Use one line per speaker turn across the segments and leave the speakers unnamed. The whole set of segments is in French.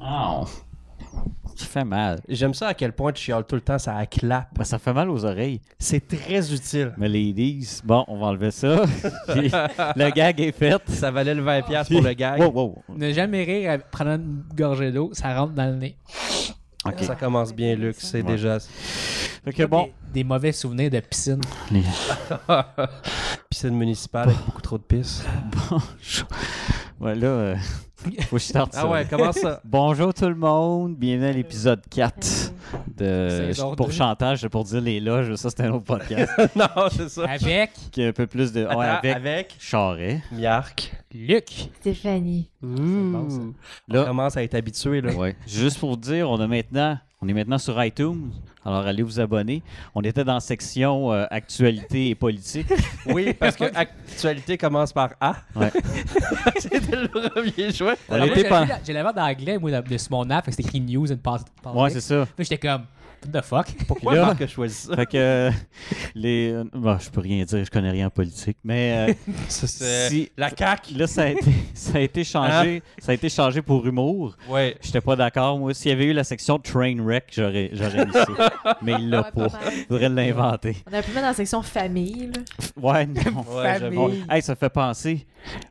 Ah, ça fait mal.
J'aime ça à quel point tu chiales tout le temps, ça clap.
Ben, ça fait mal aux oreilles.
C'est très utile.
Mais ladies, bon, on va enlever ça. Puis, le gag est fait.
Ça valait le 20$ piastres pour le gag.
Ah. Wow, wow.
Ne jamais rire en prenant une gorgée d'eau, ça rentre dans le nez.
OK.
Ça commence bien, Luc. C'est
Ouais.
déjà.
Fait que bon,
Des, des mauvais souvenirs de piscine.
les-
Piscine municipale
Oh.
avec beaucoup trop de pisse.
Ah bon, je- ouais, là, euh, faut que je starte ça.
Ah ouais, comment ça?
Bonjour tout le monde, bienvenue à l'épisode
Euh,
4 de
Saison
Pour
hein?
deux.
Chantage, pour dire les loges, ça c'était un autre podcast.
non, c'est ça.
Avec
qui est un peu plus de. Ah ouais,
Attends,
avec,
avec
Charret.
Miarc.
Luc.
Stéphanie.
bon, ça.
On
Hmm. Là,
commence à être habitué, là.
ouais. juste pour dire, on a maintenant. On est maintenant sur iTunes, alors allez vous abonner. On était dans la section euh, actualité et politique.
Oui, parce que actualité commence par A.
Ouais.
C'était le premier choix.
On
Alors, moi,
était
j'ai
pen-
la- J'ai la vente d'anglais, moi, de- de sur mon app, fait que c'était écrit news and pass.
Ouais, c'est ça.
Puis j'étais comme, what the fuck?
Pourquoi
Là-
Marc a choisi ça?
Fait que euh, les, euh, bon, je peux rien dire, je connais rien en politique, mais euh, si-
La CAQ.
là ça a été, ça a été changé, ça a été changé pour humour.
Ouais.
J'étais pas d'accord. Moi, s'il y avait eu la section train wreck, j'aurais, j'aurais mis ça. Mais il l'a
Ouais,
pas.
pareil.
Faudrait l'inventer.
On a pu mettre dans la section famille. là.
Ouais, non.
Ouais, j'avoue.
On- Hey, ça fait penser.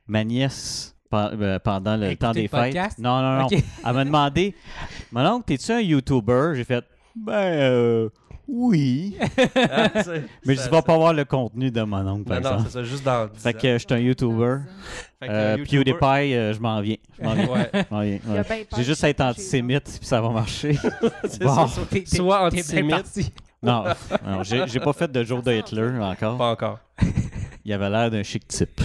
Ma nièce, pen- euh, pendant le
Écouter
temps des
le
fêtes.
podcast?
Non, non, non.
Ok.
Elle m'a demandé Mon oncle, t'es-tu un YouTuber J'ai fait Ben, euh, oui.
Ah, tu sais,
Mais
ça-
je vas pas voir le contenu de mon oncle, par
Ben Non, non,
exemple.
c'est ça, juste dans. dix
Fait
ans.
que euh, je suis un YouTuber.
Fait que,
Euh,
YouTuber-
PewDiePie, euh, je m'en viens. Je m'en viens.
Ouais.
Je m'en viens,
Il
ouais.
a bien peur
J'ai juste
de
à être
chez
antisémite, puis ça va marcher.
C'est
Bon.
ça,
T'es- t'es-
Soit
t'es bien
antisémite.
parti.
Non, non, j'ai j'ai pas fait de jour de Hitler
ça,
encore.
Pas encore.
Il avait l'air d'un chic type.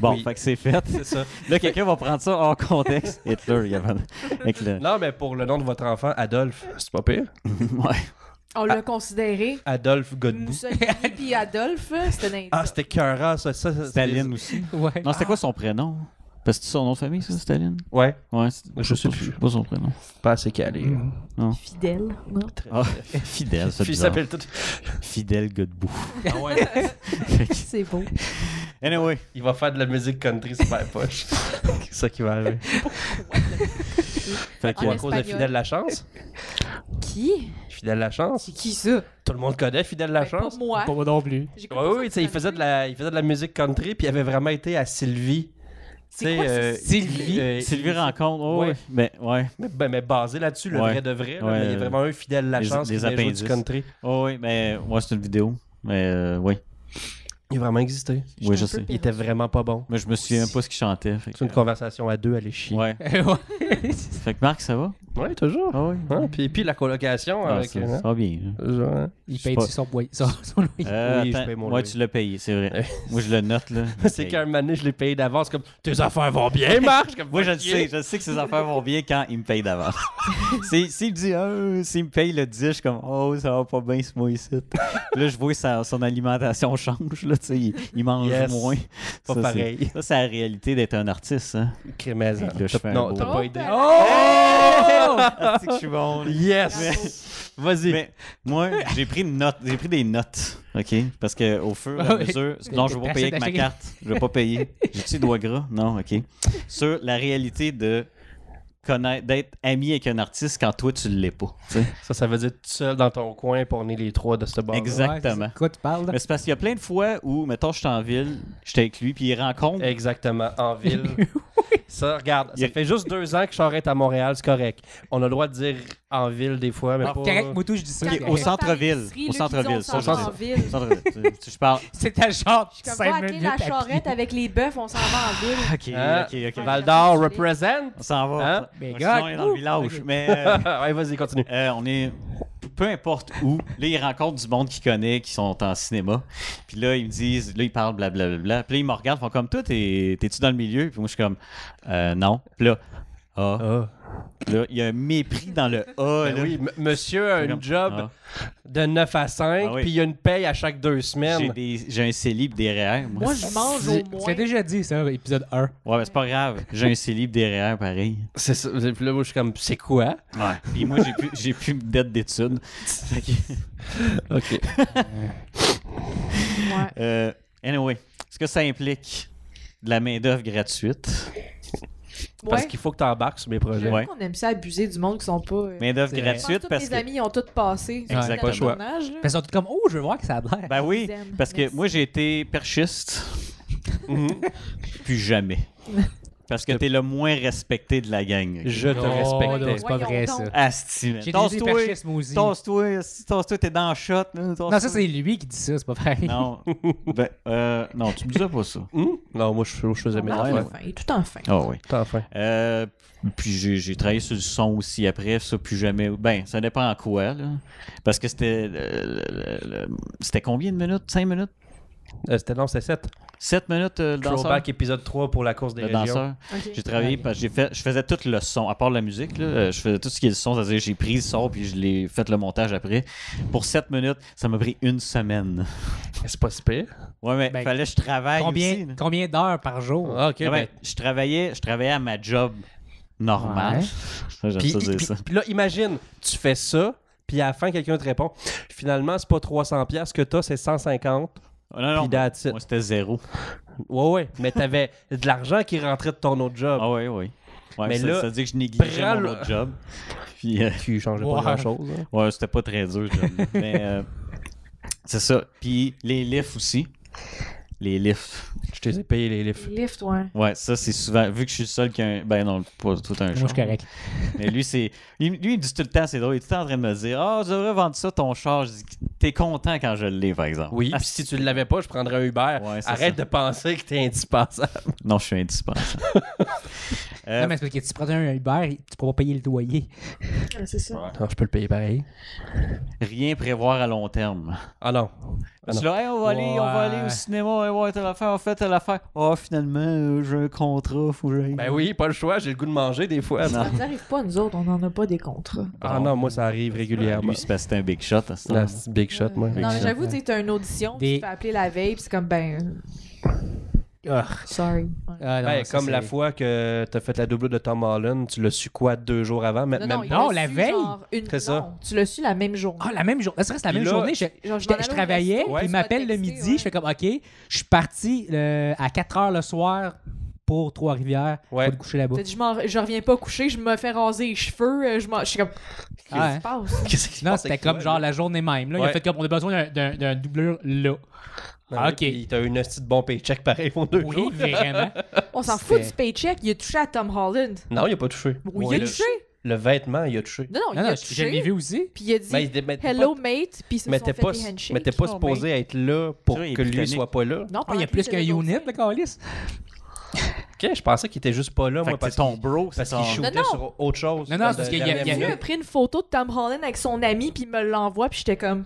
Bon,
Oui.
fait que c'est fait.
C'est ça.
Là, quelqu'un va prendre ça hors contexte. Hitler, il y avait. Avec le...
Non, mais pour le nom de votre enfant, Adolphe. C'est pas pire.
Ouais.
On
Ah.
l'a considéré.
Adolphe Godbout.
Mussolini puis Adolphe, c'était dans les
Ah,
deux.
c'était cœur, ça. ça, ça
Staline aussi.
Ouais.
Non, c'était quoi son prénom Parce que c'est son nom de famille, ça, Staline
c'est- Ouais,
Ouais, c'est-
Je sais
pas-
plus.
c'est pas son prénom.
pas assez calé.
fidèle. Non?
Ah, Mm. fidèle, ça
Puis il s'appelle tout.
Fidèle Godbout.
Ah ouais.
C'est beau.
Anyway,
Il va faire de la musique country super poche. C'est ça qui va arriver.
fait que.
Ou à cause de
espagnol.
Fidèle La Chance.
Qui?
Fidèle La Chance.
C'est qui ça?
Tout le monde connaît Fidèle La
Ben,
Chance.
Pas moi.
Pas moi non plus.
J'ai
Oui, oui, tu sais, il faisait de la, il faisait de la musique country, puis il avait vraiment été à Sylvie. Tu sais,
quoi, ça,
euh,
Sylvie?
euh,
Sylvie
il-
rencontre. Oh,
Ouais.
ouais. Ben, ouais.
Mais, ben, mais basé là-dessus, le
Ouais.
vrai de vrai, là,
Ouais,
mais il y a
euh,
vraiment un fidèle la
les-
chance
les
qui vient jouer du
appendices.
country.
Oh, oui, mais. Ouais, c'est une vidéo. Mais, euh, oui.
Il a vraiment existé.
Oui, je sais.
Il était vraiment pas bon.
Mais je me souviens même pas ce qu'il chantait. fait que-
C'est une conversation à deux, elle est chier.
Ouais. Fait que Marc, ça va
Ouais, toujours.
Ah oui.
Hein? Puis, puis la colocation
Ah,
avec.
ça,
hein?
ça va bien.
Genre, hein?
Il
Je sais
paye
pas.
son boy- son- son loyer.
Euh,
Oui, je
attends,
paye mon
ouais,
loyer.
tu l'as payé, c'est vrai. Moi, je le note, là.
C'est
Paye.
qu'un moment donné, je l'ai payé d'avance, comme tes affaires vont bien, Marc. Comme,
Moi, je le
Ok.
sais. Je sais que ses affaires vont bien quand il me paye d'avance. C'est- S'il me dit, Ah, s'il me paye le 10, je suis comme, oh, ça va pas bien ce mois-ci. Puis là, je vois sa, son alimentation change, là, tu sais. Il, il mange
Yes.
moins. Ça,
Pas
c'est-
pareil.
Ça, c'est la réalité d'être un artiste, hein.
Crémaison.
Là, je fais un
Non,
beau-
t'as
Oh,
pas idée.
ben,
Oh!
Ah, c'est que je suis bon, là.
Yes! Vas-y.
Mais moi, j'ai pris une note, j'ai pris des notes, OK? Parce que au fur et à
Ouais.
mesure, non, je vais pas payer avec ma
Personne
carte, je vais pas payer. J'ai-tu les doigts gras? Non, OK. Sur la réalité de connaître d'être ami avec un artiste quand toi tu l'es pas, tu sais.
Ça, ça veut dire tout seul dans ton coin, pour on est les trois de ce bord.
Exactement.
Ouais, c'est quoi tu parles? là?
Mais c'est parce qu'il y a plein de fois où mettons je suis en ville, j'étais avec lui puis il rencontre
Exactement, en ville. ça, regarde, ça
Il-
fait juste deux ans que Charrette à Montréal, c'est correct. On a le drois de dire en ville des fois, mais
Ah,
Alors,
pas...
Ah, correct, Moutou, je dis ça.
quand
Ok,
il
correct.
au
va
centre-ville.
faire l'épicerie,
Au
Luc, il dit,
centre-ville,
on
ça,
s'en
je
va en
sais.
ville.
Centre- tu- je parle
C'était genre
Je suis comme,
5
va, ok,
minutes.
la
à
charrette
pied.
avec les bœufs, on s'en va en ville.
Ah,
OK,
Hein?
OK, OK.
Val d'Or represent.
On s'en va.
Hein?
Mais
Sinon,
gars,
on est dans le
ouh.
village,
Ok.
mais euh,
ouais, vas-y, continue.
Euh, on est peu importe où. Là, ils rencontrent du monde qu'ils connaissent, qui sont en cinéma. Puis là, ils me disent, là, ils parlent blablabla. Puis là, ils me regardent, font comme toi, t'es- t'es-tu dans le milieu? Puis moi, je suis comme, Euh, non. Puis là, ah, là, il y a un mépris dans le ah.
Ben
là.
oui, m- monsieur a
C'est
un
comme,
job
ah.
de 9 à 5,
Ah oui.
puis il y a une paye à chaque deux
J'ai
semaines.
des- J'ai un célib des REER, moi.
Moi, je mange au
Tu l'as
moins.
déjà dit, ça, épisode 1.
Ouais, mais c'est pas grave. J'ai un célib des REER, pareil.
C'est ça. Puis là, moi, je suis comme, c'est quoi?
Ouais. Puis moi, j'ai plus, j'ai plus de dette d'études. Fait que-
OK.
Ouais.
Euh, anyway, est-ce que ça implique de la main-d'œuvre gratuite?
Parce
Ouais.
qu'il faut que tu embarques sur mes projets.
Ouais.
On aime ça abuser du monde qui sont pas. euh,
Main d'œuvre
C'est
Je pense
gratuite
que tous
parce
mes
que.
amis ont tout passé sur
Exactement.
le
Pas le
choix.
tournage. là.
Mais ils sont tous comme, oh, je veux voir que ça a l'air.
Ben oui,
Ils aiment.
parce que
Merci.
moi j'ai été perchiste,
Mhm.
puis jamais. Parce que t'es le moins respecté de la gang.
Je te
Non, non,
respectais.
c'est pas
Voyons
vrai,
donc.
ça.
Asti, man.
J'ai déjà dit
Tasse-toi,
perché smoothie. Non,
Tasse-toi, asti, tasse-toi, t'es dans le shot. là, tasse-toi.
ça, c'est lui qui dit ça, c'est pas pareil.
Non, ben, euh, non, tu me disais pas ça.
Mm.
Hmm? Non, moi, je, je faisais mes
Tout
Ah,
en
ouais,
affaires.
là.
fin, tout en fin.
Ah oui.
Enfin.
Euh, puis j'ai, j'ai travaillé sur le son aussi après, ça, plus jamais. Ben, ça dépend en quoi, là. Parce que c'était. euh, le- le- le- c'était combien de minutes 5 minutes
Euh, C'était non, c'était 7.
7 minutes, euh, le danseur
Throwback épisode 3 pour la course des
Le
régions.
danseur.
Ok.
J'ai travaillé, parce que j'ai fait, je faisais tout le son, à part la musique, là, euh, je faisais tout ce qui est le son, c'est-à-dire j'ai pris le son puis je l'ai fait le montage après. Pour 7 minutes, ça m'a pris une semaine.
C'est pas si pire.
Ouais, mais
Ben,
fallait que je travaille aussi,
Combien,
là.
combien d'heures par jour?
Ah, ok,
Ouais,
ben,
ben, je, travaillais, je travaillais à ma job normale.
Ouais.
Ça, J'aime
Puis,
ça dire
puis-
ça.
puis là, imagine, tu fais ça, puis à la fin, quelqu'un te répond finalement, c'est pas 300$ piastres que t'as, c'est 150$.
Non, non,
puis that's it.
moi c'était zéro.
Ouais, ouais, mais t'avais de l'argent qui rentrait de ton autre job.
Ah oui, oui. Ouais,
Mais
mais ça,
là,
ça veut dire que je négligeais
prends
mon
le-
autre job. Puis, euh,
Puis il changeait
Ouais.
pas grand-chose. hein.
ouais, c'était pas très dur. ce job-là. mais euh, c'est ça. Puis les lifts aussi. Les lifts.
Je t'ai payé les livres.
Lift, ouais.
Ouais, ça c'est souvent. Vu que je suis le seul qui a un. Ben non, pas tout un
Moi, je
char.
suis correct.
Mais lui, c'est. Lui, lui, il dit tout le temps, c'est drôle. Il est tout le temps en train de me dire Ah, tu devrais vendre ça ton char. Je dis T'es content quand je l'ai, par exemple.
Oui,
Ah,
puis si tu ne l'avais pas, je prendrais un Uber.
Ouais, c'est
Arrête de penser que t'es indispensable.
Non, je suis indispensable. Euh,
Non, mais c'est parce que tu prends un Uber, tu pourras pas payer le loyer.
Ouais, C'est ça.
Non, je peux le payer pareil.
Rien prévoir à long terme.
Ah non. Ah non.
Parce que là, Hey, on va aller, on va
Ouais.
aller au cinéma, on va voir telle affaire, on fait telle affaire. Ah, finalement, euh, j'ai un contrat, faut que j'aille.
Ben oui, pas le choix, j'ai le goût de manger des fois.
Ça nous arrive pas, nous autres, on n'en a pas des contrats.
Ah non, moi ça arrive régulièrement.
Lui, c'est parce que c'est un big shot à ça.
Ah, c'est big shot, moi.
Non, mais j'avoue, tu sais, t'as une audition,
Des-
tu te fais appeler la veille, puis c'est comme, ben,
Ah,
sorry. Ouais.
ah, non,
Ben,
ça,
comme
c'est-
la fois que t'as fait la double de Tom Holland, tu l'as su quoi deux jours avant? mais- même
il
pas.
non,
l'a
la
su,
veille?
genre, une-
C'est ça.
non, Tu l'as su la même journée.
Ah, la même journée. serait la
Puis
même
là,
journée. Je,
Genre,
je-
m'en allais
Ah. Ben, je
au
travaillais,
resto,
ouais.
puis il
tu m'as
m'appelle le
texté,
midi.
ouais.
Je fais comme, OK, je suis parti euh, à 4 h le soir pour Trois-Rivières
Ouais.
pour me coucher là-bas.
T'as dit, je, m'en- je reviens pas coucher, je me fais raser les cheveux, euh, je, m'en- je suis comme, qu'est-ce
Ah,
qui
hein.
se passe?
Qu'est-ce qui se
Non,
passe
c'était
avec
comme
toi,
genre
là?
la journée même. Là. Il a
Ouais.
fait comme, on a besoin d'un- d'un d'un doubleur là.
Ah,
Ah,
oui,
ok.
puis T'as eu un petit bon paycheck pareil pour deux
Oui,
jours.
vraiment.
On s'en fout
C'était-
du paycheck, il a touché à Tom Holland.
Non, il a pas touché.
Oui,
Ouais,
il a
le-
touché.
Le vêtement, il a touché.
Non,
Non,
non, il
non,
a
je je l'ai
touché.
vu aussi.
Puis il a dit,
Mais Ben, il mettait
hello mate, puis ils se
mais
sont
t'es
fait
pas,
des handshakes.
mais t'es pas
Oh,
supposé être là pour
Ça, il est
que lui
britannique.
soit pas là.
Non,
Ah, il y
pendant
a plus
qu'il
qu'un
était dans
unit,
le
le calice.
Ok, je pensais qu'il était juste pas là,
Fait
moi,
que c'est ton
parce
bro, c'est
parce
ton...
qu'il shootait
Non, non.
sur autre chose.
Non, non, c'est parce qu'il y a-
Dernière
il y a-
film. Lui a
minute.
pris une photo de Tom Holland avec son ami, puis il me l'envoie, puis j'étais comme,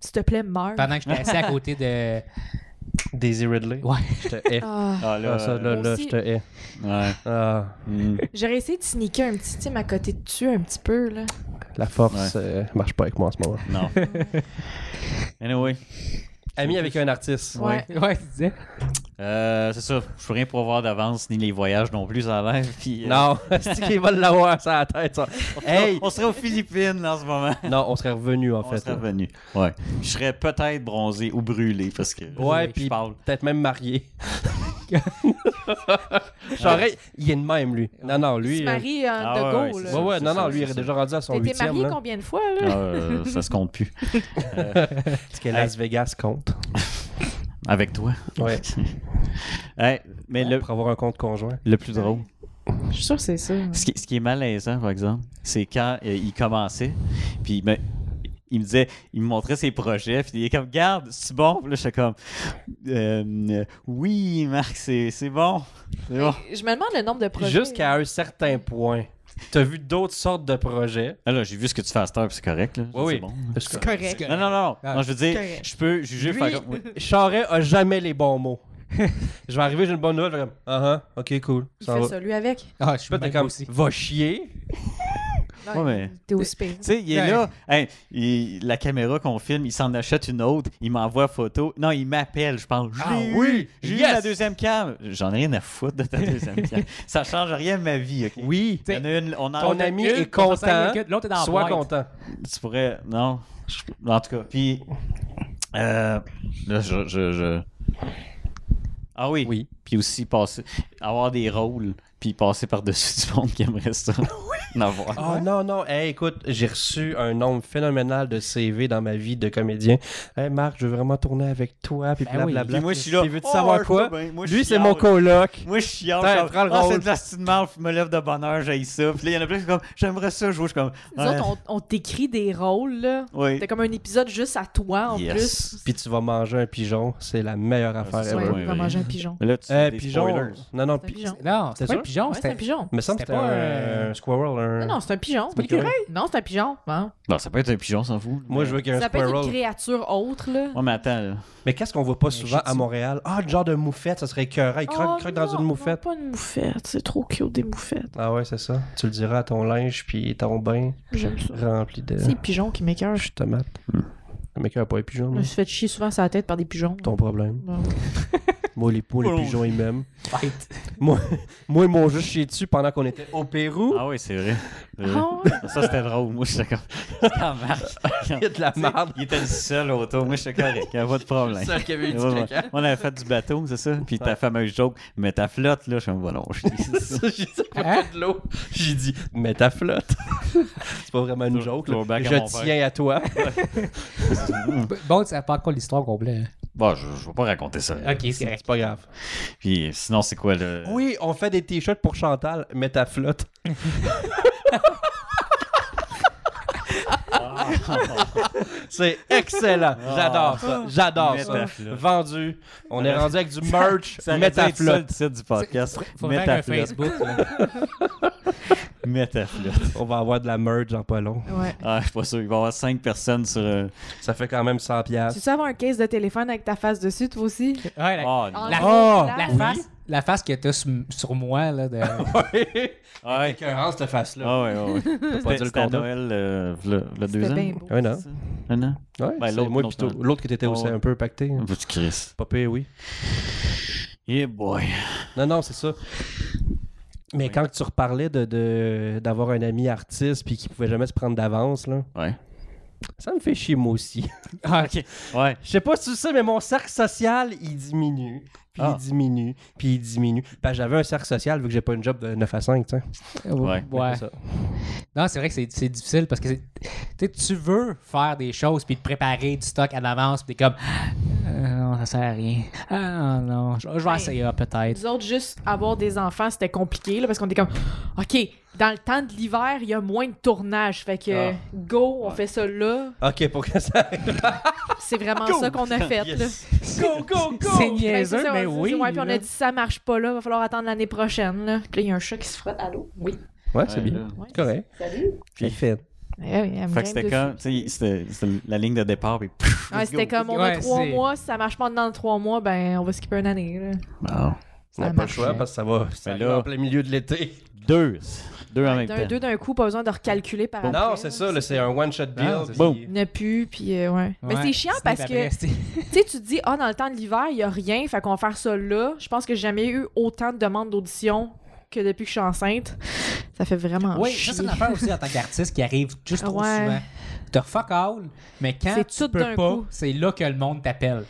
s'il te plaît, meurs.
Pendant que j'étais assis à côté de.
Daisy Ridley.
Ouais.
Je te hais.
Ah.
Ah, là,
Ah, ça, là,
Moi
là,
aussi.
je te hais.
Ouais.
Ah,
Mm.
J'aurais essayé de sneaker un petit team à côté de tu un petit peu, là.
la force euh, marche pas avec moi en ce moment.
Non. Anyway,
Ami avec un artiste.
Ouais.
Ouais, tu disais.
euh, c'est ça. Je peux rien prévoir d'avance, ni les voyages non plus, ça a l'air. Puis, euh,
Non, c'est qu'il va l'avoir sur la tête, ça. Hey!
On serait aux Philippines en ce moment.
Non, on serait revenu en
On
fait.
serait revenu. Ouais. Je serais peut-être bronzé ou brûlé parce que.
Ouais,
je
puis
parle.
peut-être même marié. J'aurais. Il est de même, lui. Non, non, lui.
Lui, il se
euh,
marie en
ah
de
ouais,
go,
ouais,
là.
c'est
Ouais, ouais,
C'est
non,
ça,
non, lui,
c'est
il est
ça.
déjà rendu à son
T'étais
huitième.
marié
là.
combien de fois, là?
Ah, euh, ça se compte plus.
Parce que Las Vegas compte.
Avec toi.
Ouais.
Hey, mais le,
Pour avoir un compte conjoint.
le plus drôle,
Je suis sûr que c'est ça.
Ce qui, ce qui est malaisant, par exemple, c'est quand euh, il commençait, puis il me, il me disait, il me montrait ses projets, puis il est comme, garde, c'est bon. Puis là, j'étais comme, Euh, euh, oui, Marc, c'est c'est bon. C'est bon.
Je me demande le nombre de projets.
Jusqu'à un certain point. T'as vu d'autres sortes de projets.
Ah, là, j'ai vu ce que tu fais à cette heure, puis c'est correct. Là.
Oui,
C'est
oui.
Bon.
Parce que-
correct.
Non, non, non.
Ah.
non je veux dire,
Correct.
je peux juger.
Lui,
faire comme- oui.
Charest a jamais les bons mots. je vais arriver, j'ai une bonne nouvelle. je vais comme, ah ah, ok, cool.
Il
Ça
fait
va.
ça, lui, avec.
Ah, je suis
Puis là, t'es
même
comme,
aussi.
va chier.
Ouais, mais-
T'es au spé.
Tu sais, il est
Ouais.
là. Hey, il- la caméra qu'on filme, il s'en achète une autre. Il m'envoie photo. Non, il m'appelle, je pense. Je
Ah
l'ai eu,
oui,
J'ai
yes.
eu la deuxième cam. J'en ai rien à foutre de ta deuxième cam. Ça change rien de ma vie, OK?
Oui.
Il y en a une- on en
Ton
a une-
ami
une,
est
pour
content.
se faire quelqu'un, l'autre est dans la
Sois
boîte.
content.
Tu pourrais... Non. Je- En tout cas, puis... euh, là, je, je- je- Ah oui.
Oui.
Puis aussi passer, avoir des rôles. puis passer par-dessus du monde qui aimerait ça. D'en voir.
Oh non, non. Hey, écoute, j'ai reçu un nombre phénoménal de CV dans ma vie de comédien. Hey, Marc, je veux vraiment tourner avec toi. Puis
Ben oui.
blablabla.
Puis moi, je suis là.
Tu veux-tu
Oh,
savoir
ouais,
quoi?
je sais bien. Moi, je
Lui,
suis
c'est mon
hâte.
coloc.
Moi, je suis chiant.
Putain,
comme,
prends le
Ah,
rôle.
c'est de la petite merde, je me lève de bonne heure, j'aille ça. Puis là, il y en a plein qui sont comme, j'aimerais ça jouer. Je suis comme,
Nous autres, on, on t'écrit des rôles, là.
Oui.
T'as comme un épisode juste à toi, en
Yes.
plus.
Puis tu vas manger un pigeon. C'est la
Ah,
meilleure affaire
c'est
Ouais,
vrai,
ever.
on va
oui.
manger un pigeon.
Mais là, tu
Euh,
des
pigeon.
spoilers.
Non, non,
C'est un
pi-
pigeon.
Non,
C'est
c'est pas
sûr?
un pigeon.
Ouais, c'est un
c'était-
pigeon.
me semble que c'était
C'était pas
un
un-
un squirrel. un-
Ah, Non, non, c'est un pigeon.
pas l'écureuil?
Non, c'est un pigeon. Hein?
Non, ça peut être un pigeon, s'en fout.
Moi, je veux qu'un
Ça peut être une
squirrel.
créature autre, là.
Ouais, mais attends, là.
Mais qu'est-ce qu'on voit pas souvent à Montréal? Ah, le genre de moufette, ça serait écœurant. Il croque,
Oh,
croque dans
non,
une
non,
moufette.
pas une moufette. C'est trop cute, des moufettes.
Ah ouais, c'est ça. Tu le diras à ton linge, puis ton bain
J'aime ça.
rempli de
C'est les pigeons qui m'écœurent. Je
jus de tomate.
Hmm.
Le mec a pas les pigeons,
je
moi.
me suis fait chier souvent sur la tête par des pigeons.
Mm. Ton problème.
Bon.
Moi, les, moi,
Oh.
les pigeons, ils m'aiment.
Fight.
Moi, moi, ils m'ont juste chié dessus pendant qu'on était au Pérou.
Ah oui, c'est vrai. C'est vrai.
Ah ouais.
Ça, c'était drôle. Moi, j'étais comme.
Ah, Marc.
Il y a de la merde.
Il était le seul auto. Moi, j'étais correct. Il n'y avait pas de problème.
Seul qui avait eu du
Ouais, ouais.
caca.
On avait fait du bateau, c'est ça? Puis ta fameuse joke, mais ta flotte, là, je suis un bon non, je dis-
Ça, J'ai dit, ça coûtait
Hein?
de l'eau. J'ai dit, mets ta flotte. C'est pas vraiment une
Throw-
joke. là.
throwback à mon
Je
père.
tiens à toi.
Bon, tu savais pas encore l'histoire complète. hein.
Bon, je ne vais pas raconter ça.
Ok, c'est correct.
C'est pas grave.
Puis sinon, c'est quoi le.
Oui, on fait des t-shirts pour Chantal. Mets ta flotte.
Ah,
C'est excellent. J'adore ça. J'adore
Mets
ça.
ta flotte.
Vendu. On est rendu avec du merch.
Ça
Mets
aurait dû
ta
être ça, le
flotte.
titre du podcast.
Faut
Mets
faire
ta
un
flotte.
Facebook. là.
Mets ta flotte.
On va avoir de la merch en pas long.
Ouais.
Ah, je suis pas sûr. Il va y avoir 5 personnes sur. euh,
Ça fait quand même 100
Tu
piastres.
sais avoir un case de téléphone avec ta face dessus, toi aussi?
Ouais, la-
Ah, non.
En
La-
haut,
Ah,
là.
La face, la face que t'as sur, sur moi, là, de...
Ouais.
Ah, ouais.
Qu'un cette face-là.
Ah, ouais, ouais, ouais.
pas dit
C'était
le
c'était à
condom.
Noël, euh, le, le deux
C'était
ans.
bien beau.
Ouais, non.
Un an.
Ouais,
Ben,
c'est
l'autre,
moi
non,
plutôt.
c'est un-
L'autre qui était aussi
Ouais. Mm.
un peu pacté.
Un petit Chris.
Pas pire, oui.
Yeah, boy.
Non, non, c'est ça. Mais quand tu reparlais de- de d'avoir un ami artiste puis qui pouvait jamais se prendre d'avance, là,
Ouais.
ça me fait chier moi aussi.
Ah, ok.
Ouais.
Je sais pas si tu sais, mais mon cercle social, il diminue. Puis
Ah.
il diminue, puis il diminue. Ben, j'avais un cercle social vu que j'ai pas une job de 9 à 5, tu sais.
Ouais.
ouais.
C'est ça.
Non, c'est vrai que c'est c'est difficile parce que c'est- tu sais, tu veux faire des choses puis te préparer du stock à l'avance puis t'es comme Euh, non ça sert à rien ah non, non je, je vais
Ouais.
essayer ah, peut-être
Nous autres, juste avoir des enfants, c'était compliqué, là, parce qu'on était comme, OK, dans le temps de l'hiver, il y a moins de tournage. Fait que,
Ah.
go, on fait ça là.
Ok, pour que ça
C'est vraiment
Go!
ça qu'on a fait, là.
Go, go, go!
c'est
Ben, c'est
niaiseux
ça,
mais
c'est ça,
oui
Ouais, puis on
là.
a dit, ça marche pas, là, va falloir attendre l'année prochaine, là. Puis là, il y a un chat qui se frotte à l'eau. Oui.
Ouais, c'est
Ouais,
bien.
là.
Ouais.
C'est correct.
Salut.
J'ai fait.
Eh oui,
Fait
elle me
que
grimpe
c'était
dessus.
quand, tu sais, c'était c'était la ligne de départ, puis pff,
Ouais,
let's
c'était
go.
comme on
Ouais,
a trois
c'est-
mois, si ça marche pas dans trois mois, ben on va skipper une année. Là.
Bon.
On
Ça
n'a pas le
marche.
choix parce que ça va.
Mais
Ça arrive
là-
en plein milieu de l'été.
Deux. Deux en même
D'un,
temps.
deux d'un coup, pas besoin de recalculer par après.
Non, c'est ça, là, c'est un one-shot deal.
Ah, c'est
ça.
puis-
Il n'y a plus, puis euh, ouais. Mais
Ouais,
c'est chiant
Disney,
parce
puis après,
que, tu
c'est-
sais, tu te dis, ah, dans le temps de l'hiver, il n'y a rien, fait qu'on va faire ça là. Je pense que j'ai jamais eu autant de demandes d'audition que depuis que je suis enceinte. Ça fait vraiment
oui
chier.
ça c'est une affaire aussi en tant qu'artiste qui arrive juste trop
Ouais.
souvent t'as fuck all mais quand
C'est
tu
tout
peux
d'un
pas
coup.
c'est là que le monde t'appelle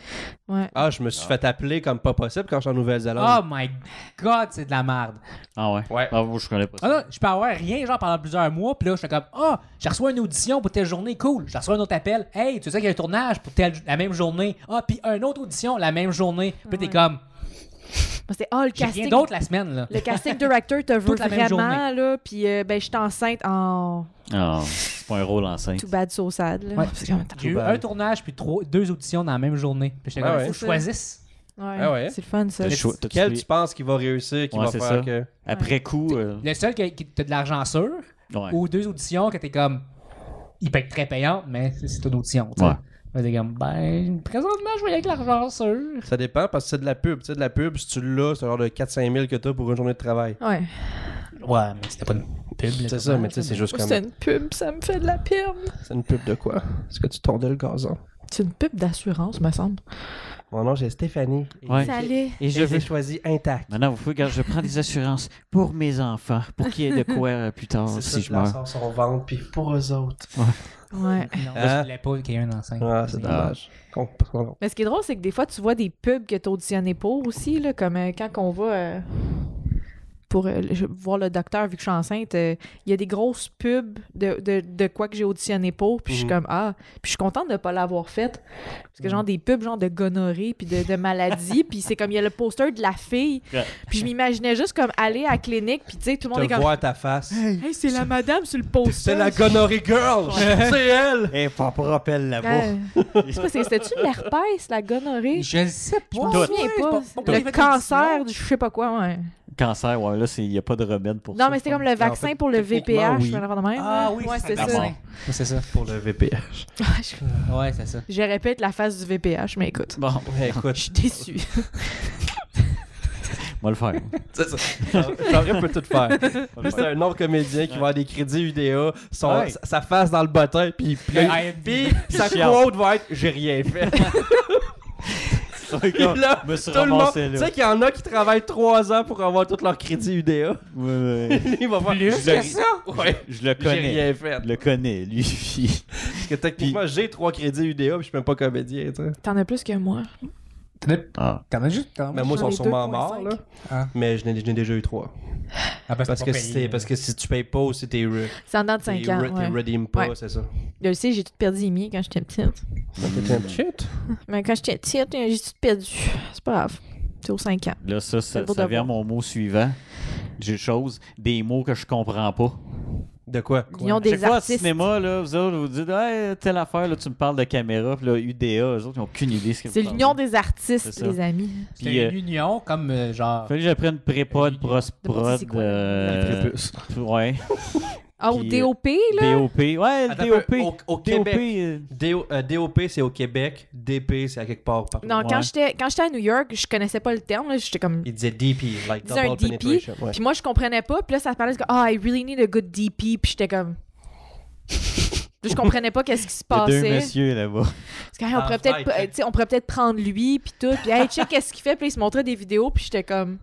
Ouais.
Ah, je me suis fait appeler comme pas possible quand je suis en
oh
Ah,
Nouvelle-Zélande.
my god c'est de la merde
Ah ouais.
Ouais.
Ah, moi, je connais pas
Ah
ça.
non, je peux avoir rien genre pendant plusieurs mois, puis là, j'étais comme Ah, j'ai reçu une audition pour telle journée, cool. J'ai reçu un autre appel, hey, tu sais qu'il y a un tournage pour telle la même journée. Ah, puis une autre audition la même journée. Puis t'es
Ouais.
comme
Moi, C'est, ah, le
J'ai rien
casting.
d'autre la semaine, là.
Le casting director te veut
Toute la même
vraiment, là, puis euh, ben, je suis enceinte en
Ah, c'est pas un rôle enceinte.
too bad, so sad. Là.
Ouais.
C'est comme-
J'ai eu
bad.
un tournage, puis trois, deux auditions dans la même journée. Puis j'étais
Ah
comme
ouais.
Faut que je choisisse.
Ouais, hein?
Ah ouais?
C'est le fun, ça.
T'as cho- t'as-tu
Quel
les-
tu penses qui va réussir, qui
Ouais,
va
c'est
faire
ça.
que.
Après coup. euh,
Le seul qui, qui- t'as de l'argent sûr,
Ouais.
ou deux auditions que t'es comme Il peut être très payante, mais c'est- c'est une audition, tu sais.
Ouais.
Fait que t'es comme Ben, présentement, je vais y aller avec l'argent sûr.
Ça dépend parce que c'est de la pub. Tu sais, de la pub, si tu l'as, c'est genre de 4-5 000 que t'as pour une journée de travail.
Ouais.
Ouais, mais c'était pas une pub. le
C'est ça,
tournage,
mais tu sais, c'est
là.
juste comme.
Oh, C'est une pub, ça me fait de la pub.
C'est une pub de quoi Est-ce que tu tondais le gazon
C'est une pub d'assurance, me semble.
Mon nom, c'est Stéphanie.
Ouais.
Salut.
Et je l'ai choisi intact.
Maintenant, vous pouvez, regarde, je prends des assurances pour mes enfants, pour qu'il y ait de quoi euh, plus tard
C'est ça,
si je
je la
meurs.
sors sur vente, puis pour eux autres.
Ouais.
Non,
Hein?
je voulais pas qu'il y ait un enceinte.
Ah, c'est dommage. Con- con-
Mais ce qui est drôle, c'est que des fois, tu vois des pubs que t'as auditionné pour aussi, là, comme euh, quand on va euh, pour euh, le- voir le docteur vu que je suis enceinte, euh, il y a des grosses pubs de, de, de quoi que j'ai auditionné pour. Puis je suis
Mhm.
comme, ah, puis je suis contente de ne pas l'avoir faite. Parce que genre des pubs genre de gonorrhée puis de, de maladie. puis c'est comme, il y a le poster de la fille.
Ouais.
Puis je m'imaginais juste comme aller à la clinique. Puis tu sais, tout le monde est
Te
comme,
voir à ta face.
hey, c'est la madame sur le poster.
C'est la gonorrhée girl! C'est elle!
Eh,
Et pas rappelle là-bas.
Euh, je sais pas, c'est- c'était-tu l'herpès, la gonorrhée?
Je le sais pas.
Je m'en souviens pas. Le cancer du je sais pas quoi, ouais.
Cancer, ouais, là, il n'y a pas de remède pour ça.
Non, mais c'était comme le vaccin pour le
techniquement,
VPH,
oui.
je me rappelle même.
Ah
là.
oui,
ouais,
c'est
c'est
ça.
ça.
d'abord.
C'est ça.
Pour le VPH.
Ouais, c'est ça.
Je répète la phase du VPH, mais écoute,
Bon,
Mais écoute,
déçu.
on va le faire.
c'est ça. J'aurais pu tout faire. C'est un nom comédien qui va avoir des crédits UDA, son,
Ouais.
sa- sa face dans le bottin, puis puis là,
Le
puis
IMDb.
sa
Chiant.
quote va être J'ai rien fait.
Tout
Puis là,
Je me suis
tout le monde.
ramassé
Tu
là.
sais qu'il y en a qui travaillent 3 ans pour avoir tous leurs crédits
Ouais,
UDA.
ouais.
Il va voir.
Je le-
Ouais.
Je le
J'ai
connais.
rien fait.
Je le connais, lui.
Parce que techniquement, j'ai 3 crédits UDA, puis je suis même pas comédien, tu sais.
T'en as plus que moi.
Ah.
T'en as juste.
Mais moi, ils
J'en
sont
ai
sûrement
2,5.
morts, là.
Ah.
Mais je n'ai je n'ai déjà eu 3.
Ah,
Parce que, si t'es- parce que si tu payes pas ou si t'es re-
C'est en dedans de
t'es
5 ans.
re- t'es
ouais.
redeem pas,
Ouais.
c'est ça.
Je le sais, j'ai tout perdu les miens quand j'étais petite.
Shit.
Mais quand j'étais petite, j'ai tout perdu. C'est pas grave. C'est aux 5 ans.
Là, ça, ça,
beau
ça
de
vient à mon mot suivant. J'ai chose, des mots que je comprends pas.
De quoi?
Ils ont des
Chaque fois, au
artistes.
cinéma, là, vous autres, vous dites, hey, telle affaire, là, tu me parles de caméra, puis là, UDA, eux autres, ils n'ont aucune idée ce que
C'est
vous
l'union
parlez.
des
C'est
artistes,
ça.
les amis.
Puis,
C'est
euh,
une union comme euh, genre.
Fallait que j'apprenne pré-prod,
Euh,
pros-prod.
c'est quoi?
euh, ouais.
Ah, au
Puis, euh,
DOP, là?
DOP. Ouais,
Attends
DOP.
un peu, au- au
DOP.
Québec.
euh,
DO, euh, DOP, c'est au Québec. DP, c'est à quelque part. partout.
Non, quand
Ouais.
j'étais quand j'étais à New York, je connaissais pas le terme. là, J'étais comme
Il disait DP, like
Il disait
double
un DP,
penetration. ouais.
Puis moi, je comprenais pas. Puis là, ça parlait de « Ah, I really need a good DP. » Puis j'étais comme... Puis je comprenais pas qu'est-ce qui se
Il y a deux
passait.
messieurs là-bas.
Parce qu'on pourrait
Ah,
peut-être
right,
pas-
right.
tu sais, on pourrait peut-être prendre lui, puis tout. Puis « Hey, check qu'est-ce qu'il fait. » Puis il se montrait des vidéos, puis j'étais comme...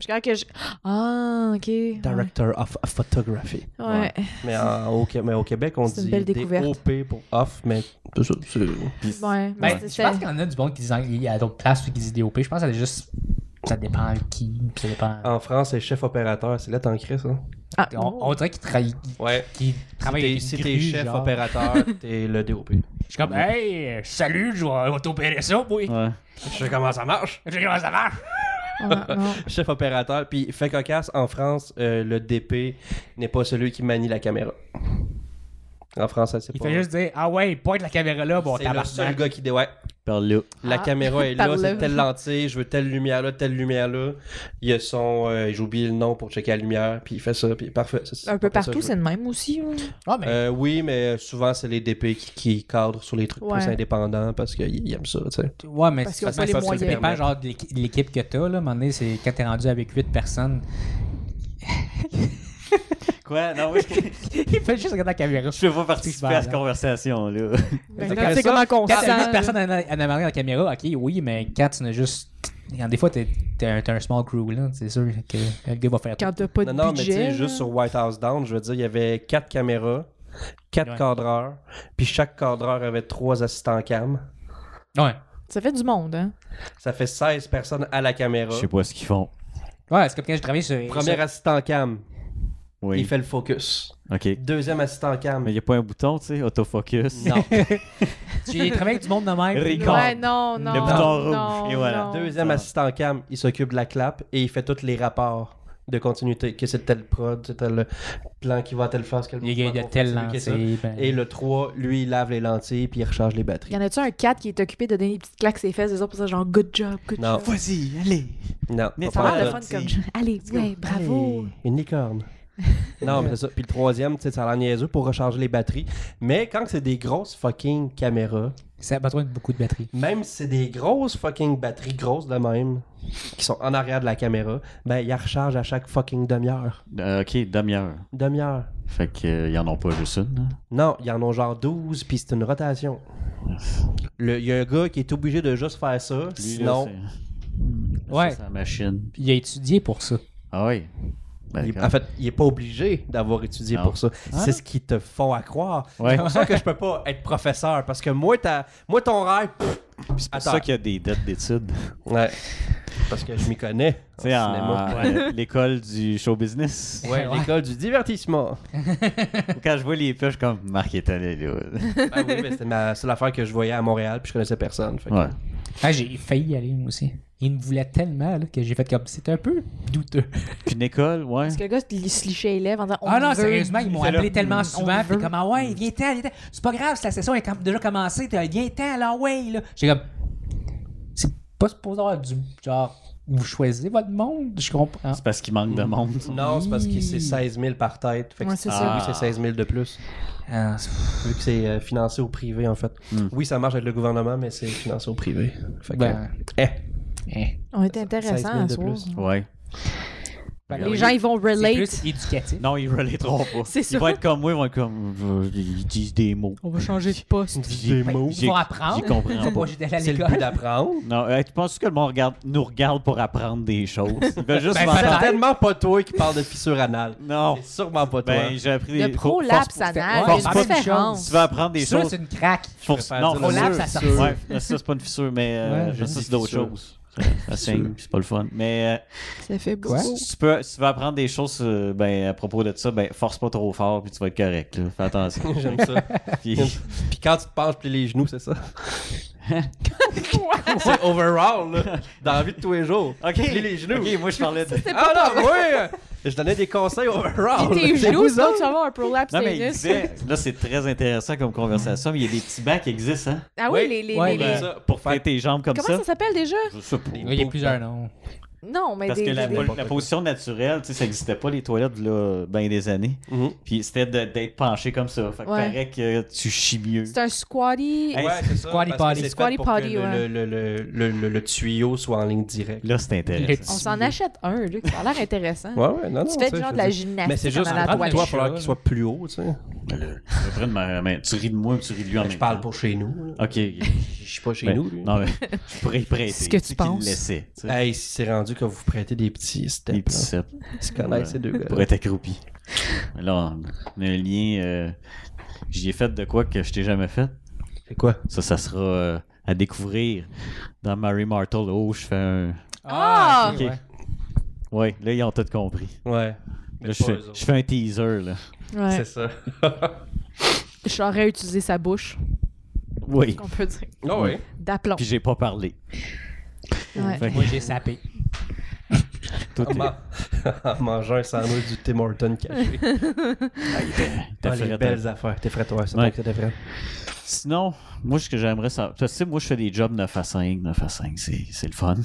Je crois que je... Ah, OK. ouais.
Director of Photography.
Ouais.
Ouais.
Mais, en- au, Qué- mais au Québec, on
C'est une
dit
belle découverte.
DOP pour off, mais c'est ça, c'est-
Puis-
Ouais.
Ben,
mais
je pense qu'il y en a du monde qui disent hein, il y a d'autres places qui disent DOP. Je pense que ça juste. Ça dépend qui. puis Ça dépend.
En France, c'est chef opérateur. C'est là t'en crées, ça.
Ah,
On, on dirait qu'ils travaillent.
Ouais. Ah
Qui travaille avec une
si
grue,
hein. t'es chef
genre.
opérateur, t'es le DOP.
Je suis comme, hey, salut, je vais t'opérer ça, oui.
Ouais.
Je sais comment ça marche.
Je sais comment ça marche.
ouais, non.
Chef opérateur. Puis, fait cocasse, en France, euh, le DP n'est pas celui qui manie la caméra. En France, ça, c'est
Il
pas...
fait juste dire, ah ouais, pointe la caméra là, bon,
c'est le seul
tabarnak.
gars qui dit, ouais,
Par là.
la
Ah,
caméra est là,
par
c'est
là.
telle lentille, je veux telle lumière là, telle lumière là. Il y a son, euh, j'ai oublié le nom pour checker la lumière, puis il fait ça, puis parfait. ça, c'est
Un peu
parfait, ça,
partout,
je
c'est
veux.
le même aussi. hein. Ben, ouais.
Ah, mais
Euh, oui, mais souvent c'est les DP qui, qui cadrent sur les trucs
Ouais.
plus indépendants parce qu'ils aiment ça, tu sais.
Euh, Ouais, mais
Parce
c'est
qu'ils ont
parce
pas
que
les
ça
moyens.
dépend genre de l'équi- de l'équipe que t'as, là. À un moment donné, c'est quand t'es rendu avec 8 personnes.
Quoi? Non, oui, je
Il fait juste regarder la caméra.
ne peux pas hein. participer à cette conversation-là.
Ben,
C'est
quand
comme ça.
C'est comme un
Quand t'as 8
concert.
personnes en, en avant de la caméra, ok, oui, mais quand tu n'as juste. Quand des fois, t'es t'es un, t'es un small crew, là. C'est sûr que le gars va faire tout.
Quand t'as pas de
Non, non, mais tu
budget.
sais, juste
là.
sur White House Down, je veux dire, il y avait quatre caméras, quatre
Ouais.
cadreurs, puis chaque cadreur avait trois assistants cam.
Ouais.
Ça fait du monde, hein?
Ça fait 16 personnes à la caméra.
Je sais pas ce qu'ils font.
Ouais, c'est comme quand je travaillais sur.
Premier assistant cam,
Oui.
il fait le focus.
OK.
Deuxième assistant cam,
Mais il n'y a pas un bouton, tu sais, autofocus.
non.
sur- J'ai travaillé avec du monde de même.
Ricard.
Ouais, non, non.
Le bouton
non,
rouge, et voilà.
Ah.
non.
Deuxième
Ça.
assistant cam, il s'occupe de la clap et il fait tous les rapports de continuité, que c'est tel prod, c'est tel plan qui va à telle phase, quel
Il y a
mouvement
de
qu'on
telles
fait, c'est lui qui est
lentilles.
ça.
ben-
Et le 3, lui, il lave les lentilles puis il recharge les
Y
batteries.
en a-tu un 4 qui est occupé de donner des petites claques ses fesses des autres pour ça, genre good job, good
Non.
job?
Vas-y, allez.
Non,
Mais
Ça
Ouais,
a l'air
là,
le fun
tu-
comme jeu. Allez, ouais, bravo.
Hey, Une licorne. non, mais c'est ça. Puis le troisième, tu sais, ça a l'air niaiseux pour recharger les batteries. Mais quand c'est des grosses fucking caméras,
Ça a besoin de beaucoup de batterie.
même si c'est des grosses fucking batteries grosses de même, qui sont en arrière de la caméra, ben, ils rechargent à chaque fucking demi-heure.
Euh, OK, demi-heure.
Demi-heure.
Fait qu'ils n'en ont pas juste une. hein.
Non, ils en ont genre 12, puis c'est une rotation. Le- Il y a un gars qui est obligé de juste faire ça, sinon
Ouais.
Ouais. C'est la machine.
Puis il a étudié pour ça.
Ah oui. Ben,
il-
quand-
en fait, il est pas obligé d'avoir étudié
Non.
pour ça.
Ah.
C'est ce qu'ils te font à croire.
Ouais.
C'est pour ça que je peux pas être professeur, parce que moi, ta, moi ton rêve, pff,
C'est pour
attends.
ça qu'il y a des dettes d'études.
Ouais. parce que je m'y connais.
Tu sais,
en
en-
cinéma.
euh, l'école du show business.
Ouais,
Ouais.
l'école du divertissement.
Quand je vois les pêches, comme Marc est allé là.
Ben oui, mais c'était ma seule affaire que je voyais à Montréal, puis je connaissais personne. fait que-
Ouais.
Ah, j'ai failli y aller, moi aussi. Il me voulait tellement là, que j'ai fait comme. C'était un peu douteux.
Puis une école, ouais.
Parce que le gars, il se lichait les lèvres en disant on
ah non,
veut.
sérieusement, ils m'ont
fait
appelé
là,
tellement
on
souvent.
veut.
Puis comme, ah ouais, viens-t'en, viens-t'en. C'est pas grave si la session est com- déjà commencée. t'as- Viens-t'en, là, ouais. là. J'ai comme. C'est pas supposé avoir du. Genre, vous choisissez votre monde. Je comprends.
C'est parce qu'il manque
Hmm.
de monde.
Non, c'est parce que c'est 16 000 par tête. Fait que
Ouais,
c'est
c'est
ça.
oui, c'est 16 000 de plus.
Ah, c'est-
Vu que c'est euh, financé au privé, en fait.
Hmm.
Oui, ça marche avec le gouvernement, mais c'est financé au privé. Fait que,
Ben.
eh,
eh.
On était
16 000
intéressant à
de
soi.
plus. Ah
Ouais.
Ben,
Les
oui.
gens, ils vont
C'est
relate.
plus éducatif.
Non, ils relateront pas.
C'est
Ils
sûr.
vont être comme moi, ils vont être comme. euh, Ils disent des mots.
On va changer de poste.
J'ai-
Des mots.
j'ai-
Ils vont apprendre.
J'y comprends
Faut pas
pas.
juste aller à
c'est le
l'école.
but d'apprendre.
Non, euh, tu penses que le monde regarde, nous regarde pour apprendre des choses? Ils veulent juste
Ben,
m'entendre.
peut-être.
Certainement pas toi qui parle de fissure anale.
Non.
C'est sûrement pas toi.
Ben, j'ai appris des
Le prolapse
Force-
anal,
force-
il y a
force-
une différence.
Si tu veux apprendre des
C'est sûr,
choses,
c'est une craque.
faut-
Je préfère
non,
dire
faut-
le
sûr,
lap, ça sort.
Ouais, mais ça, c'est pas une fissure, mais euh,
Ouais,
mais ça,
j'ai
c'est d'autres
fissure.
choses. Ça saigne, puis c'est pas le fun. Mais euh,
Ça fait beau.
si, tu peux, si tu veux apprendre des choses euh, ben, à propos de ça, ben, force pas trop fort, puis tu vas être correct. là. Fais attention.
J'aime ça.
Puis-
Puis quand tu te penches, plie les genoux, c'est ça? c'est overall, là. Dans la vie de tous les jours.
Ok.
Plie les genoux.
Ok, moi, je parlais de.
Ah non, oui! Je donnais des conseils overall.
Puis tes
Ah, C'est
genoux,
vous
sinon
autres.
tu vas avoir un prolapse
Non, mais il
anus.
disait, là, c'est très intéressant comme conversation, mais il y a des petits bancs qui existent, hein? euh,
Ah oui, les. les,
Ouais,
les-
ben,
les-
ça,
Pour faire tes jambes comme
Comment ça s'appelle déjà
Je sais pas.
Il y a plusieurs noms.
Non, mais
Parce
des.
que la,
des-
la- la position naturelle, tu sais, ça n'existait pas les toilettes là, ben des années.
Mhm.
Puis c'était de- d'être penché comme ça. Fait que
Ouais.
paraît que tu chies mieux.
C'est un squatty.
Hey,
Ouais, c'est ça.
Squatty
parce que
potty.
c'est fait
Squatty
pour que
potty,
le-
ouais.
le, le, le, le- le tuyau soit en ligne directe.
Là, c'est intéressant.
On s'en achète un, Luc. Ça a l'air intéressant.
Ouais, ouais, non, non.
Tu fais
ça,
du genre
je
de la
veux dire.
gymnastique.
Mais c'est juste
avant la
en
toi,
train de
toilette.
il va
le chat,
falloir qu'il
là.
soit plus haut, tu sais.
Mais là, je prends de ma main. Tu ris de moi ou tu ris de lui en même
Ben, Je parle
temps?
pour chez nous. là.
Ok.
Je suis pas chez
Ben,
nous, lui.
non, mais je pourrais y prêter.
C'est ce que tu
qu'il
penses.
le laissait, tu sais.
Hey, si c'est rendu que vous prêtez des petits steps,
Les petits
là.
sept.
Ils se connaissent, ces deux gars.
Pour être accroupi. Mais Là, on on a un lien. euh, J'y ai fait de quoi que je t'ai jamais fait.
C'est quoi?
Ça, ça sera euh, à découvrir dans Mary Martle. Oh, je fais un.
Ah!
ok,
Ok.
ouais.
Ouais, là, ils ont tout compris.
Ouais.
Là, je, fais, je fais un teaser, là.
Ouais.
C'est ça. Ah
J'aurais utilisé sa bouche,
Oui.
qu'on peut dire.
Non, oui.
D'aplomb.
Puis j'ai pas parlé.
Ouais.
Fait que
Moi, j'ai sapé.
tout
En
est-
man- en mangeant un sandwich du Tim Horton caché.
t'as
Ah,
fait
les
ta-
belles affaires. T'es frais, toi. C'est vrai
Ouais.
que t'es frais.
Sinon, moi, ce que j'aimerais savoir. Tu sais, moi, je fais des jobs 9 à 5. 9 à 5, c'est c'est le fun.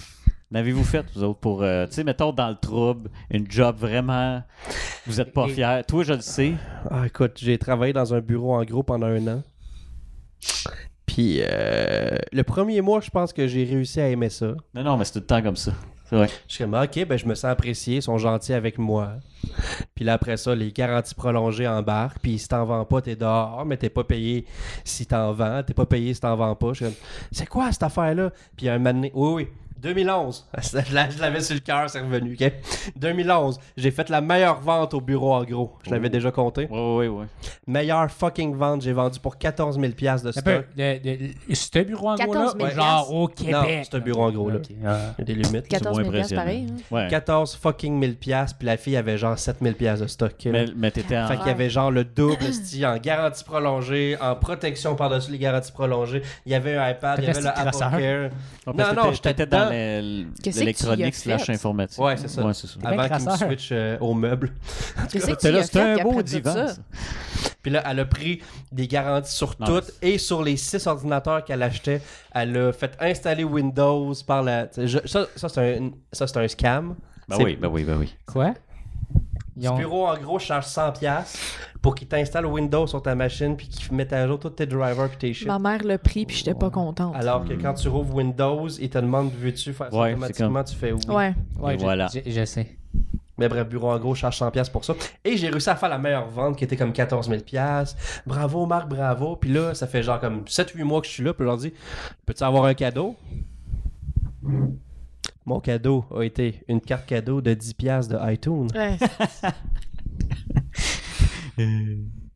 N'avez-vous fait, vous autres, pour. euh, tu sais, mettons, dans le trouble, une job vraiment. Vous êtes pas
Et-
fiers. Toi, je le sais.
Ah, écoute, j'ai travaillé dans un bureau en gros pendant un an. Puis, euh, le premier mois, je pense que j'ai réussi à aimer ça.
Non, non, mais c'est tout le temps comme ça. C'est vrai.
Je suis comme, OK, ben, je me sens apprécié, ils sont gentils avec moi. Puis là, après ça, les garanties prolongées embarquent. Puis si t'en vends pas, t'es dehors, mais t'es pas payé si t'en vends. T'es pas payé si t'en vends pas. Je suis comme, c'est quoi cette affaire-là? Puis un moment donné, oui, oui. 2011, je l'a- je l'avais sur le cœur, c'est revenu. ok? 2011, j'ai fait la meilleure vente au bureau en gros. Je l'avais
Oh.
déjà compté.
Oui, oui, oui.
Meilleure fucking vente, j'ai vendu pour 14 000 piastres de
Un
stock.
peu, le- le- le- C'est un bureau en gros
14
là,
000
ou genre au Québec.
Non, c'est un bureau en gros, là.
Ok, ah.
Il y a des limites.
14 000
moins
piastres, pareil.
impressionnant.
hein.
Ouais.
14 fucking 1000 piastres, puis la fille avait genre 7000 piastres de stock. là.
Mais, mais t'étais en.
Fait qu'il y avait genre le double style en garantie prolongée, en protection par-dessus les garanties prolongées. Il y avait un iPad, il y avait le
Reste
Apple
crasseur.
Care.
Ouais, parce
Non,
que
non,
t'étais-
j'étais
t'étais
dedans.
dans le-
Qu'est-ce que tu y as
l'électronique
fait?
slash informatique.
Ouais, c'est ça. Ah,
Ouais, c'est ça.
bien
Avant qu'il me
crasseur.
switch euh, au meuble.
Qu'est-ce que
C'était
tu
là,
as
c'était
fait
un
puis
beau
après tout
divan.
ça?
ça.
Puis là, elle a pris des garanties sur
Non,
toutes et sur les six ordinateurs qu'elle achetait. Elle a fait installer Windows par la. tu sais, je- ça, ça, c'est un, ça, c'est un scam.
Ben
C'est-
oui, ben oui, ben oui.
Quoi? Ils
Ce
ont-
bureau, en gros, charge 100$ pour qu'il t'installe Windows sur ta machine puis qu'il mette à jour tous tes drivers puis tes shit.
Ma mère l'a pris, puis j'étais pas contente.
Ah,
Alors que quand tu rouvres Windows, il te demande veux-tu faire ça
Ouais,
automatiquement, tu fais oui.
Ouais.
Et
Ouais, je-
voilà.
je- Je sais.
Mais bref, bureau en gros, charge 100$ piastres pour ça. Et j'ai réussi à faire la meilleure vente qui était comme 14 000$. piastres. Bravo Marc, bravo. Puis là, ça fait genre comme 7-8 mois que je suis là. Puis je leur dis Peux-tu avoir un cadeau Mon cadeau a été une carte cadeau de 10$ piastres de iTunes.
Ouais.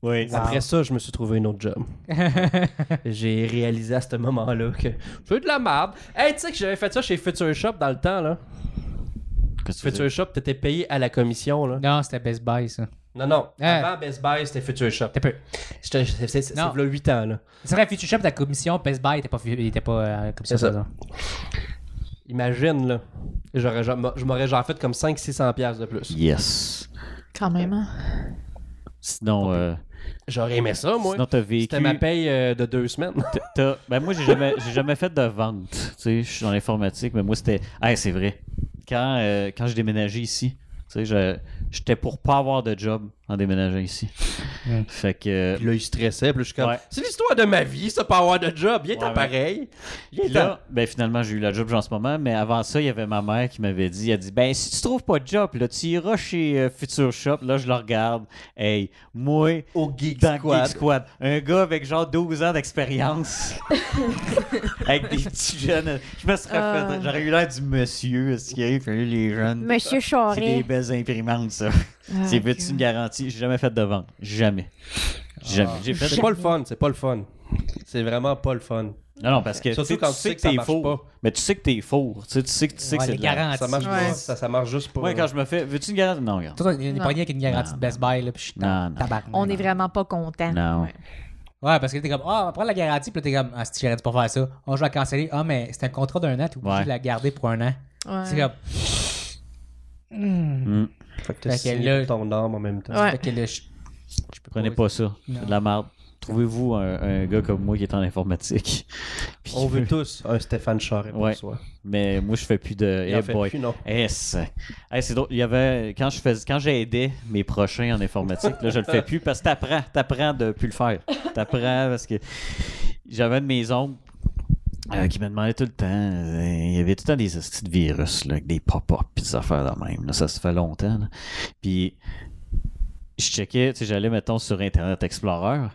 Oui.
Wow.
Après ça, je me suis trouvé une autre job. J'ai réalisé à ce moment-là que je veux de la merde. Hey, tu sais que j'avais fait ça chez Future Shop dans le temps, là.
Qu'est-ce que tu
Future
veux dire?
Shop, t'étais payé à la commission, là.
Non, c'était Best Buy, ça.
Non, non.
Ah.
Avant Best Buy, c'était Future Shop.
T'as peu.
C'était- C'est c'est- c'est
Non.
v'là 8 ans, là.
C'est vrai, Future Shop, ta commission, Best Buy, t'es pas, fu- il était pas euh, commission.
C'est ça.
par exemple.
Imagine, là. J'aurais genre- Je m'aurais genre fait comme 500-600$ piastres de plus.
Yes.
Quand même. hein.
Sinon, euh,
J'aurais aimé ça, moi.
sinon t'as vécu.
C'était ma paye euh, de deux semaines.
T'as- Ben moi, j'ai jamais, j'ai jamais fait de vente. Tu sais, je suis dans l'informatique, mais moi, c'était. Ah, c'est vrai. Quand, euh, quand j'ai déménagé ici, tu sais, je- j'étais pour pas avoir de job en déménageant ici.
Mm.
Fait que. euh,
Puis là, il stressait. Puis là, je suis comme,
Ouais.
c'est l'histoire de ma vie, ça, pas avoir de job. Il est
Ouais, ouais.
pareil. Il
Puis là, ben finalement, j'ai eu la job en ce moment, mais avant ça, il y avait ma mère qui m'avait dit, elle a dit, ben si tu trouves pas de job, là, tu iras chez euh, Future Shop, là, je le regarde. Hey, moi,
au Geek
dans
Squad.
Geek Squad, un gars avec genre 12 ans d'expérience, avec des petits jeunes, je me serais
Euh.
fait, j'aurais eu l'air du monsieur, ce qui arrive, puis les jeunes.
Monsieur
C'est des
Charest.
belles imprimantes, ça.
Ah,
c'est
ok.
veux-tu une garantie? J'ai jamais fait de vente. Jamais. Jamais.
Ah.
Ah. J'ai fait.
C'est pas le fun, c'est pas le fun. C'est vraiment pas le fun.
Non, non, parce que
Surtout
tu sais-
quand
tu sais que
ça
t'es
marche
faux.
pas.
Mais tu sais que t'es four. Tu sais, tu sais que tu sais que
Ouais,
c'est
les
de la-
garanties.
Ça marche,
Ouais.
pas, ça, ça marche juste pas.
Moi, quand je me fais, veux-tu une garantie? Non, regarde.
Toi, il n'y a
Non.
pas rien qu'une garantie de Best Buy, là, puis je suis
Non,
dans
non.
tabarnak.
On est vraiment pas content.
Non.
Ouais.
Ouais, parce que t'es comme, ah, on va prendre la garantie, puis là, t'es comme, ah, si j'aurais dû pas faire ça, oh, je vais la canceller. Ah, mais c'est un contrat d'un an, t'es obligé
Ouais.
de la garder pour un an.
Ouais.
C'est comme,
Fait que t'as
Fait que
signé
là-
ton arme en même temps.
Ouais.
fait que là, je, je peux
Prenez pas ça.
Non.
C'est de la merde. Trouvez-vous un, un gars comme moi qui est en informatique. Puis
On
qui
veut
veut-
tous un Stéphane Charest pour
Ouais.
soi.
Mais moi, je fais plus de.
Il
Eh
en fait
boy.
plus, non.
S. Hey, c'est drôle. Il y avait quand je faisais quand j'aidais mes prochains en informatique, là je le fais plus parce que t'apprends, t'apprends de plus le faire. T'apprends parce que j'avais une maison qui me demandait tout le temps. euh, Il y avait tout le temps des hosties de virus, là, avec des pop-up pis des affaires de même. là. ça se fait longtemps. là. Puis je checkais, tu sais, j'allais mettons sur Internet Explorer,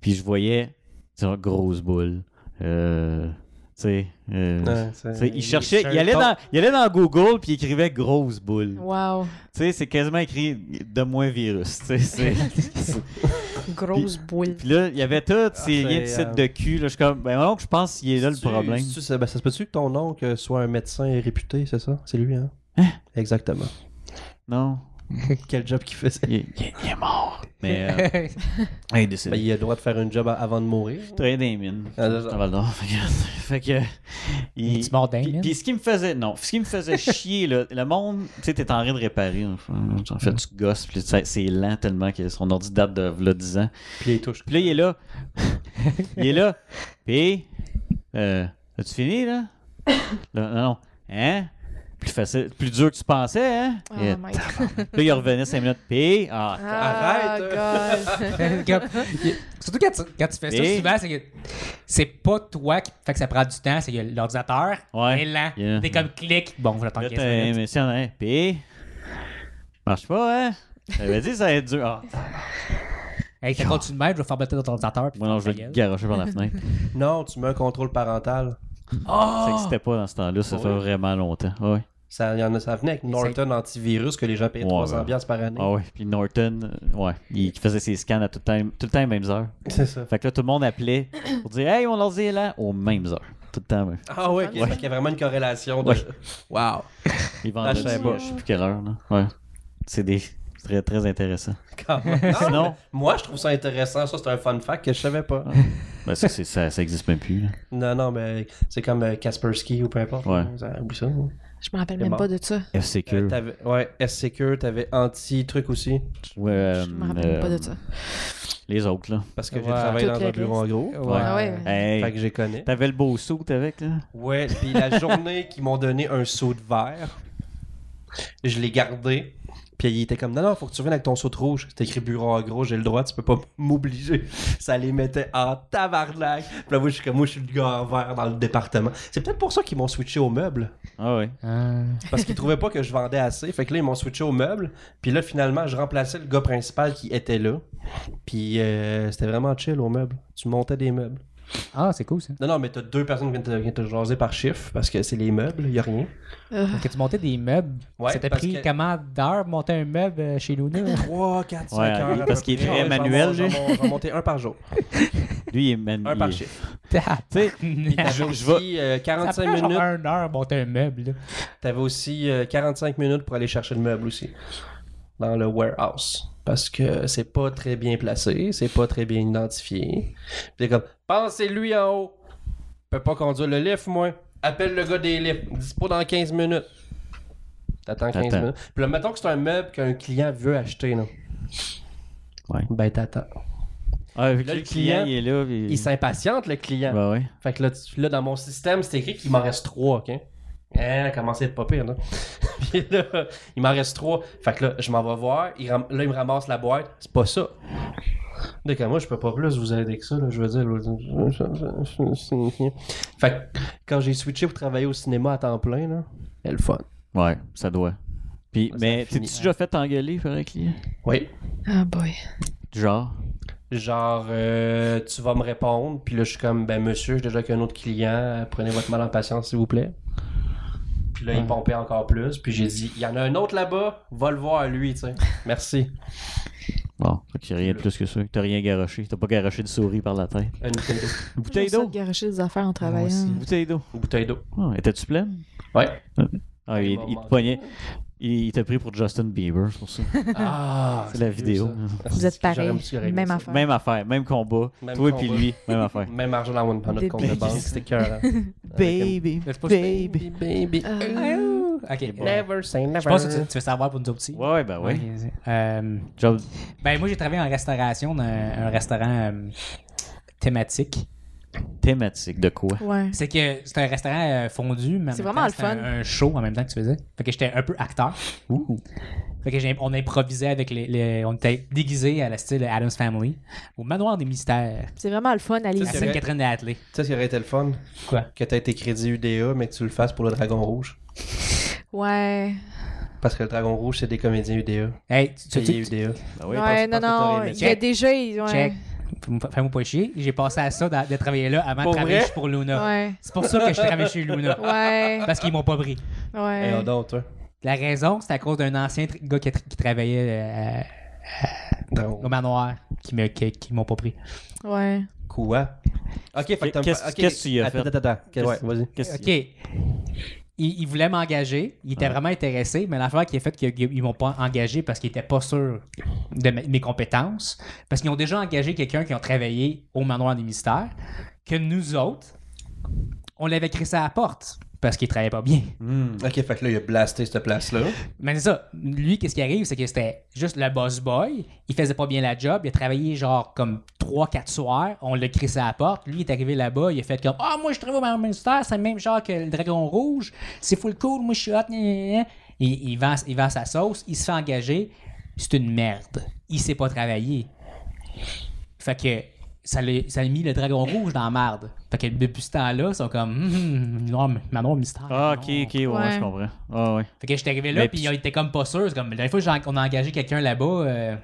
puis je voyais tu sais, grosse boule. Euh, tu sais, euh,
Ouais, c'est-
tu sais, il cherchait, il
cherche-
allait, dans, il allait dans Google puis il écrivait grosse boule.
Wow.
Tu sais, c'est quasiment écrit de moins virus. tu sais, c'est-
Grosse boule.
puis là, il y avait tout ces
Ah,
liens de
c'est,
sites
euh,
de cul. Là, je suis comme, ben donc, je pense qu'il est là le
Tu-
problème.
tu- ça, ben, ça se peut-tu que ton oncle soit un médecin réputé, c'est ça? C'est lui, hein? Exactement.
Non,
Quel job qu'il faisait?
il est, il est- il est mort. Mais euh, il est
Ben,
décédé.
il a le droit de faire une job a- avant de mourir.
Travaillait dans les mines.
Ah, c'est ça.
Ah, ben non, fait que- fait que.
Il est
hein,
mort d'un
puis, puis ce qui me faisait. Non, ce qui me faisait chier, là, le monde, tu sais, t'es en train de réparer. En fait, tu gosses, puis tu sais, c'est lent tellement que son ordi date de v'là 10 ans.
Puis il touche.
Puis là, il est là. il est là. Puis, euh, as-tu fini, là? Là, Non, non. Hein? Plus facile, plus dur que tu pensais, hein?
Oh
Et-
my
Puis
God.
là, il revenait 5 minutes. Puis, ah, hein.
Arrête.
Ah, God.
Comme- Surtout quand tu, quand tu fais
Et-
ça, souvent, c'est que c'est pas toi qui fait que ça prend du temps, c'est que l'ordinateur
Ouais.
est lent.
Yeah.
T'es comme clic, bon, je vais attendre
là,
15
t'as un
minutes.
monsieur, hein? Puis, marche pas, hein? J'avais dit que ça allait être dur. Ah,
Hey, ça continue de même, je vais faire battre dans l'ordinateur. puis
moi, non, je
ferme
vais
ta
le
gueule.
garocher par la fenêtre.
Non, tu mets un contrôle parental.
Ça n'existait pas dans ce temps-là, ça
Ouais.
fait vraiment longtemps. Ah oui.
Ça, y en a, ça venait avec Norton antivirus que les gens payaient
Ouais,
300$
ouais.
piastres par année.
Ah oui. Puis Norton, euh, ouais, il faisait ses scans à tout le temps, tout le temps les mêmes heures.
C'est ça.
Fait que là, tout le monde appelait pour dire Hey, on ordi est là aux mêmes heures. Tout le temps, même.
Ah ouais,
Ouais.
il y a vraiment une corrélation. De...
Ouais.
Wow.
Ils
Ah, je
vendent
savais
pas. Je sais plus quelle heure, là. Ouais. C'est des. c'est Très, très intéressant.
Quand même. Non,
Sinon-
mais moi, je trouve ça intéressant. Ça, c'est un fun fact que je savais pas.
Ben, ça, c'est- ça, ça existe même plus. là.
Non, non, mais c'est comme euh, Kaspersky ou peu importe.
Ouais.
Ça, Oublie ça.
Je me rappelle
C'est
même
mort.
pas de ça.
FCQ.
Euh, t'avais- ouais, S-Secure, t'avais anti-truc aussi.
ouais, euh,
Je me rappelle même pas de
euh,
ça.
Les autres, là.
Parce que j'ai
Ouais.
travaillé
Toutes
dans un
les
bureau en gros.
Ouais.
Ah ouais.
Hey,
Fait que j'ai connais.
T'avais le beau saut avec, là.
Ouais, puis la journée qu'ils m'ont donné un seau de verre, je l'ai gardé. Puis il était comme non, non, faut que tu viennes avec ton seau de rouge. C'était écrit bureau en gros, j'ai le droit, tu peux pas m'obliger. Ça les mettait en tabarnak. Puis là, moi, je suis comme moi, je suis le gars en verre dans le département. C'est peut-être pour ça qu'ils m'ont switché au meuble.
Ah ouais.
Ah.
Parce qu'ils trouvaient pas que je vendais assez. Fait que là, ils m'ont switché au meuble. Puis là, finalement, je remplaçais le gars principal qui était là. Puis euh, c'était vraiment chill au meuble. Tu montais des meubles.
Ah, c'est cool ça.
Non, non, mais t'as deux personnes qui viennent te, viennent te jaser par chiffre parce que c'est les meubles, il n'y a rien.
Parce que tu montais des meubles.
Ouais,
ça t'a
parce
pris
que-
comment d'heures pour monter un meuble euh, chez Luna?
3, 4, 5
Ouais,
heures. à
parce
peu
qu'il est
près.
très
Ouais, j'en
manuel,
mon- j'en
lui.
mon- J'en montais un par jour.
Lui, il est man-
Un
il
par
est-
chiffre.
Tu sais,
T'avais
je- je vais-
aussi euh,
Ça
45
prend genre
minutes.
un heure monter un meuble. là.
T'avais aussi euh, 45 minutes pour aller chercher le meuble aussi. Dans le warehouse. Parce que c'est pas très bien placé, c'est pas très bien identifié. Puis t'es comme, pensez-lui en haut. Je peux pas conduire le lift, moi. Appelle le gars des lifts. Dispo dans 15 minutes. T'attends 15
T'attends.
minutes. Puis là, mettons que c'est un meuble qu'un client veut acheter, là.
Ouais.
Ben, t'attends.
Ah, vu que
Là,
le
le
client,
client,
il est là. puis-
Il s'impatiente, le client.
Ben ouais.
Fait que là, tu- là, dans mon système, c'est écrit qu'il m'en reste trois, ok? Hein, commencé à être pas pire, là. Puis là, il m'en reste trois. Fait que là, je m'en vais voir. Il ram- Là, il me ramasse la boîte. C'est pas ça. Donc, moi, je peux pas plus vous aider que ça, là. Je veux dire. là. Fait que quand j'ai switché pour travailler au cinéma à temps plein, là, elle le fun.
Ouais, ça doit. Puis,
Ça
mais t'es-tu
finit,
déjà fait t'engueuler par un client?
Oui.
Ah boy.
Du genre?
Genre, euh, tu vas me répondre. Puis là, je suis comme, ben, monsieur, j'ai déjà qu'un autre client. euh, Prenez votre mal en patience, s'il vous plaît. Puis là, il pompait encore plus. Puis j'ai dit, il y en a un autre là-bas. Va le voir, lui, tu sais. Merci.
Bon, fait qu'il y a rien de plus que ça. T'as rien garoché. T'as pas garoché de souris par la tête.
Une bouteille d'eau.
Une bouteille d'eau?
garocher des affaires en travaillant.
aussi.
Une bouteille d'eau.
Une bouteille d'eau.
Ah, Étais-tu pleine?
Ouais.
Ah, il, il te pognait. Il, il t'a pris pour Justin Bieber, c'est pour ça.
Ah,
C'est la vidéo.
Vous êtes
J'aurais un
pareil.
petit oreille,
Même
ça.
affaire.
Même affaire, même combat.
Même
Toi
combat.
puis lui, même affaire.
Même argent dans mon dans notre
Des
compte de
babies.
banque. C'était cœur. hein.
Baby,
Je sais pas si-
baby.
Baby.
Euh,
Ah, Ok, bon.
Never say never.
Je pense que tu, tu veux savoir pour nous autres aussi.
Ouais, ouais, ben ouais.
Ok, vas-y. Euh,
Job-
ben, moi, j'ai travaillé en restauration dans un, un restaurant euh, thématique.
Thématique de quoi?
Ouais.
C'est que c'est un restaurant euh, fondu, mais en
C'est
même
vraiment
temps,
le
c'était
fun.
Un, un show en même temps que tu faisais. Fait que j'étais un peu acteur. Fait que j'ai- on improvisait avec les, les- On était déguisés à la style Adam's Family au manoir des mystères
C'est vraiment le fun,
à
Alice.
c'est vrai.
Sainte-Catherine de Hatley.
sais ce qui aurait été le fun?
Quoi?
Que t'aies tes crédits UDA, mais que tu le fasses pour le Dragon Rouge.
Ouais.
Parce que le Dragon Rouge, c'est des comédiens UDA.
Hey, tu, tu,
Payés
tu,
UDA.
Ben oui,
ouais,
pense-
non,
pense que t'aurais
non.
aimé.
Il y a
Check.
déjà. Ouais.
check. Fais-moi- Fais-moi pas chier. J'ai passé à ça d'a- de, travailler là avant
Pour
de travailler
vrai?
pour Luna.
Ouais.
C'est pour ça que je travaille chez Luna.
Ouais.
Parce qu'ils m'ont pas pris.
Ouais.
Eh, oh, donc, toi.
La raison, c'est à cause d'un ancien tr- gars qui, a tr- qui travaillait euh,
Dragon
au manoir qui me qui, qui m'ont pas pris.
Ouais.
Quoi? Ok, fait que t'as-
Qu'est-ce-
ok.
qu'est-ce que tu y as
Attends,
fait?
Attends, attends,
Qu'est-ce-
Ouais, vas-y.
Qu'est-ce
OK.
qu'il y a?
Il, il voulait m'engager. Il était vraiment intéressé, mais l'affaire qui a fait qu'ils qu'ils m'ont pas engagé parce qu'ils étaient pas sûrs de mes- mes compétences. Parce qu'ils ont déjà engagé quelqu'un qui a travaillé au manoir des mystères, que nous autres, on l'avait crissé à la porte parce qu'il travaillait pas bien.
Hmm. Ok, fait que là, il a blasté cette place-là.
Mais c'est ça. Lui, qu'est-ce qui arrive, c'est que c'était juste le boss boy. Il faisait pas bien la job. Il a travaillé genre comme 3-4 soirs. On l'a crissé à la porte. Lui, il est arrivé là-bas. Il a fait comme Ah, moi, je travaille au ministère. C'est le même genre que le dragon rouge. C'est full cool. Moi, je suis hot. gna, gna, gna. Il, il, vend, il vend sa sauce. Il se fait engager. C'est une merde. Il sait pas travailler. Fait que ça l'a ça l'a mis le dragon rouge dans la merde. Fait que depuis ce temps-là, ils sont comme Hum, hum, non, Manon, mystère.
Ah, ok,
non.
ok, ouais,
Ouais.
je comprends. Ah, ouais.
Fait que j'étais arrivé là,
Mais
puis
puis-
il était comme pas sûr. C'est comme, la dernière fois j'en- qu'on a engagé quelqu'un là-bas, euh,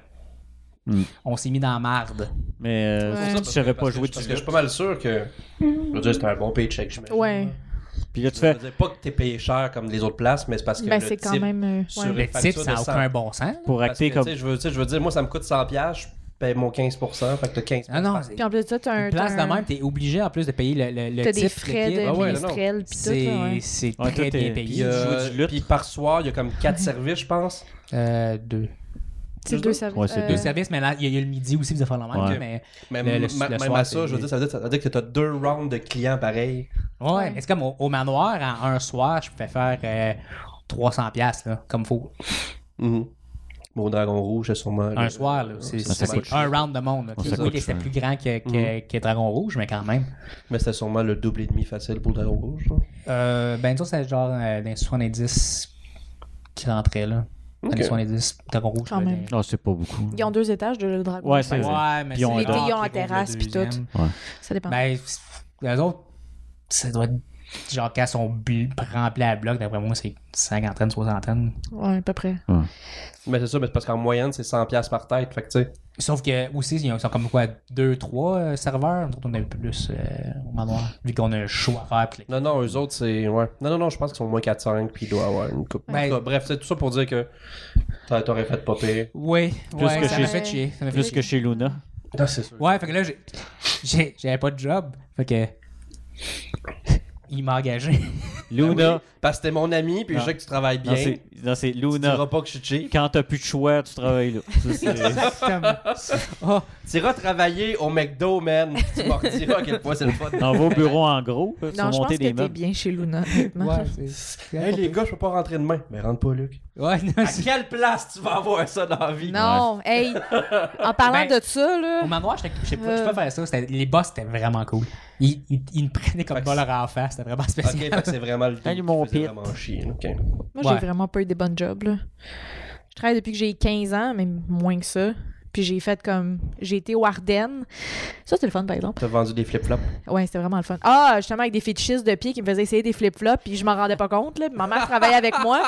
Hmm.
on s'est mis dans la marde.
Mais euh,
Ouais.
si tu saurais pas
Parce que-
jouer du
Parce que je suis pas mal sûr que. Je veux dire, c'est un bon paycheck, j'imagine.
Ouais.
Puis là, tu
Je veux
fais.
dire, pas que t'es payé cher comme les autres places, mais c'est parce que.
Ben,
le
c'est quand
type-
même. euh,
sur-
Ouais.
Une
Le
facture
titre,
de
ça n'a
cent.
aucun bon sens.
Pour
Parce
acter
que,
comme.
tu sais, Je veux, tu sais, je veux dire, moi, ça me coûte 100$, je paye mon 15%, fait que t'as 15%.
Ah non,
par-
Puis en plus de ça, t'as un.
Une place de
t'as un-
même, t'es obligé en plus de payer le, le, le
T'as
titre.
des frais
l'équipe.
de
Ah ouais, non, non.
ministrel pis tout. là, ouais.
C'est c'est
Ouais,
très
tout
bien
est-
Puis,
payé.
euh,
euh,
jouer du lutte.
puis par soir, il y a comme 4 services, je pense.
Euh, deux.
C'est deux services.
Ouais, c'est
euh,
Deux services, mais là, il y, a- il y a le midi aussi, vous allez faire la même.
Ouais.
là, Mais,
Mais
Le-
m-
le- le
même
soir,
à
c'est-
ça, je veux dire, ça veut dire, ça veut dire que t'as deux rounds de clients pareils.
ouais,
Ouais.
mais c'est comme au, au manoir, en un soir, je pouvais faire euh, 300$ piastres, là, comme faut.
Mhm. Mon dragon rouge, c'est sûrement.
Un
le-
soir, là, c'est
Ça, ça
c'est
coûte
un round de monde. là.
Ouais, ça
Oui,
coûte
c'était
cher.
plus grand que, que,
Mm.
que Dragon Rouge, mais quand même.
Mais c'était sûrement le double et demi facile pour le dragon rouge. hein. là.
Euh, ben, ça, c'est genre euh, dans les 70 qui rentrait là. Dans les
Ok.
70, Dragon Rouge.
Quand
là,
même.
Non, Ah, c'est pas beaucoup.
Ils ont deux étages de dragon.
Ouais, c'est
dans-
vrai.
Ouais, mais
Puis on-
c'est
L'été,
rare
ils ont
qu'ils rouvrent
en
le Ben,
terrasse, puis tout.
deuxième.
Ça dépend.
Ben, c'est- les autres, ça doit être Genre, quand son bu- rempli à bloc, d'après moi, c'est cinquantaine, soixantaine.
Ouais, à peu près.
Mais c'est ça, mais c'est parce qu'en moyenne, c'est 100$ piastres par tête. Fait que tu sais.
Sauf que aussi, ils sont comme quoi, deux, trois euh, serveurs. Nous autres, on a plus euh, au manoir, vu qu'on a un show à faire. puis les-
Non, non, eux autres, c'est. Ouais. Non, non, non, je pense qu'ils sont au moins 4-5, puis ils doivent avoir une coupe.
Ben-
En tout cas, bref, c'est tout ça pour dire que t'a- t'aurais fait pas pire.
Oui,
Plus
ouais,
que
ça
chez-
m'a fait chier. Ça m'a fait
Plus que chez Luna.
Non, c'est sûr.
Ouais, fait que là, j'ai- j'ai- j'avais pas de job. Fait que. Il m'a engagé.
Luna.
Parce que t'es mon ami, puis
Ben
je
Non.
sais que tu travailles bien.
Non, c'est- Non, c'est
Tu
Luna.
diras pas que je suis cheap.
Quand t'as plus de choix, tu travailles là. Ça, c'est-
Exactement. Oh,
Tu iras travailler au McDo, man. tu me rediras à quel point c'est le fun.
Dans vos bureaux en gros, tu vas
Non, je pense
monter
que
des
t'es
meubles.
bien chez Luna, honnêtement.
ouais, c'est- c'est.
Hey, les gars, je peux pas rentrer demain. Mais rentre pas, Luc.
Ouais, non,
À
c'est-
quelle place tu vas avoir ça dans la vie?
Non, hey, en parlant
Ben,
de ça, là,
Au manoir, j'étais- je sais pas, je peux faire ça. c'était- Les boss, c'était vraiment cool. Ils, ils, ils me prenaient comme
Fait que
voleur en face. C'était vraiment
Ok,
spécial.
fait que c'est vraiment le
Salut,
qui
mon
faisait
pit.
vraiment chier. Ok.
moi,
ouais.
j'ai vraiment pas eu des bonnes jobs, là. Je travaille depuis que j'ai 15 ans, mais moins que ça. Puis j'ai fait comme... J'ai été aux Ardennes. Ça, c'était le fun, par exemple.
T'as vendu des flip-flops.
Ouais, c'était vraiment le fun. Ah, justement, avec des fétichistes de pied qui me faisaient essayer des flip-flops, puis je m'en rendais pas compte, là. Puis Ma mère travaillait avec moi.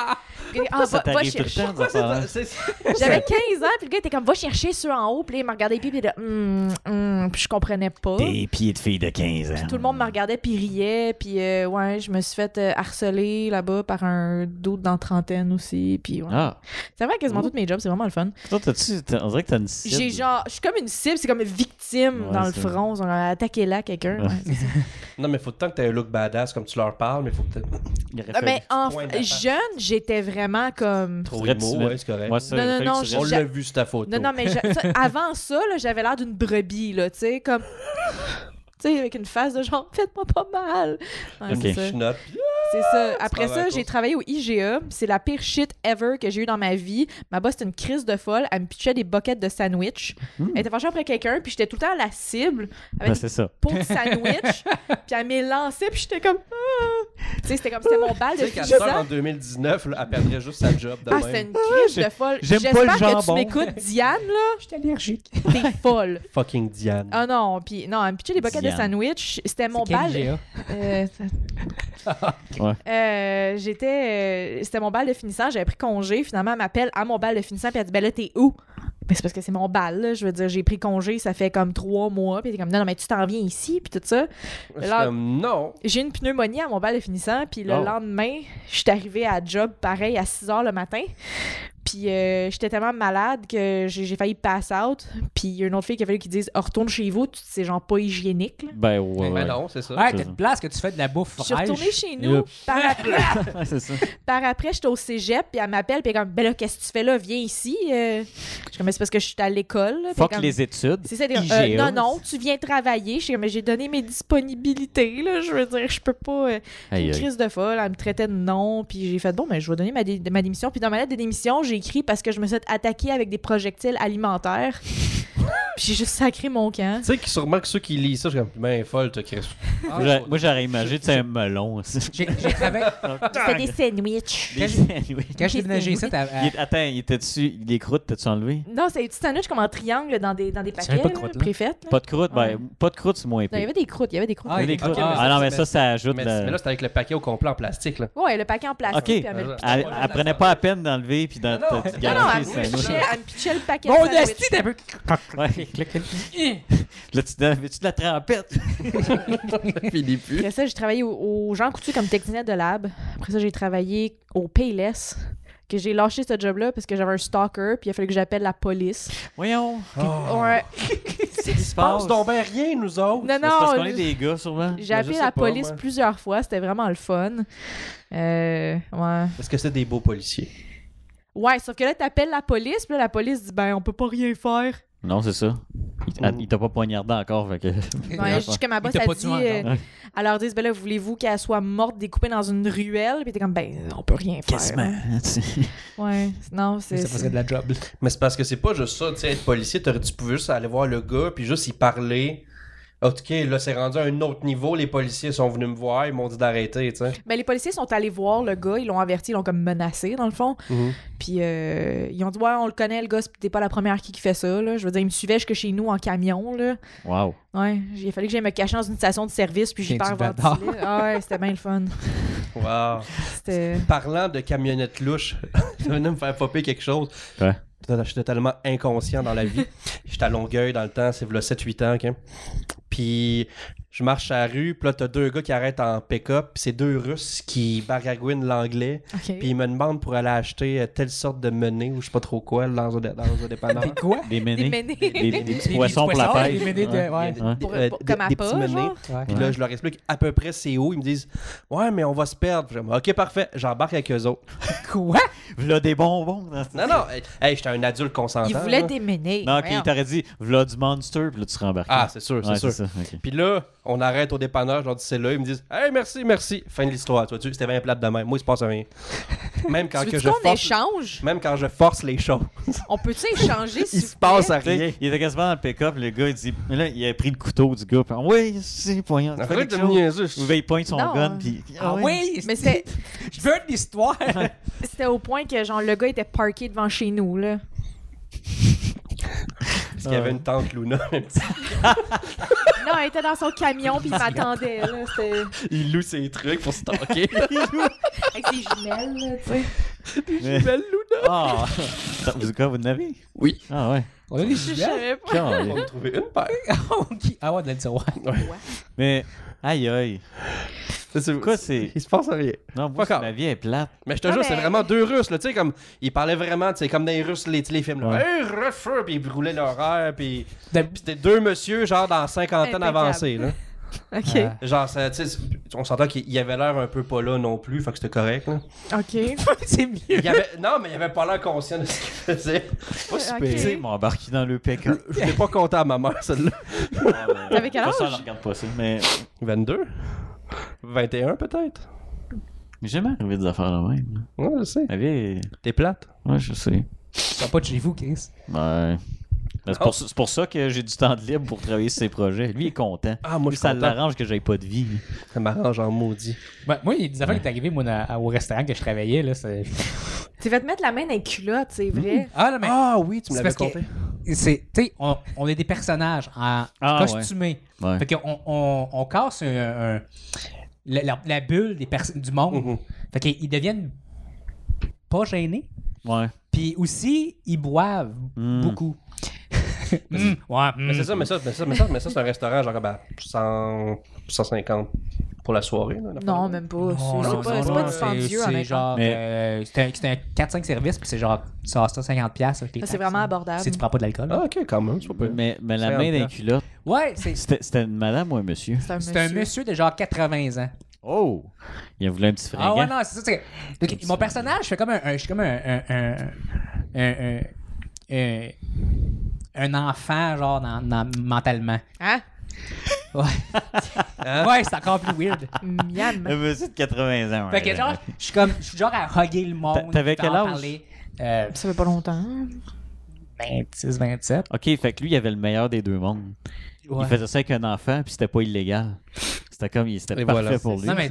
Puis,
Ça
ah, va, va
t'arrive tout le
chercher.
temps, des affaires, hein?
C'est
J'avais 15 ans, puis le gars était comme, va chercher ceux en haut. Puis là, il m'a regardé les pieds, puis il était, hum, hum. Puis je comprenais pas.
Des pieds de filles de 15 ans.
Tout le monde me regardait puis riait puis euh, ouais, je me suis fait euh, harceler là-bas par un d'autre dans trentaine aussi puis ouais.
Ah,
Ça va quasiment
Ouh.
tous mes jobs, c'est vraiment le fun.
toi, t'as-tu. t'as- On dirait que t'as une cible.
J'ai genre je suis comme une cible, c'est comme une victime
Ouais,
dans le
c'est-
front, on a attaqué là quelqu'un.
Ouais.
ouais, c'est ça.
Non, mais faut tant que t'aies un look badass comme tu leur parles, mais faut que t'aies
Il aurait
Ah,
fallu-
mais en
Point de la face.
jeune, j'étais vraiment comme
trop
Vrai petit
emo,
mec.
ouais, c'est correct.
Moi, ça,
ben, Non,
il aurait
non,
fallu que tu
non,
On
restes-
l'a vu, c'est ta photo.
Non non, mais je- ça- avant ça là, j'avais l'air d'une brebis là, tu sais comme tu sais avec une face de genre faites-moi pas mal. Ouais,
Ok.
c'est ça.
Je suis nope.
C'est ça. Après
travailles à
ça,
cause.
j'ai travaillé au IGA. C'est la pire shit ever que j'ai eu dans ma vie. Ma boss, c'était une crise de folle. Elle me pitchait des buckets de sandwich. Elle était fâchée après quelqu'un, puis j'étais tout le temps à la cible
Hmm.
avec
Ben,
une
c'est ça.
peau de sandwich. puis elle m'est lancée, puis j'étais comme... Ah! Tu sais, c'était comme... C'était mon bal
Tu
de
sais qu'à
finissant.
sort en 2019, là, elle perdrait juste sa job de
Ah,
même.
c'était une crise
j'ai-
de folle.
j'aime pas le
J'espère que tu
jambon.
m'écoutes, Diane, là.
J'étais allergique.
T'es folle.
Fucking Diane.
Ah non, puis non, elle me pitchait des buckets
Diane.
de sandwich. C'était mon
C'est quel
bal...
IGA?
Euh, ça-
Ouais.
Euh, j'étais. euh, c'était mon bal de finissant, j'avais pris congé. Finalement, elle m'appelle à mon bal de finissant, puis elle dit Ben là, t'es où Ben c'est parce que c'est mon bal, là. Je veux dire, j'ai pris congé, ça fait comme trois mois, puis elle était comme Non, non, mais tu t'en viens ici, puis tout ça.
Je suis
là-
comme, non.
J'ai eu une pneumonie à mon bal de finissant, puis le
Oh.
lendemain, je suis arrivée à job pareil à 6 h le matin. Puis euh, j'étais tellement malade que j'ai j'ai failli pass out. Puis il y a une autre fille qui a fallu qui dise Oh, retourne chez vous, c'est genre pas hygiénique. là.
Ben, ouais.
Mais
ouais.
non, c'est ça.
Ouais, t'as une place que tu fais de la bouffe
Je suis
fraîche.
retournée chez nous par après.
Ouais, c'est ça.
Par après, j'étais au cégep, puis elle m'appelle, puis elle est comme, ben là, qu'est-ce que tu fais là? Viens ici. Euh, je suis comme, Mais c'est parce que je suis à l'école. là. Puis
Fuck
elle est comme,
les études.
C'est ça, elle est comme,
IGA.
Euh, non, non, tu viens travailler. Je suis comme, mais j'ai donné mes disponibilités, là. Je veux dire, je peux pas. euh,
Aïe,
une
aïe.
crise de folle, elle me traitait de non, puis j'ai fait, bon, ben, je vais donner ma, dé- ma démission. Puis dans ma lettre de démission, j'ai écrit parce que je me suis attaquée avec des projectiles alimentaires. puis j'ai juste sacré mon camp.
Tu sais que sûrement que ceux qui lisent ça, je suis comme, ben folle, t'as Chris.
Ah,
J'aurais- Moi, j'aurais imaginé, tu sais, un melon. aussi.
J'ai j'ai travaillé.
C'était des sandwichs.
Des
Quand
sandwichs.
Quand j'ai déménagé ici, t'as.
Il
Ah.
est- Attends, il était dessus. Les croûtes, t'as-tu enlevé?
Non, c'est des petits sandwichs comme en triangle dans des, dans des
C'est
paquets,
même pas
là,
de croûte, là.
préfaites, là.
Pas de croûte? Ben, pas de croûte, c'est moins
Non, il y
épais.
avait des croûtes, il y avait des croûtes.
Ah,
Ah,
il y avait des croûtes.
ah non, mais ça, ça ajoute.
Mais,
la-
mais là, c'est avec le paquet au complet en plastique, là.
Ouais, le paquet en plastique.
Ok.
puis elle met le-
Elle, elle prenait pas à peine d'enlever puis dans
Non, non.
de- de
Non,
garder
non,
le
elle me
sandwich.
pitchait, elle me pitchait le paquet. de
Mon
sandwich.
esti, t'as Ah, un peu.
Ouais. Là, tu donnes, tu de la trempette?
Fini plus.
Après ça, j'ai travaillé au, au Jean Coutu comme technicien de lab. Après ça, j'ai travaillé au Payless, que j'ai lâché ce job-là parce que j'avais un stalker, puis il a fallu que j'appelle la police.
Voyons.
Ouais.
Qu'est-ce qui se passe?
Pense Ah, donc ben rien, nous autres.
Non,
Oh. C'est parce qu'on est
non,
des gars, sûrement.
j'ai
Ben,
appelé
je
la
sais pas,
police
moi.
plusieurs fois, c'était vraiment le fun. Euh, ouais.
Parce que c'est des beaux policiers.
Ouais, sauf que là, t'appelles la police, puis là, la police dit, ben, on peut pas rien faire.
Non, c'est ça. Il, t'a-
Mm.
il t'a pas poignardé encore, fait que...
Ouais, jusqu'à ma boss,
t'a
elle
pas
dit,
tué encore.
euh, elle leur dit, ben là, voulez-vous qu'elle soit morte, découpée dans une ruelle? Puis t'es comme, ben, on peut rien faire. Ouais, non, c'est.
Ça faisait de la job.
Mais c'est parce que c'est pas juste ça, tu sais, être policier, t'aurais- tu pouvais juste aller voir le gars, puis juste y parler, OK, là, c'est rendu à un autre niveau. Les policiers sont venus me voir, ils m'ont dit d'arrêter, tu sais.
Ben, les policiers sont allés voir le gars, ils l'ont averti, ils l'ont comme menacé, dans le fond.
Mhm.
Puis euh, ils ont dit, ouais, on le connaît, le gars, c'est- t'es pas la première qui, qui fait ça, là. Je veux dire, il me suivait jusque chez nous en camion, là.
Wow.
Ouais, il a fallu que j'aille me cacher dans une station de service, puis j'ai
Tiens,
peur
tu
avoir
bâtard.
dit, là. Ah ouais, c'était bien le fun.
Wow.
C'était...
Parlant de camionnette louche, tu venais me faire popper quelque chose.
Ouais.
Je suis totalement inconscient dans la vie. J'étais à Longueuil dans le temps, c'est v'là 7-8 ans. ok? Puis je marche à la rue, puis là, t'as deux gars qui arrêtent en pick-up, puis c'est deux Russes qui baragouinent l'anglais,
OK.
puis ils me demandent pour aller acheter euh, telle sorte de menée ou je sais pas trop quoi dans un, dans un dépanneur.
Des quoi?
Des
Des
ménés.
menées.
Des, des petits poissons pour la
poissons,
pêche.
des ménés de-
Ouais.
ouais.
Des-
Ouais.
Pour-
euh,
pour-
des-
comme à
des
pas,
petits menés.
genre?
Puis là, je leur explique à peu près c'est où. Ils me disent Ouais, mais on va se perdre. Puis je dis, Ok, parfait, j'embarque avec eux autres.
Quoi?
V'là des bonbons. dans ce-
Non, non, hey, hey, j'étais un adulte consentant.
Il voulait
là.
des menées.
Non, ok,
voyons.
il t'aurait dit, v'là du monster, puis là, tu serais embarqué.
Ah, c'est sûr, c'est
Ouais,
sûr.
ça, ok.
Puis là, on arrête au dépanneur, je leur dis c'est là, ils me disent Hey, merci, merci. Fin de l'histoire, tu vois-tu, c'était bien plate de même. Moi, il se passe rien. Même quand
Tu
que
veux
je
qu'on
force.
échange?
Même quand je force les choses,
On peut-tu échanger,
il
s'il
se
vous
passe à
Tu sais,
rien.
Il était quasiment dans le pick-up, le gars, il dit, mais là, il a pris le couteau du gars, puis Ah oui, c'est poignant. Tu fais
Arrête
quelque
de me
chose?
niaiser.
Ou bien il pointe son
Non.
gun, puis.
Ah oui!
Mais c'était,
Je veux une histoire!
c'était au point que genre le gars était parké devant chez nous là.
Parce qu'il y avait une tante Luna. un petit-
Non, il était dans son camion puis il m'attendait là, c'était
il loue ses trucs pour se tanker.
avec ses jumelles là, tu sais.
Mais-
Belle Luna.
Ah! Ça, Vous, quoi, vous n'avez?
Oui.
Ah ouais.
On a des
Je
jumelles?
savais pas.
On
Calais.
va trouver une paire.
Ok. Ah ouais, de la tiroir.
Mais, aïe aïe.
Ça, c'est-
Quoi, c'est.
Il se passe rien.
Non, moi,
Fuck off.
ma vie est plate.
Mais je te
Ah,
jure,
mais-
c'est vraiment deux Russes, là, tu sais, comme, ils parlaient vraiment, tu sais, comme dans les Russes, les, tu sais, les films, là,
Ouais.
Hey, refeu! puis ils roulaient leur air, puis
De-
puis c'était deux monsieur, genre, dans la cinquantaine
Impeccable.
avancée, là.
OK.
Ah.
Genre, ça, tu sais, on s'entend qu'il y avait l'air un peu pas là non plus, fait que c'était correct, là.
OK.
C'est mieux.
Il y avait, non, mais il avait pas l'air conscient de ce qu'il faisait. Pas si
Ok.
pire.
Tu sais, m'embarquer dans le E. pick-up.
Je l'ai pas compté à ma mère, celle-là.
T'avais quel
Ça,
âge?
je regarde pas ça, mais.
22? 21, peut-être?
J'ai jamais arrivé des affaires de même.
Ouais, je sais.
Ma vie est-
T'es plate?
Ouais, je sais.
Je sors pas de chez vous, Chris.
Ouais. Ben,
Oh.
C'est pour, ça- c'est pour ça que j'ai du temps de libre pour travailler sur ses projets. Lui il est content.
Ah, moi,
Lui,
je suis
ça
content.
l'arrange que j'aie pas de vie.
Ça m'arrange en maudit.
Ben, moi, il y a des affaires qui sont arrivées moi, dans- au restaurant que je travaillais. Là, c'est-
Tu vas te mettre la main dans les culottes, c'est vrai.
ah non, mais
Ah oui, tu me
c'est
l'avais
parce que
compté.
c'est- tu sais, on, on est des personnages en
Ah,
costumés.
Ouais.
Fait qu'on on, on casse un- un- la, la- la bulle des perso- du monde.
Mhm.
Fait qu'ils deviennent pas gênés.
Ouais.
Puis aussi, ils boivent
Mm.
beaucoup. Mm, ouais,
Mais
mm.
c'est ça, mais ça, mais ça, mais ça, mais ça, c'est un restaurant genre ben, 100, 150 pour la soirée. Là, la
Non,
fin.
même pas. C'est-
Mm. Non,
c'est
non,
pas,
non,
c'est
non,
pas
non,
dispendieux,
c'est- C'est
honnêtement.
genre.
Mais-
euh, c'est un, c'est un 4-5 services, puis c'est genre. Ça coûte 50$. piastres avec les
Ça,
taxes,
Ah, C'est vraiment
hein.
abordable.
Si tu prends pas de l'alcool.
Ah, ok, quand même, c'est pas pire.
Mais, mais la
50
main d'un
piastres.
culotte,
Ouais, c'est
c'était c'était une madame ou un monsieur?
C'est un
c'est un monsieur de genre 80 ans.
Oh! Il a voulu un petit fringant.
Ah ouais, non, c'est ça. c'est- Donc, mon personnage, je fais comme un. un- Je suis comme un. un, un, un- un- un- un enfant, genre, dans- dans- mentalement.
Hein?
Ouais.
Hein?
ouais, c'est encore plus weird.
Miam.
Un
Euh.
monsieur de 80 ans.
Fait que
ouais,
genre,
ouais.
je suis comme. Je suis genre à hugger le monde.
T'a- t'avais
puis à
quel
en
âge?
parler. Euh,
Ça fait pas longtemps.
26, 27.
Ok, fait que lui, il avait le meilleur des deux mondes.
Ouais.
Il faisait ça avec un enfant, puis c'était pas illégal. C'était comme, il- c'était
Et
parfait
voilà.
pour lui.
Non, mais.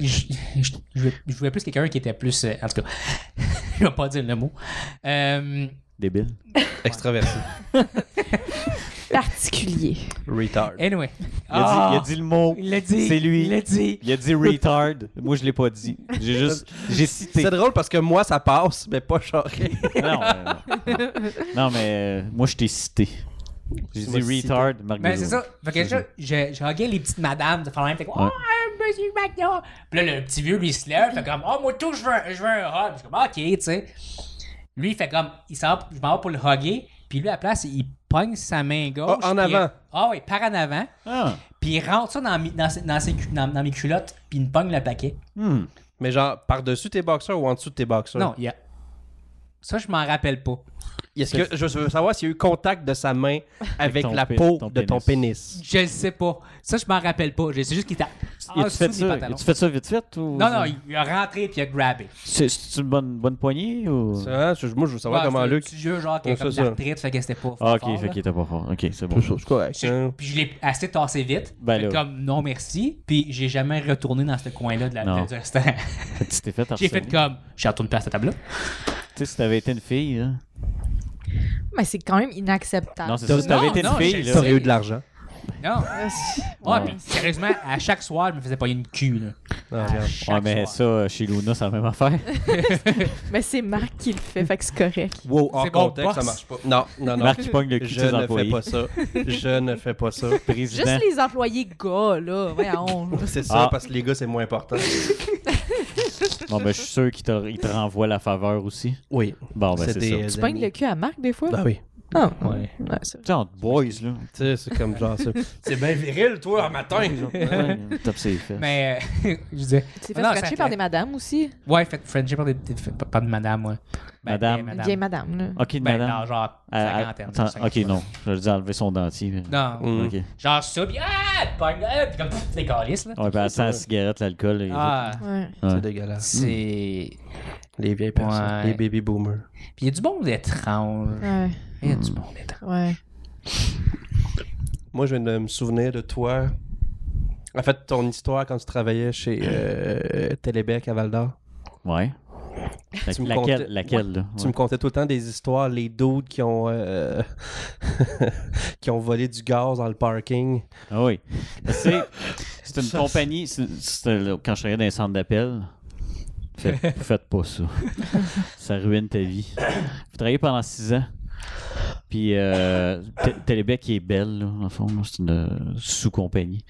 Je, je- je voulais- je voulais plus quelqu'un qui était plus. euh, en tout cas, je vais pas dire le mot. Euh,
Débile.
Extraverti.
Particulier.
Retard.
anyway.
Il a,
Ah!
dit, il a dit le mot.
Il l'a dit.
C'est lui.
Il l'a dit.
Il a dit retard. Moi, je l'ai pas dit. J'ai juste. J'ai cité.
C'est drôle parce que moi, ça passe, mais pas charré.
Non, euh, non. Non, mais euh, moi, je t'ai cité. J'ai
Tu m'as
dit
cité.
retard, Marc
Mais Ben, c'est
Desaulniers.
ça. Fait que
C'est
là, je, je huguais les petites madames de faire même. Fait que, oh, monsieur Magna. Puis là, le petit vieux, lui, il se lève. Fait comme, oh, moi, tout, je veux, un- je veux un hug. Je suis comme, ok, tu sais. Lui, il fait comme, il s'en va- je m'en vais pour le hugger. Puis lui, à la place, il pogne sa main gauche.
Ah, en
puis-
avant.
Ah oui, par en avant.
Ah,
Puis il rentre ça dans, mi- dans, ses- dans, ses cu- dans- dans mes culottes, puis il me pogne le paquet.
hmm.
Mais genre, par-dessus tes boxeurs ou en dessous de tes boxeurs?
Non, il y a. Ça, je m'en rappelle pas.
Est-ce que je veux savoir s'il y a eu contact de sa main avec,
ton
la
pé-
peau
ton
de ton pénis?
Je le sais pas. Ça, je m'en rappelle pas. Je sais juste qu'il était en
tu
dessous
fait
Ah, des
ça?
pantalons.
tu fait ça vite fait? Ou...
Non, non, il a rentré puis il a grabbé.
C'est c'est-tu une bonne, bonne poignée ou.
Ça, Hein? je- moi, je veux savoir
Ouais,
comment
c'est un
Luc.
petit jeu genre qui a
Donc, ça,
comme de
ça.
la retraite, fait que c'était pas.
Ah,
fort,
ok, fait
là.
qu'il était pas fort. Ok, c'est bon.
Tout ça, c'est correct. hein.
Puis je l'ai assez tassé vite.
Ben
Fait
là.
comme non merci. Puis j'ai jamais retourné dans ce coin-là de la
Non.
de- du restaurant.
Fait que tu t'es fait
J'ai fait
Tu
comme je retourne pas à cette table-là.
sais, si t'avais été une fille, là.
Mais c'est quand même inacceptable.
Non, c'est ça, si t'avais
Non,
été une
non,
fille,
je-
là.
T'aurais eu de l'argent.
Non. Ouais,
Ouais.
puis sérieusement, à chaque soir, je me faisais pogner une cul. Là.
Ah,
À
regarde.
chaque
Ouais, mais
soir.
ça, euh, chez Luna, c'est la même affaire.
Mais c'est Marc qui le fait, fait que c'est correct.
Wow, hors
C'est mon
contexte, ça
boss.
marche pas. Non, non, non.
Marc qui pogne le cul de
Je
ses
ne fais
employés.
pas ça. Je ne fais pas ça.
Juste
Président.
les employés gars, là, voyons.
C'est ça,
Ah.
parce que les gars, c'est moins important.
Bon, ben, je suis sûr qu'il te, il te renvoie la faveur aussi.
Oui.
Bon, ben, c'est ça.
des
Tu
tu Ben pognes
amis.
le cul à Marc des fois?
Bah,
Ah oui.
Non.
Ouais.
Ouais, c'est vrai.
sais, entre boys, là.
Tu sais, c'est comme genre ça. C'est bien viril, toi, en matin.
Ouais, Top ses fesses.
Ben,
Mais euh, je disais.
Tu t'es fait
Non,
scratcher
ça-
par des madames aussi?
Ouais, fait friendship par des petites filles- par de madame, ouais. Ben,
Madame.
des
Bien madame, là.
Ok,
Ben,
madame.
non, genre
Ah, ah,
cinquantaine.
attends, ok,
cinquantaine.
non. Je lui ai enlever son dentier. mais-
Non.
Mm.
Ok.
Genre ça, puis ah, elle pogne, ah, puis comme pff, les calices, là.
Ouais, ben, sans la cigarette, l'alcool. et-
Ah,
Ouais.
C'est dégueulasse.
c'est.
Les vieilles personnes.
Ouais.
Les baby boomers.
Puis il y a du monde étrange.
Ouais.
Il y a du monde étrange.
Ouais.
Moi, je viens de me souvenir de toi. En fait, ton histoire quand tu travaillais chez euh, Télébec à Val d'Or.
Ouais. La-
Tu me
laquelle,
comptais-
laquelle, là?
Tu me contais tout le temps des histoires, les dudes qui ont, euh, qui ont volé du gaz dans le parking.
Ah oui. C'est, c'est une compagnie. c'est- c'est- euh, quand je travaillais dans les centres d'appel, faites, faites pas ça. Ça ruine ta vie. J'ai travaillé pendant six ans. Puis euh, Té- Télébec qui est belle, là, en fond. là, C'est une euh, sous-compagnie.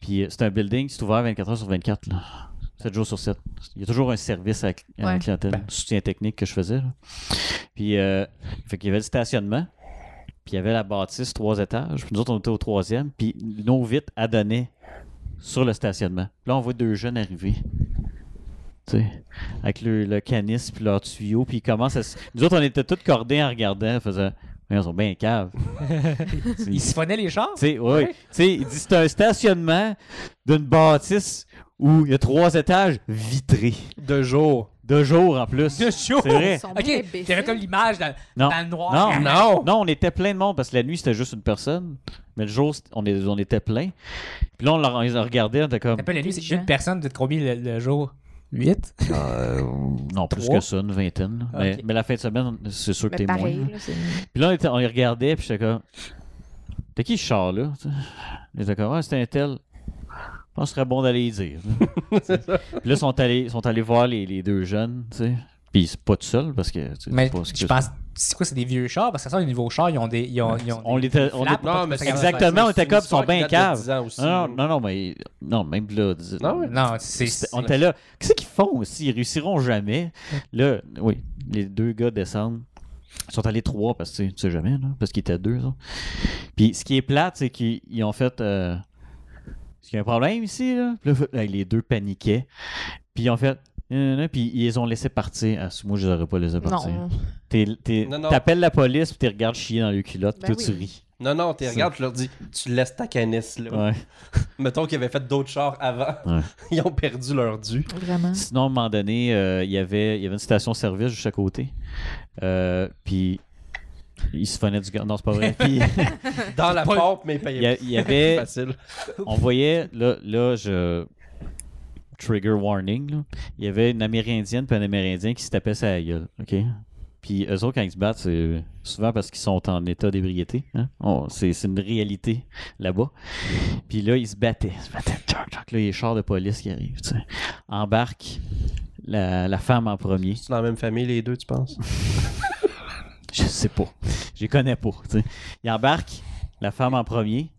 Puis euh, c'est un building, c'est ouvert 24 heures sur 24. Là. 7 jours sur 7. Il y a toujours un service à, la cl- à la
Ouais.
clientèle, soutien technique que je faisais. là. Puis, euh, fait qu'il y avait le stationnement, puis il y avait la bâtisse, trois étages. Puis nous autres, on était au troisième, puis nos vitres adonnaient sur le stationnement. Puis Là, on voit deux jeunes arriver. Tu sais, avec le, le canis puis leur tuyau, puis ils commencent à se- Nous autres, on était tous cordés en regardant, en faisant. Mais ils sont bien caves. Mm.
Ils siphonnaient les chars?
Tu sais, ouais, ouais. Tu sais, il dit c'est un stationnement d'une bâtisse où il y a trois étages vitrés.
De jour.
De jour en plus.
De chaud!
C'est vrai.
Ils sont bien
Eh, Ok,
imbéciles.
t'avais comme l'image dans,
Non.
dans le noir.
Non,
Non!
Non, on était plein de monde parce que la nuit, c'était juste une personne. Mais le jour, c't- on, est- on était plein. Puis là, on, leur- on les regardait, on était comme.
T'appelles la nuit, c'est
Intelligent.
une personne de combien le, le jour? 8?
euh, Non, plus
Trois.
que ça, une vingtaine. là. Mais,
Ok.
mais la fin de semaine, on- c'est sûr que t'es
Mais
moins.
Ben, pareil,
là.
là, c'est...
Puis là, on, était- on les regardait, puis j'étais comme. T'es qui ce char-là? Ils étaient comme, ah, c'était un tel. Je pense que ce serait bon d'aller y dire. Puis là, ils sont allés, sont allés voir les, les deux jeunes, tu sais. Puis c'est pas tout seul parce que. tu sais,
Mais
c'est pas ce que-
je pense, c'est quoi, c'est des vieux chars? Parce que ça, les nouveaux chars, ils ont des. Ils ont, ils ont
On
des
l'était- on
flaps,
l'était-
pas de
c'est
55.
exactement, on était
comme
comme, ils sont bien caves. Non, non,
Non,
non, non, mais. Non, même là. dis-
non. ouais.
Non, c'est.
C'était- On était là. Qu'est-ce qu'ils font aussi? Ils réussiront jamais. Là, oui, les deux gars descendent. Ils sont allés trois parce que tu sais- tu sais jamais, là, parce qu'ils étaient deux. ça. Puis ce qui est plate, c'est qu'ils ils ont fait. euh, Est-ce qu'il y a un problème ici? Là? Puis là, hey, les deux paniquaient. Puis ils ont fait. Non, non, non, puis ils les ont laissés partir. Ah, moi, je les aurais pas laissés partir.
Non. ben
T'es- t'es-
Non, non.
T'appelles la police, puis tu regardes chier dans le culotte, puis
Ben
toi, tu
oui.
ris.
Non, non, tu regardes, je leur dis, tu laisses ta canisse, là.
Ouais.
Mettons qu'ils avaient fait d'autres chars avant.
Ouais.
Ils ont perdu leur dû.
Vraiment.
Sinon, à un moment donné, euh, il, y avait, il y avait une station-service juste à côté. Euh, puis, il se fonnait du gars. Non, c'est pas vrai. Puis,
Dans la
pas-
pompe, mais ils
il y, a-
payaient
il y
plus
avait.
facile.
On voyait, là, là je. Trigger warning. là. Il y avait une Amérindienne puis un Amérindien qui se tapait sa gueule. OK? Puis eux autres, quand ils se battent, c'est souvent parce qu'ils sont en état d'ébriété. hein. On- c'est c'est une réalité là-bas. Puis là, ils se battaient. Ils se battaient. Tchac, tchac. Là, il y a les chars de police qui arrivent. tu sais. Embarque la- la femme en premier.
C'est dans la même famille, les deux, tu penses?
Je sais pas. Je les connais pas. tu sais. Il embarque la femme en premier.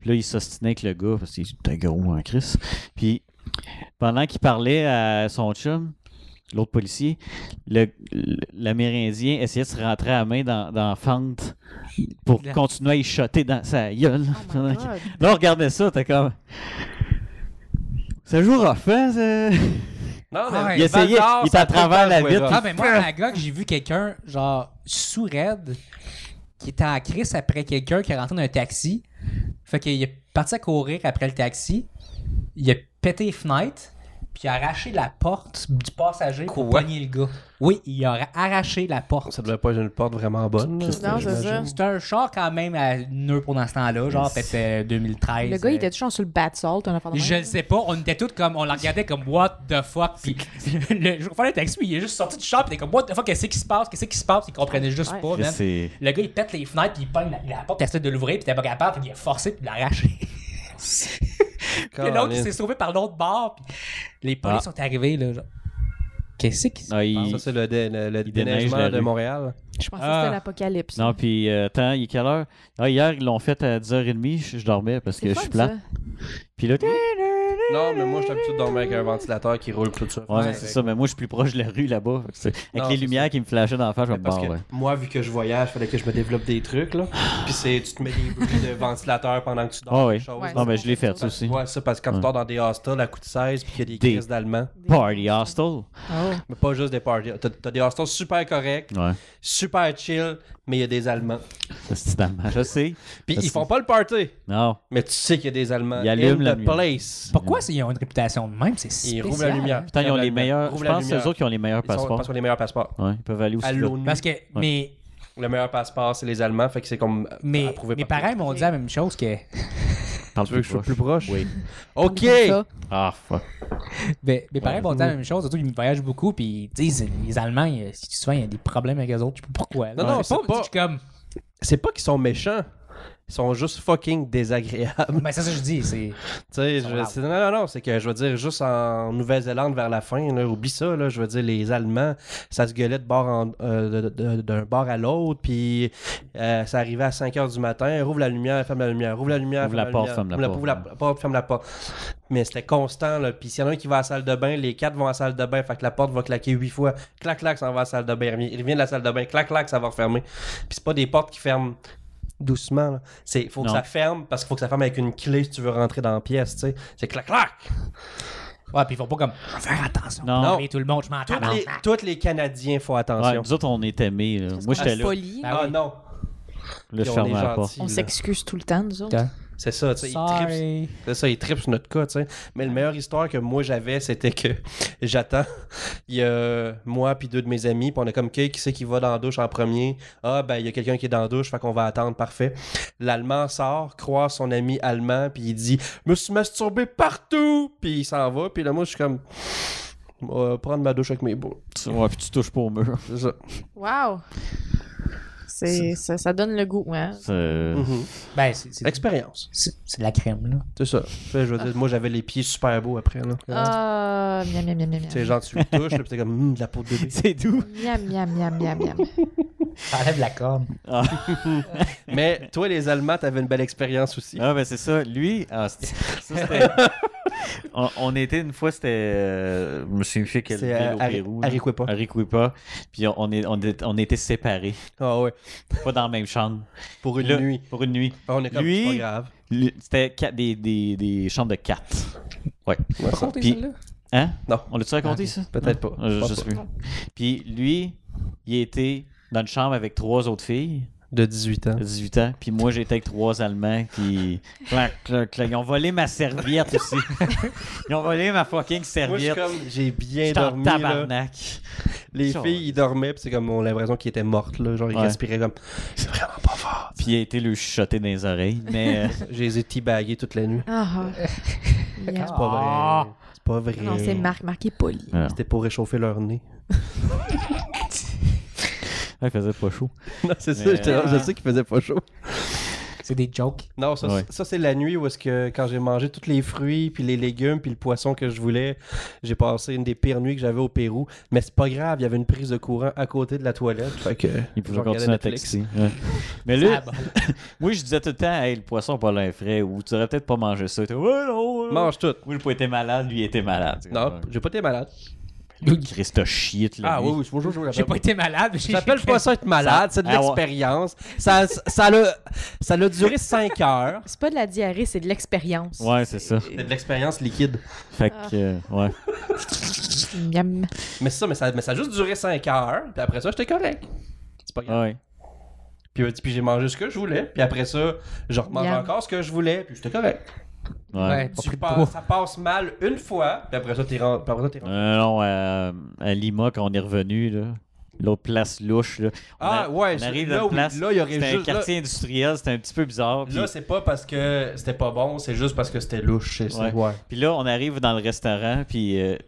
Puis là, il s'ostinait avec le gars parce qu'il était gros en Chris. Puis pendant qu'il parlait à son chum, l'autre policier, le- l'Amérindien essayait de se rentrer à la main dans, dans la fente pour
La-
continuer à y shotter dans sa gueule.
Oh
Pendant
my
qu'il-
God.
Là, on regardait ça, t'es comme. Ça joue rough, hein? ça?
Non,
Ah,
Il essayait, il était à travers la vitre.
Ah, ben moi, à la gog, j'ai vu quelqu'un, genre, sous raide, qui était en crise après quelqu'un qui est rentré dans un taxi. Fait qu'il est parti à courir après le taxi. Il a pété les fenêtres, puis il a arraché la porte du passager pour
Quoi?
pogner le gars. Oui, il a arraché la porte.
Ça devait pas être une porte vraiment bonne. là,
Non, c'est ça.
j'imagine.
C'était un char quand même à nœud pendant ce temps-là, genre, peut-être 2013.
Le gars, il
euh,
était toujours sur le bat salt, un affaire de
Je
même.
le sais pas, on était tous comme, on la regardait comme what the fuck. Puis le chauffeur de taxi, il est juste sorti du shop, il était comme what the fuck, qu'est-ce qui se passe, qu'est-ce qui se passe, il comprenait juste
Ouais.
pas,
Je
man.
sais.
Le gars, il pète les fenêtres, puis il pogne la, la porte, il essaie de l'ouvrir, puis t'es pas capable, puis il a forcé, puis il l'a arraché. puis l'autre, il s'est sauvé par l'autre bord, puis les polices
Ah.
sont arrivés, là. genre, Qu'est-ce qui se
Ah, il-
Ça, c'est le, dé- le- le
Il déneige la
déneigement de
rue.
Montréal.
Je pensais que
Ah.
c'était l'apocalypse.
Non, puis, euh, attends, il est quelle heure? Ah, hier, ils l'ont fait à 10h30, je, je dormais parce
C'est
que je
fun,
suis plat.
ça.
Puis là,
Non, mais moi, j'ai l'habitude de dormir avec un ventilateur qui roule tout ça.
ouais, c'est ça, mais moi, je suis plus proche de la rue là-bas. Fait que c'est- Avec
Non,
les
c'est
lumières qui me flashaient dans la face, je me
Parce que
barre, ouais.
moi, vu que je voyage, fallait que je me développe des trucs, là. Puis c'est, tu te mets des bruits de ventilateur pendant que tu dors.
Ah
des
oui.
choses,
Ouais.
là.
Non, mais je l'ai fait, ça aussi.
Ouais, ça, parce que quand tu dors dans des hostels à coup de 16, puis qu'il y a des,
Des-
crises d'allemand,
Party hostel.
Oh.
mais pas juste des parties. T'as, t'as des hostels super corrects,
Ouais.
super chill, mais il y a des Allemands.
Ça, C'est dommage. Je sais.
Puis
Parce-
ils font pas le party,
Non.
mais tu sais qu'il y a des Allemands.
Ils allument
In
la
the
lumière.
place.
Pourquoi s'ils ont une réputation de même, c'est si
Ils rouvrent la
spécial,
lumière.
hein?
Putain, ils ont les
Allemands.
meilleurs.
Rouvre
Je
la
pense que
lumière.
c'est eux qui ont les meilleurs
Ils sont,
passeports.
parce qu'on a les meilleurs passeports.
Ouais, ils peuvent aller aussi.
À
vite.
l'ONU,
Parce que mes,
le meilleur passeport, c'est les Allemands, fait que c'est comme euh,
mes,
approuvé
mes
par-
parents m'ont dit la même chose que.
Parle
Tu veux que je sois
proche.
plus proche?
Oui.
OK!
Ça.
Ah, fuck.
Ben, mes parents
Ouais.
m'ont dit la même chose, surtout qu'ils me voyagent beaucoup, puis ils disent les Allemands, il y a- si tu sois, il y a des problèmes avec eux autres, je sais pas pourquoi. là.
Non, non,
C'est
c'est pas-
je suis comme.
C'est pas qu'ils sont méchants. Ils sont juste fucking désagréables.
Mais Ben, c'est ça que je dis, c'est.
Tu sais, je-
loud.
c'est- non, non, non, c'est que je veux dire, juste en Nouvelle-Zélande vers la fin, là, oublie ça, là, je veux dire, les Allemands, ça se gueulait de bord en- euh, de- de- d'un bar à l'autre, puis euh, ça arrivait à 5 h du matin, rouvre la lumière, ferme la lumière, rouvre la lumière,
Ouvre
ferme
la porte,
lumière,
ferme la
ouvre
porte,
ouvre la porte, ferme la porte. Mais c'était constant, là, puis s'il y en a un qui va à la salle de bain, les quatre vont à la salle de bain, fait que la porte va claquer huit fois, clac, clac, ça en va à la salle de bain, il revient- il revient de la salle de bain, clac, clac, ça va refermer. Puis c'est pas des portes qui ferment doucement. là. C'est faut que
Non.
ça ferme parce qu'il faut que ça ferme avec une clé si tu veux rentrer dans la pièce, tu sais. C'est clac clac.
Ouais, Ah, puis ils font pas comme. Faut Faire attention,
Non.
non. tout le monde, je m'entends.
Toutes les, toutes les Canadiens font attention.
Ah Ouais, nous autres, on est aimés. là. Moi, j'étais là.
Poli.
Ah,
ah
oui.
non,
Là, je
Puis
fermais la
gentils,
porte.
On
là.
s'excuse tout le temps, nous autres.
Putain.
C'est ça, tu sais, ils trippent-
Sorry.
c'est ça, ils trippent sur notre cas, tu sais. Mais la meilleure histoire que moi j'avais, c'était que j'attends. Il y a moi puis deux de mes amis, puis on est comme, OK, qui c'est qui va dans la douche en premier? Ah, ben, il y a quelqu'un qui est dans la douche, fait qu'on va attendre, parfait. L'Allemand sort, croise son ami allemand, puis il dit, Je me suis masturbé partout! Puis il s'en va, puis là, moi, je suis comme, Euh, prendre ma douche avec mes boules.
Ouais, puis tu touches pas au mur.
C'est ça.
Wow! C'est, ça, ça donne le goût, hein?
C'est-
Mhm.
Ben, c'est- c'est
Expérience.
c'est- c'est de la crème, là.
C'est ça. Fait, je veux dire, moi, j'avais les pieds super beaux après, là.
Ah, miam, miam, miam, miam,
Tu
miam.
sais, genre, tu le touches, là, puis t'es comme, Hum, de la peau de bébé.
C'est doux.
Miam, miam, miam, miam, miam.
T'enlèves la corne.
Mais toi, les Allemands, t'avais une belle expérience aussi.
Ah, ben c'est ça. Lui, ah, c'est- ça, c'était. on, on était une fois, c'était. euh, je me souviens plus quelle
C'est
ville
euh,
au
Ari-
Pérou. là. Ah,
Arequipa.
Arequipa. Puis on, on est, on, est- on était séparés.
Ah ouais.
Pas dans la même chambre.
Pour une
Là,
nuit. Ah,
Pour une nuit.
On est comme,
Lui-
c'est pas grave.
Lui- C'était quatre- des, des, des chambres de quatre. Ouais. Puis- Hein?
Non.
On l'a-tu raconté,
Ok.
ça?
Ah, Peut-être pas.
Je,
pense
je
pas.
sais plus. Puis lui, il était dans une chambre avec trois autres filles
De 18 ans.
de 18 ans. Puis moi, j'étais avec trois Allemands qui. Clac, clac, clac. Ils ont volé ma serviette aussi. Ils ont volé ma fucking
Moi, je suis
serviette.
comme, j'ai bien
J'étais en
dormi. Là.
tabarnak.
Les
Genre.
filles, ils dormaient, puis c'est comme, on a l'impression qu'ils étaient mortes, là. Genre, ils
Ouais.
respiraient comme, c'est vraiment pas fort.
Puis il a été le chuchoter dans les oreilles. Mais. euh,
Je les ai teabagués toute la nuit.
Ah, miam.
C'est pas vrai.
Ah.
C'est pas vrai.
Non, c'est Marc, Marc est poli.
non.
C'était pour réchauffer leur nez.
Ah, il faisait pas chaud.
non, c'est ça,
Mais- euh,
j'étais là, je sais qu'il faisait pas chaud.
C'est des jokes.
Non, ça,
Ouais.
ça c'est la nuit où est-ce que quand j'ai mangé tous les fruits, puis les légumes, puis le poisson que je voulais, j'ai passé une des pires nuits que j'avais au Pérou. Mais c'est pas grave, il y avait une prise de courant à côté de la toilette. Fait que
Il
je
pouvait
regardais
continuer à
Netflix.
texter. Ouais. Mais
Ah,
là,
bon.
moi, je disais tout le temps, hey, le poisson, pas l'air frais. Ou tu aurais peut-être pas mangé ça. Il était, Ouais, non. ouais, non.
Mange tout.
Moi, le poids était malade. Lui, il était malade.
Non, j'ai pas été malade.
Christophe chiette là.
Ah oui, oui, c'est bonjour, je vous
J'ai pas été malade. mais j'ai-
J'appelle pas ça être malade, c'est de
Ah ouais.
l'expérience. Ça, ça, l'a- ça l'a duré 5 heures.
C'est pas de la diarrhée, c'est de l'expérience.
Ouais, c'est ça.
C'est de l'expérience liquide.
Fait que, euh, ouais.
Miam.
Mais c'est ça, mais ça, mais ça a juste duré 5 heures. Puis après ça, j'étais correct. C'est pas grave.
Ouais.
Puis, euh, puis j'ai mangé ce que je voulais. Puis après ça, je remange
Miam.
encore ce que je voulais. Puis j'étais correct.
Ouais.
Ouais, pas
Tu
pris de
passes-
poids.
ça passe mal une fois. Puis après ça, t'es rendu. Puis après ça, t'es rendu.
Euh, non, euh, à Lima, quand on est revenu, là, l'autre place louche, là. On
Ah,
a-
ouais,
on
c'est-
arrive
là,
dans une
oui,
place.
là, il y aurait
C'était un
juste- là-
quartier industriel, c'était un petit peu bizarre. puis-
Là, c'est pas parce que c'était pas bon, c'est juste parce que c'était louche. c'est ça.
Ouais. Puis là, on arrive dans le restaurant, puis euh,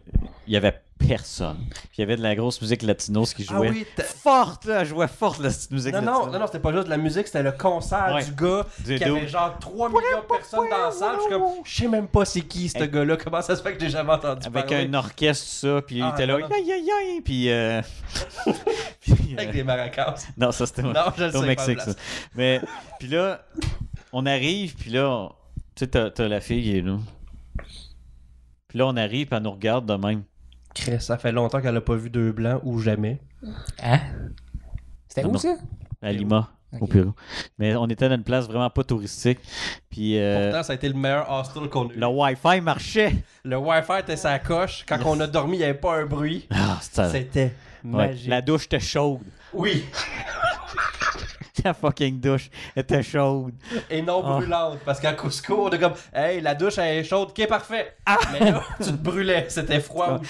il y avait personne. Puis il y avait de la grosse musique latinos qui
Ah
jouait.
oui, t'as-
Forte, là, je vois forte la petite musique
non,
latino.
non, non, non, c'était pas juste de la musique, c'était le concert
Ouais.
du gars
Du
qui avait
dude.
genre 3 millions de personnes dans la salle. puis Je suis comme, je sais même pas c'est qui ce
Hey.
gars-là, comment ça se fait que j'ai jamais entendu
Avec
parler
un orchestre, tout ça, puis
Ah,
il était là,
non, non.
Yay, yay, yay puis... euh, puis, euh,
avec des maracas.
Non, ça c'était au-
Non, je le
c'était au
sais,
Mexique,
pas,
ça. Mais, puis là, on arrive, puis là, on- tu sais, t'as t'as la fille qui est là. Puis là, on arrive, puis elle nous regarde de même.
Chris, ça fait longtemps qu'elle a pas vu deux blancs ou jamais.
Hein? C'était
Non,
où
non.
ça?
À Lima, au
Ok.
Pérou. Mais on était dans une place vraiment pas touristique. Puis euh,
Pourtant, ça a été le meilleur hostel qu'on a eu.
le Wi-Fi marchait.
Le Wi-Fi était sa coche. Quand on a dormi, il n'y avait pas un bruit.
Ah, c'était-
C'était
ouais.
magique.
La douche était chaude.
Oui,
La fucking douche était chaude.
et non
Ah.
brûlante. Parce qu'à Cusco, on est comme, hey, la douche, elle est chaude, qui est parfait. Mais là, tu te brûlais. C'était froid ou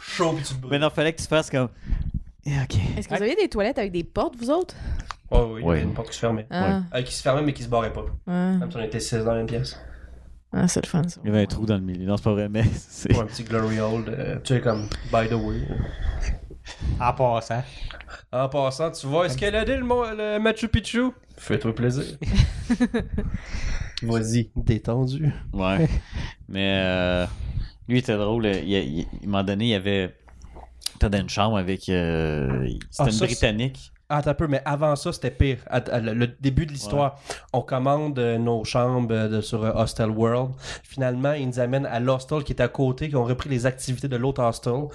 chaud, puis tu te
Mais
brûlais.
non, fallait que tu fasses comme. Eh, Ok.
Est-ce que
Hein?
vous aviez des toilettes avec des portes, vous autres?
Oh, oui, il y
Ouais.
avait une porte qui se fermait.
Ah,
Euh, qui se fermait, mais qui se barrait pas.
ouais.
Même si on était 6 dans la même pièce.
Ah, c'est le fun, ça.
Il y avait un trou dans le milieu. Non, c'est pas vrai, mais c'est.
Pour un petit glory hole. de- tu sais, comme, by the way.
En passant.
En passant, tu vois, est-ce qu'elle a dit le, mot- le Machu Picchu? Fais-toi plaisir. Vas-y, détendu.
Ouais. Mais euh, lui, il était drôle. Il, il, il m'en donné, il y avait. T'as dans une chambre avec. euh, C'était
Ah,
une
ça, c'est-
Britannique.
Ah, t'as peu, mais avant ça, c'était pire. À- à- le, le début de l'histoire, on commande euh, nos chambres euh, de- sur euh, Hostel World. Finalement, ils nous amènent à l'hostel qui est à côté, qui ont repris les activités de l'autre hostel.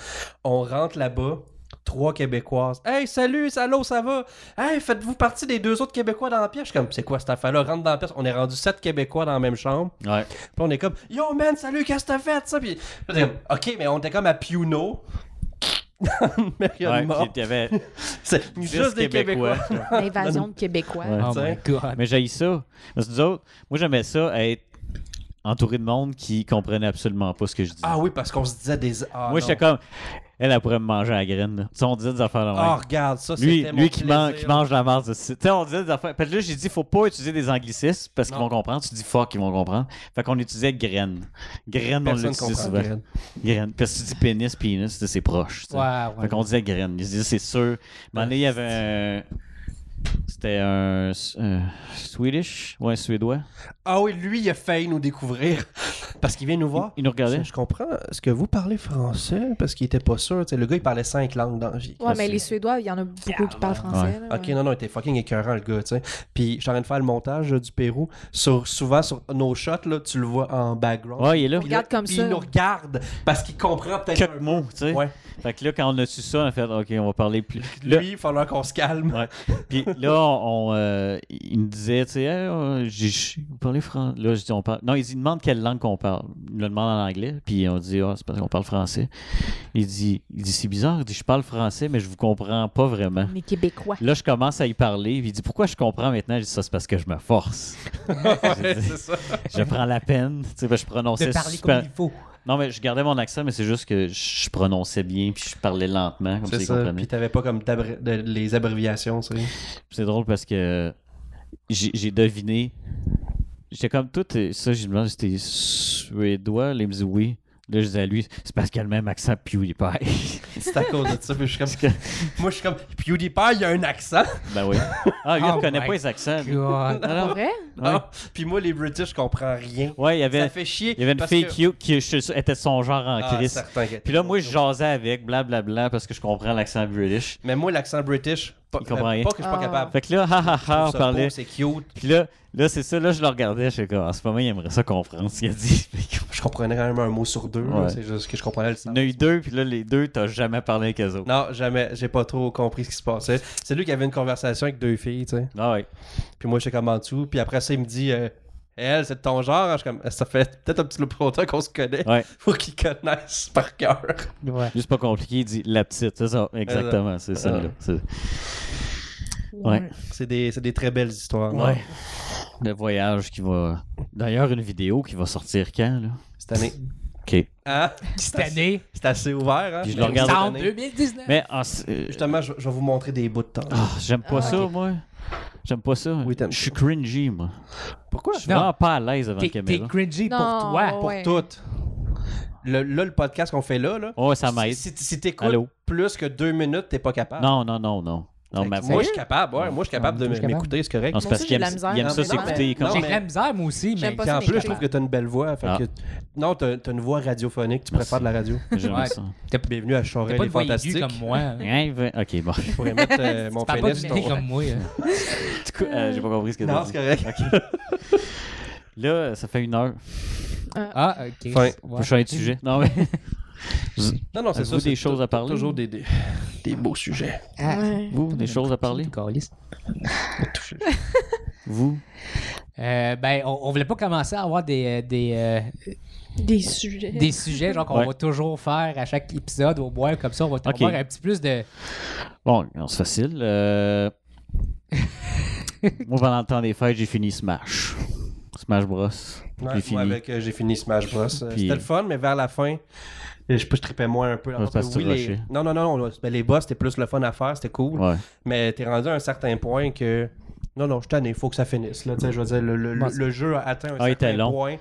On rentre là-bas. Trois Québécoises. Hey, salut, salut, ça va? Hey, faites-vous partie des deux autres Québécois dans la pièce? Je suis comme, c'est quoi cette affaire-là? Rentre dans la pièce. On est rendu sept Québécois dans la même chambre.
Ouais.
Puis on est comme, yo man, salut, qu'est-ce que t'as fait? Ça, puis, je dis, ok, mais on était comme à Puno. mais il y a
ouais
une mort.
puis il y avait
C'est juste
juste
des Québécois.
L'invasion de Québécois.
Ouais.
Oh my
Tiens.
god.
Mais j'ai ça. Parce que nous autres, moi, j'aimais ça être entouré de monde qui comprenait absolument pas ce que je disais.
Ah oui, parce qu'on se disait des. Ah,
moi,
non.
j'étais comme. Elle, elle pourrait me manger à la graine. là. Tu sais, on disait des affaires là
Ah, regarde, ça,
Lui,
c'était mon
lui qui,
plaisir.
mange, qui mange la marde. c'est- Tu sais, on disait des affaires. Parce que là, j'ai dit, faut pas utiliser des anglicismes parce qu'ils
Non.
vont comprendre. Tu dis fuck, ils vont comprendre. Fait qu'on utilisait graine. Graine, on
Personne
l'utilisait
comprend.
souvent.
Graine.
Graine. Parce que tu dis pénis, pénis, c'est- c'est proche. tu sais.
Ouais, ouais.
Fait qu'on disait graine. Ils disaient, c'est sûr. Mais il y avait un. C'était un, un Swedish ou un Suédois.
Ah oui, lui, il a failli nous découvrir parce qu'il vient nous voir.
Il nous regardait.
Je- Je comprends. Est-ce que vous parlez français? Parce qu'il était pas sûr. tu sais, le gars, il parlait cinq langues dans la vie.
Ouais, mais les Suédois, il y en a beaucoup qui parlent français. là,
Ok,
Ah ouais.
non, non, il était fucking écœurant, le gars, tu sais. Puis, je suis en train de faire le montage euh, du Pérou. Sur, souvent, sur nos shots, là, tu le vois en background.
Ouais, il est là.
Puis
regarde comme
puis
ça.
il nous regarde parce qu'il comprend peut-être un
Quelques mots, tu sais.
Ouais.
Fait que là, quand on a su ça, on a fait OK, on va parler plus. Là,
Lui, il falloir qu'on se calme.
Ouais. Puis là, on, on, euh, il me disait, tu sais, Hey, euh, j'ai- j'ai- vous parlez français. Là, je dis, on parle. Non, il dit, il demande quelle langue qu'on parle. Il le demande en anglais. Puis on dit, ah, c'est parce qu'on parle français. Il dit, il dit c'est bizarre. Il dit, je parle français, mais je vous comprends pas vraiment.
Les Québécois.
Là, je commence à y parler. Puis il dit, pourquoi je comprends maintenant? Je dis, ça, c'est parce que je me force.
Ouais, c'est ça.
Je prends la peine. Tu sais, parce que je
De
prononçais
parler
super.
comme il faut.
Non, mais je gardais mon accent, mais c'est juste que je prononçais bien. Puis je parlais lentement. Comme ça,
C'est
ils
ça.
comprenaient.
Puis t'avais pas comme d'abré- de- les abréviations, tu sais.
C'est drôle parce que j'ai j'ai deviné. J'étais comme tout. euh, Ça, j'ai demandé c'était suédois. Là, il me dit oui. Là, je dis à lui, c'est parce qu'il a le même accent que PewDiePie.
C'est à cause de ça. Puis je suis comme... Moi, je suis comme PewDiePie, il a un accent.
ben oui. Ah, lui, il
Oh
reconnaît
my
pas les accents. lui.
God.
Non, non.
En vrai?
Ouais.
Ah, Puis moi, les British, je comprends rien.
Ouais, il y
Ça
avait,
fait chier.
il y avait une
parce
fille
que-
cute qui je suis sûr, était de son genre en
Ah,
crise.
certain que-
Puis là, moi, je jasais avec, blablabla, parce que je comprends l'accent british.
Mais moi, l'accent British, pas,
Il comprend rien.
pas que je suis pas
Ah.
capable.
Fait que là, ha ha ha, on
Ça,
parlait.
beau, C'est cute.
Puis là, là c'est ça, là, je le regardais. Je sais comme, en ce moment, il aimerait ça comprendre ce qu'il a dit.
Je comprenais quand même un mot sur deux. là.
Ouais.
C'est juste que je comprenais le
Il y
sens.
en a eu deux, puis là, les deux, t'as jamais parlé avec eux autres.
Non, jamais. J'ai pas trop compris ce qui se passait. C'est lui qui avait une conversation avec deux filles, tu sais.
Ah ouais.
Puis moi, j'étais comme en dessous. Puis après ça, il me dit euh, Elle, c'est de ton genre. hein. Je suis comme, ça fait peut-être un petit peu longtemps qu'on se connaît.
Ouais.
Faut qu'ils connaissent par cœur.
Ouais.
Juste pas compliqué, il dit la petite, c'est ça, exactement, c'est celle-là. c'est- Ouais.
C'est des, c'est des très belles histoires.
Ouais. Le voyage qui va. D'ailleurs, une vidéo qui va sortir quand, là
hein, Cette année.
Ok.
Hein?
Cette année,
C'est assez ouvert, hein?
Puis je le
Mais
regarde-
cette
en
année.
2019.
Mais ah, c'est- euh,
Justement, je, je vais vous montrer des bouts de temps.
ah, j'aime pas ça, moi. J'aime pas ça.
Oui, t'aimes
je suis cringy, moi.
Pourquoi?
Je suis
Non.
vraiment pas à l'aise devant la
T'es t'es
caméra.
cringy pour
Non,
toi.
Pour
Ouais.
toutes. Le- là, le podcast qu'on fait là, là
Oh, ça m'aide.
si, si t'écoutes
Allô?
plus que deux minutes, t'es pas capable.
Non, non, non, non. Non,
Fait
mais Ah.
que moi, Ah. je suis
sérieux?
capable. ouais, moi, je suis capable
Ouais,
de
moi, je suis
m'écouter, c'est correct.
Non, c'est
Moi
parce
aussi,
qu'il
j'ai de la
aime,
misère.
il aime ça
Non, mais non,
s'écouter.
mais-
comme-
non,
J'ai
mais-
de la misère, moi aussi, mais.
J'aime pas
Puis en
ça,
plus, je
m'écouter.
trouve que t'as une belle voix. Fait
Ah.
que... Non, t'as t'as une voix radiophonique, tu
Merci.
préfères de la radio.
J'aime
Ouais.
ça.
Bienvenue à
T'as
Chorel,
pas
les
une voix aiguë
fantastiques.
comme moi. hein.
Rêve- Ok, bon.
Je pourrais mettre euh, mon
Tu parles pas
pénis
du
ton...
nez comme moi. hein.
Du coup, euh, j'ai pas compris ce que
Non,
t'as
c'est
dit.
correct.
Là, ça fait une heure.
Ah, ok.
Fin.
Faut
Ouais.
que je change de sujet. Non, mais.
Non, non, c'est
Avez-vous
ça. c'est
des choses à
tou-
parler?
Toujours des, des, des beaux sujets.
Ah.
Vous, des choses à parler Vous
Euh, ben, on, on voulait pas commencer à avoir des, euh, des, euh,
Des sujets.
des sujets genre qu'on
Ouais.
va toujours faire à chaque épisode au moins comme ça on va t-
Ok.
avoir un petit plus de
Bon, non, c'est facile. Euh, Moi, pendant le temps des fêtes, j'ai fini Smash. Smash Bros.
Ouais,
j'ai
moi,
fini.
avec, euh, j'ai fini Smash Bros. Euh,
Puis-
C'était le fun, mais vers la fin, euh, je sais pas, je trippais moins un peu.
Ouais, c'est parce que
oui,
tu
les...
rushais.
Non, non, non, non, ben, les boss, c'était plus le fun à faire, c'était cool.
Ouais.
Mais t'es rendu à un certain point que. Non, non, je suis tanné, faut que ça finisse. Là, Tu sais, je veux dire, le, le-
Bon,
le- le jeu a atteint un
Ah, il était
certain
long.
point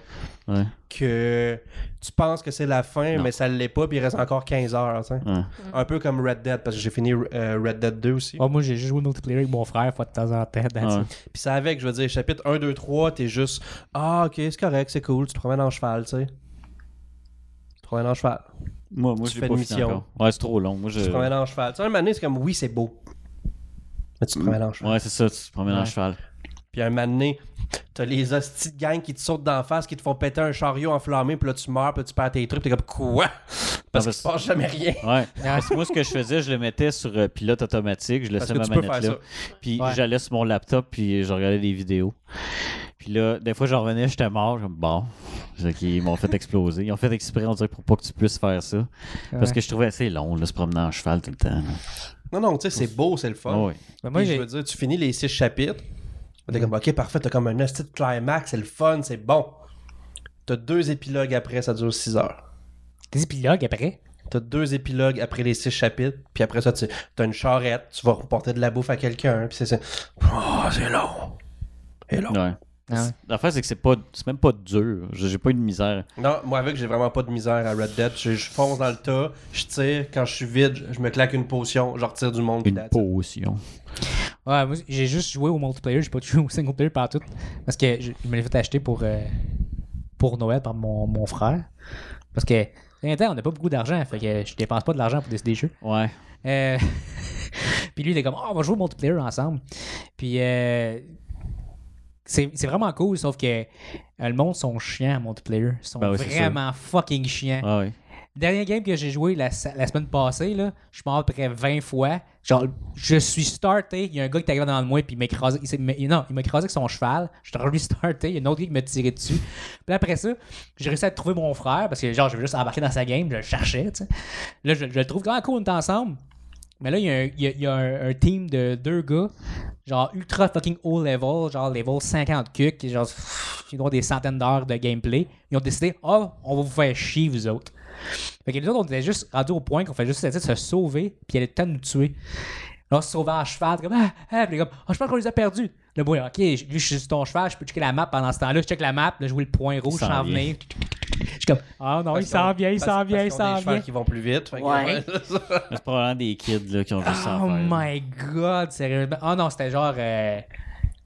Ouais.
que tu penses que c'est la fin,
Non.
mais ça l'est pas, puis il reste encore 15 heures. tu sais.
ouais.
Un peu comme Red Dead, parce que j'ai fini euh, Red Dead 2 aussi.
Ouais, Ah, moi j'ai juste joué multiplayer avec mon frère fois de temps en temps that's
Ouais.
it.
Puis ça avec, je veux dire, chapitre 1, 2, 3, t'es juste Ah, ok, c'est correct, c'est cool, tu te promènes en cheval, tu sais. Tu te promènes en cheval.
Moi, moi
Tu
je
fais
l'ai pas
une
fini
mission.
encore. Ouais, c'est trop long. Moi, je...
Tu te promènes en cheval. Tu sais, un moment donné, c'est comme Oui, c'est beau. Mais tu te promènes en cheval.
Ouais, c'est ça, tu te promènes en
Ouais.
cheval.
Puis un moment donné, t'as les hosties de gang qui te sautent d'en face, qui te font péter un chariot enflammé, puis là tu meurs, puis là, tu perds tes trucs, puis t'es comme quoi Parce
Non,
qu'il se passe jamais rien.
Ouais. Parce que moi, ce que je faisais, je le mettais sur euh, pilote automatique, je
Parce
laissais
que
ma
tu peux faire
manette là. Puis
Ouais.
j'allais sur mon laptop, puis je regardais des vidéos. Puis là, des fois, j'en revenais, j'étais mort. Je me bon. C'est qu'ils m'ont fait exploser. Ils ont fait exprès, on dirait, pour pas que tu puisses faire ça. Parce
Ouais.
que je trouvais assez long, là, se promener en cheval tout le temps. là.
ça. Non, non, tu sais, c'est beau, c'est le fun.
Ah oui.
Mais Ben, moi
Puis je
j'ai
veux dire, tu finis les six chapitres, t'es comme ok, parfait, t'as comme un hostie de climax, c'est le fun, c'est bon. T'as deux épilogues après, ça dure six heures.
des épilogues après
T'as deux épilogues après les six chapitres, puis après ça, tu as une charrette, tu vas reporter de la bouffe à quelqu'un, puis c'est ça. Oh, c'est long. C'est long.
Ouais.
Ah.
L'affaire, c'est que c'est pas, c'est même pas dur. J'ai j'ai pas eu de misère.
Non, moi avec, j'ai vraiment pas de misère à Red Dead. Je, je fonce dans le tas, je tire, quand je suis vide, je, je me claque une potion, je retire du monde. puis
Une
that's it.
potion.
ouais moi j'ai juste joué au multiplayer j'ai pas joué au single player partout parce que je, je me l'ai fait acheter pour euh, pour Noël par mon, mon frère parce que en temps, on n'a pas beaucoup d'argent fait que je dépense pas de l'argent pour des, des jeux
Ouais.
Euh, puis lui, il était comme, Ah, on va jouer au multiplayer ensemble. Puis euh, c'est c'est vraiment cool, sauf que euh, le monde sont chiants à multiplayer. Ils sont
Ben oui, c'est
vraiment fucking chiants.
Ah oui.
Dernière game que j'ai joué la, sa- la semaine passée, là, je suis mort à peu près 20 fois. Genre, je suis starté. Il y a un gars qui est arrivé dans le moi puis il m'a écrasé. il s'est- mais- non, il m'a écrasé avec son cheval. Je suis restarté. Il y a un autre gars qui m'a tiré dessus. Puis après ça, j'ai réussi à trouver mon frère parce que genre, je veux juste embarquer dans sa game. Je le cherchais, tu sais. Là, je, je le trouve quand même cool, on est ensemble. Mais là, il y a, un, il y a- il y a un- un team de deux gars, genre ultra fucking haut level, genre level 50 cuc, qui genre, pff, ils ont des centaines d'heures de gameplay. Ils ont décidé, oh, on va vous faire chier, vous autres. Fait que les autres, on était juste rendus au point qu'on fait juste essayer de se sauver, puis elle est temps de nous tuer. Là, on se sauvait en cheval, comme, ah, ah, puis les gars, oh, je pense qu'on les a perdus. Là, bon, ok, lui, je suis sur ton cheval, je peux checker la map pendant ce temps-là, je check la map, là, je vois le point rouge, je
s'en
s'en
vient.
venir. Je suis comme, ah non, il s'en vient, il
Parce-
s'en
parce
vient, il
qu'ils ont
s'en
des chevals
vient.
qui vont plus vite. fait que-
Ouais.
Mais C'est probablement des kids là, qui ont juste ça à
Oh
faire.
my god, sérieusement. Ah non, c'était genre. euh,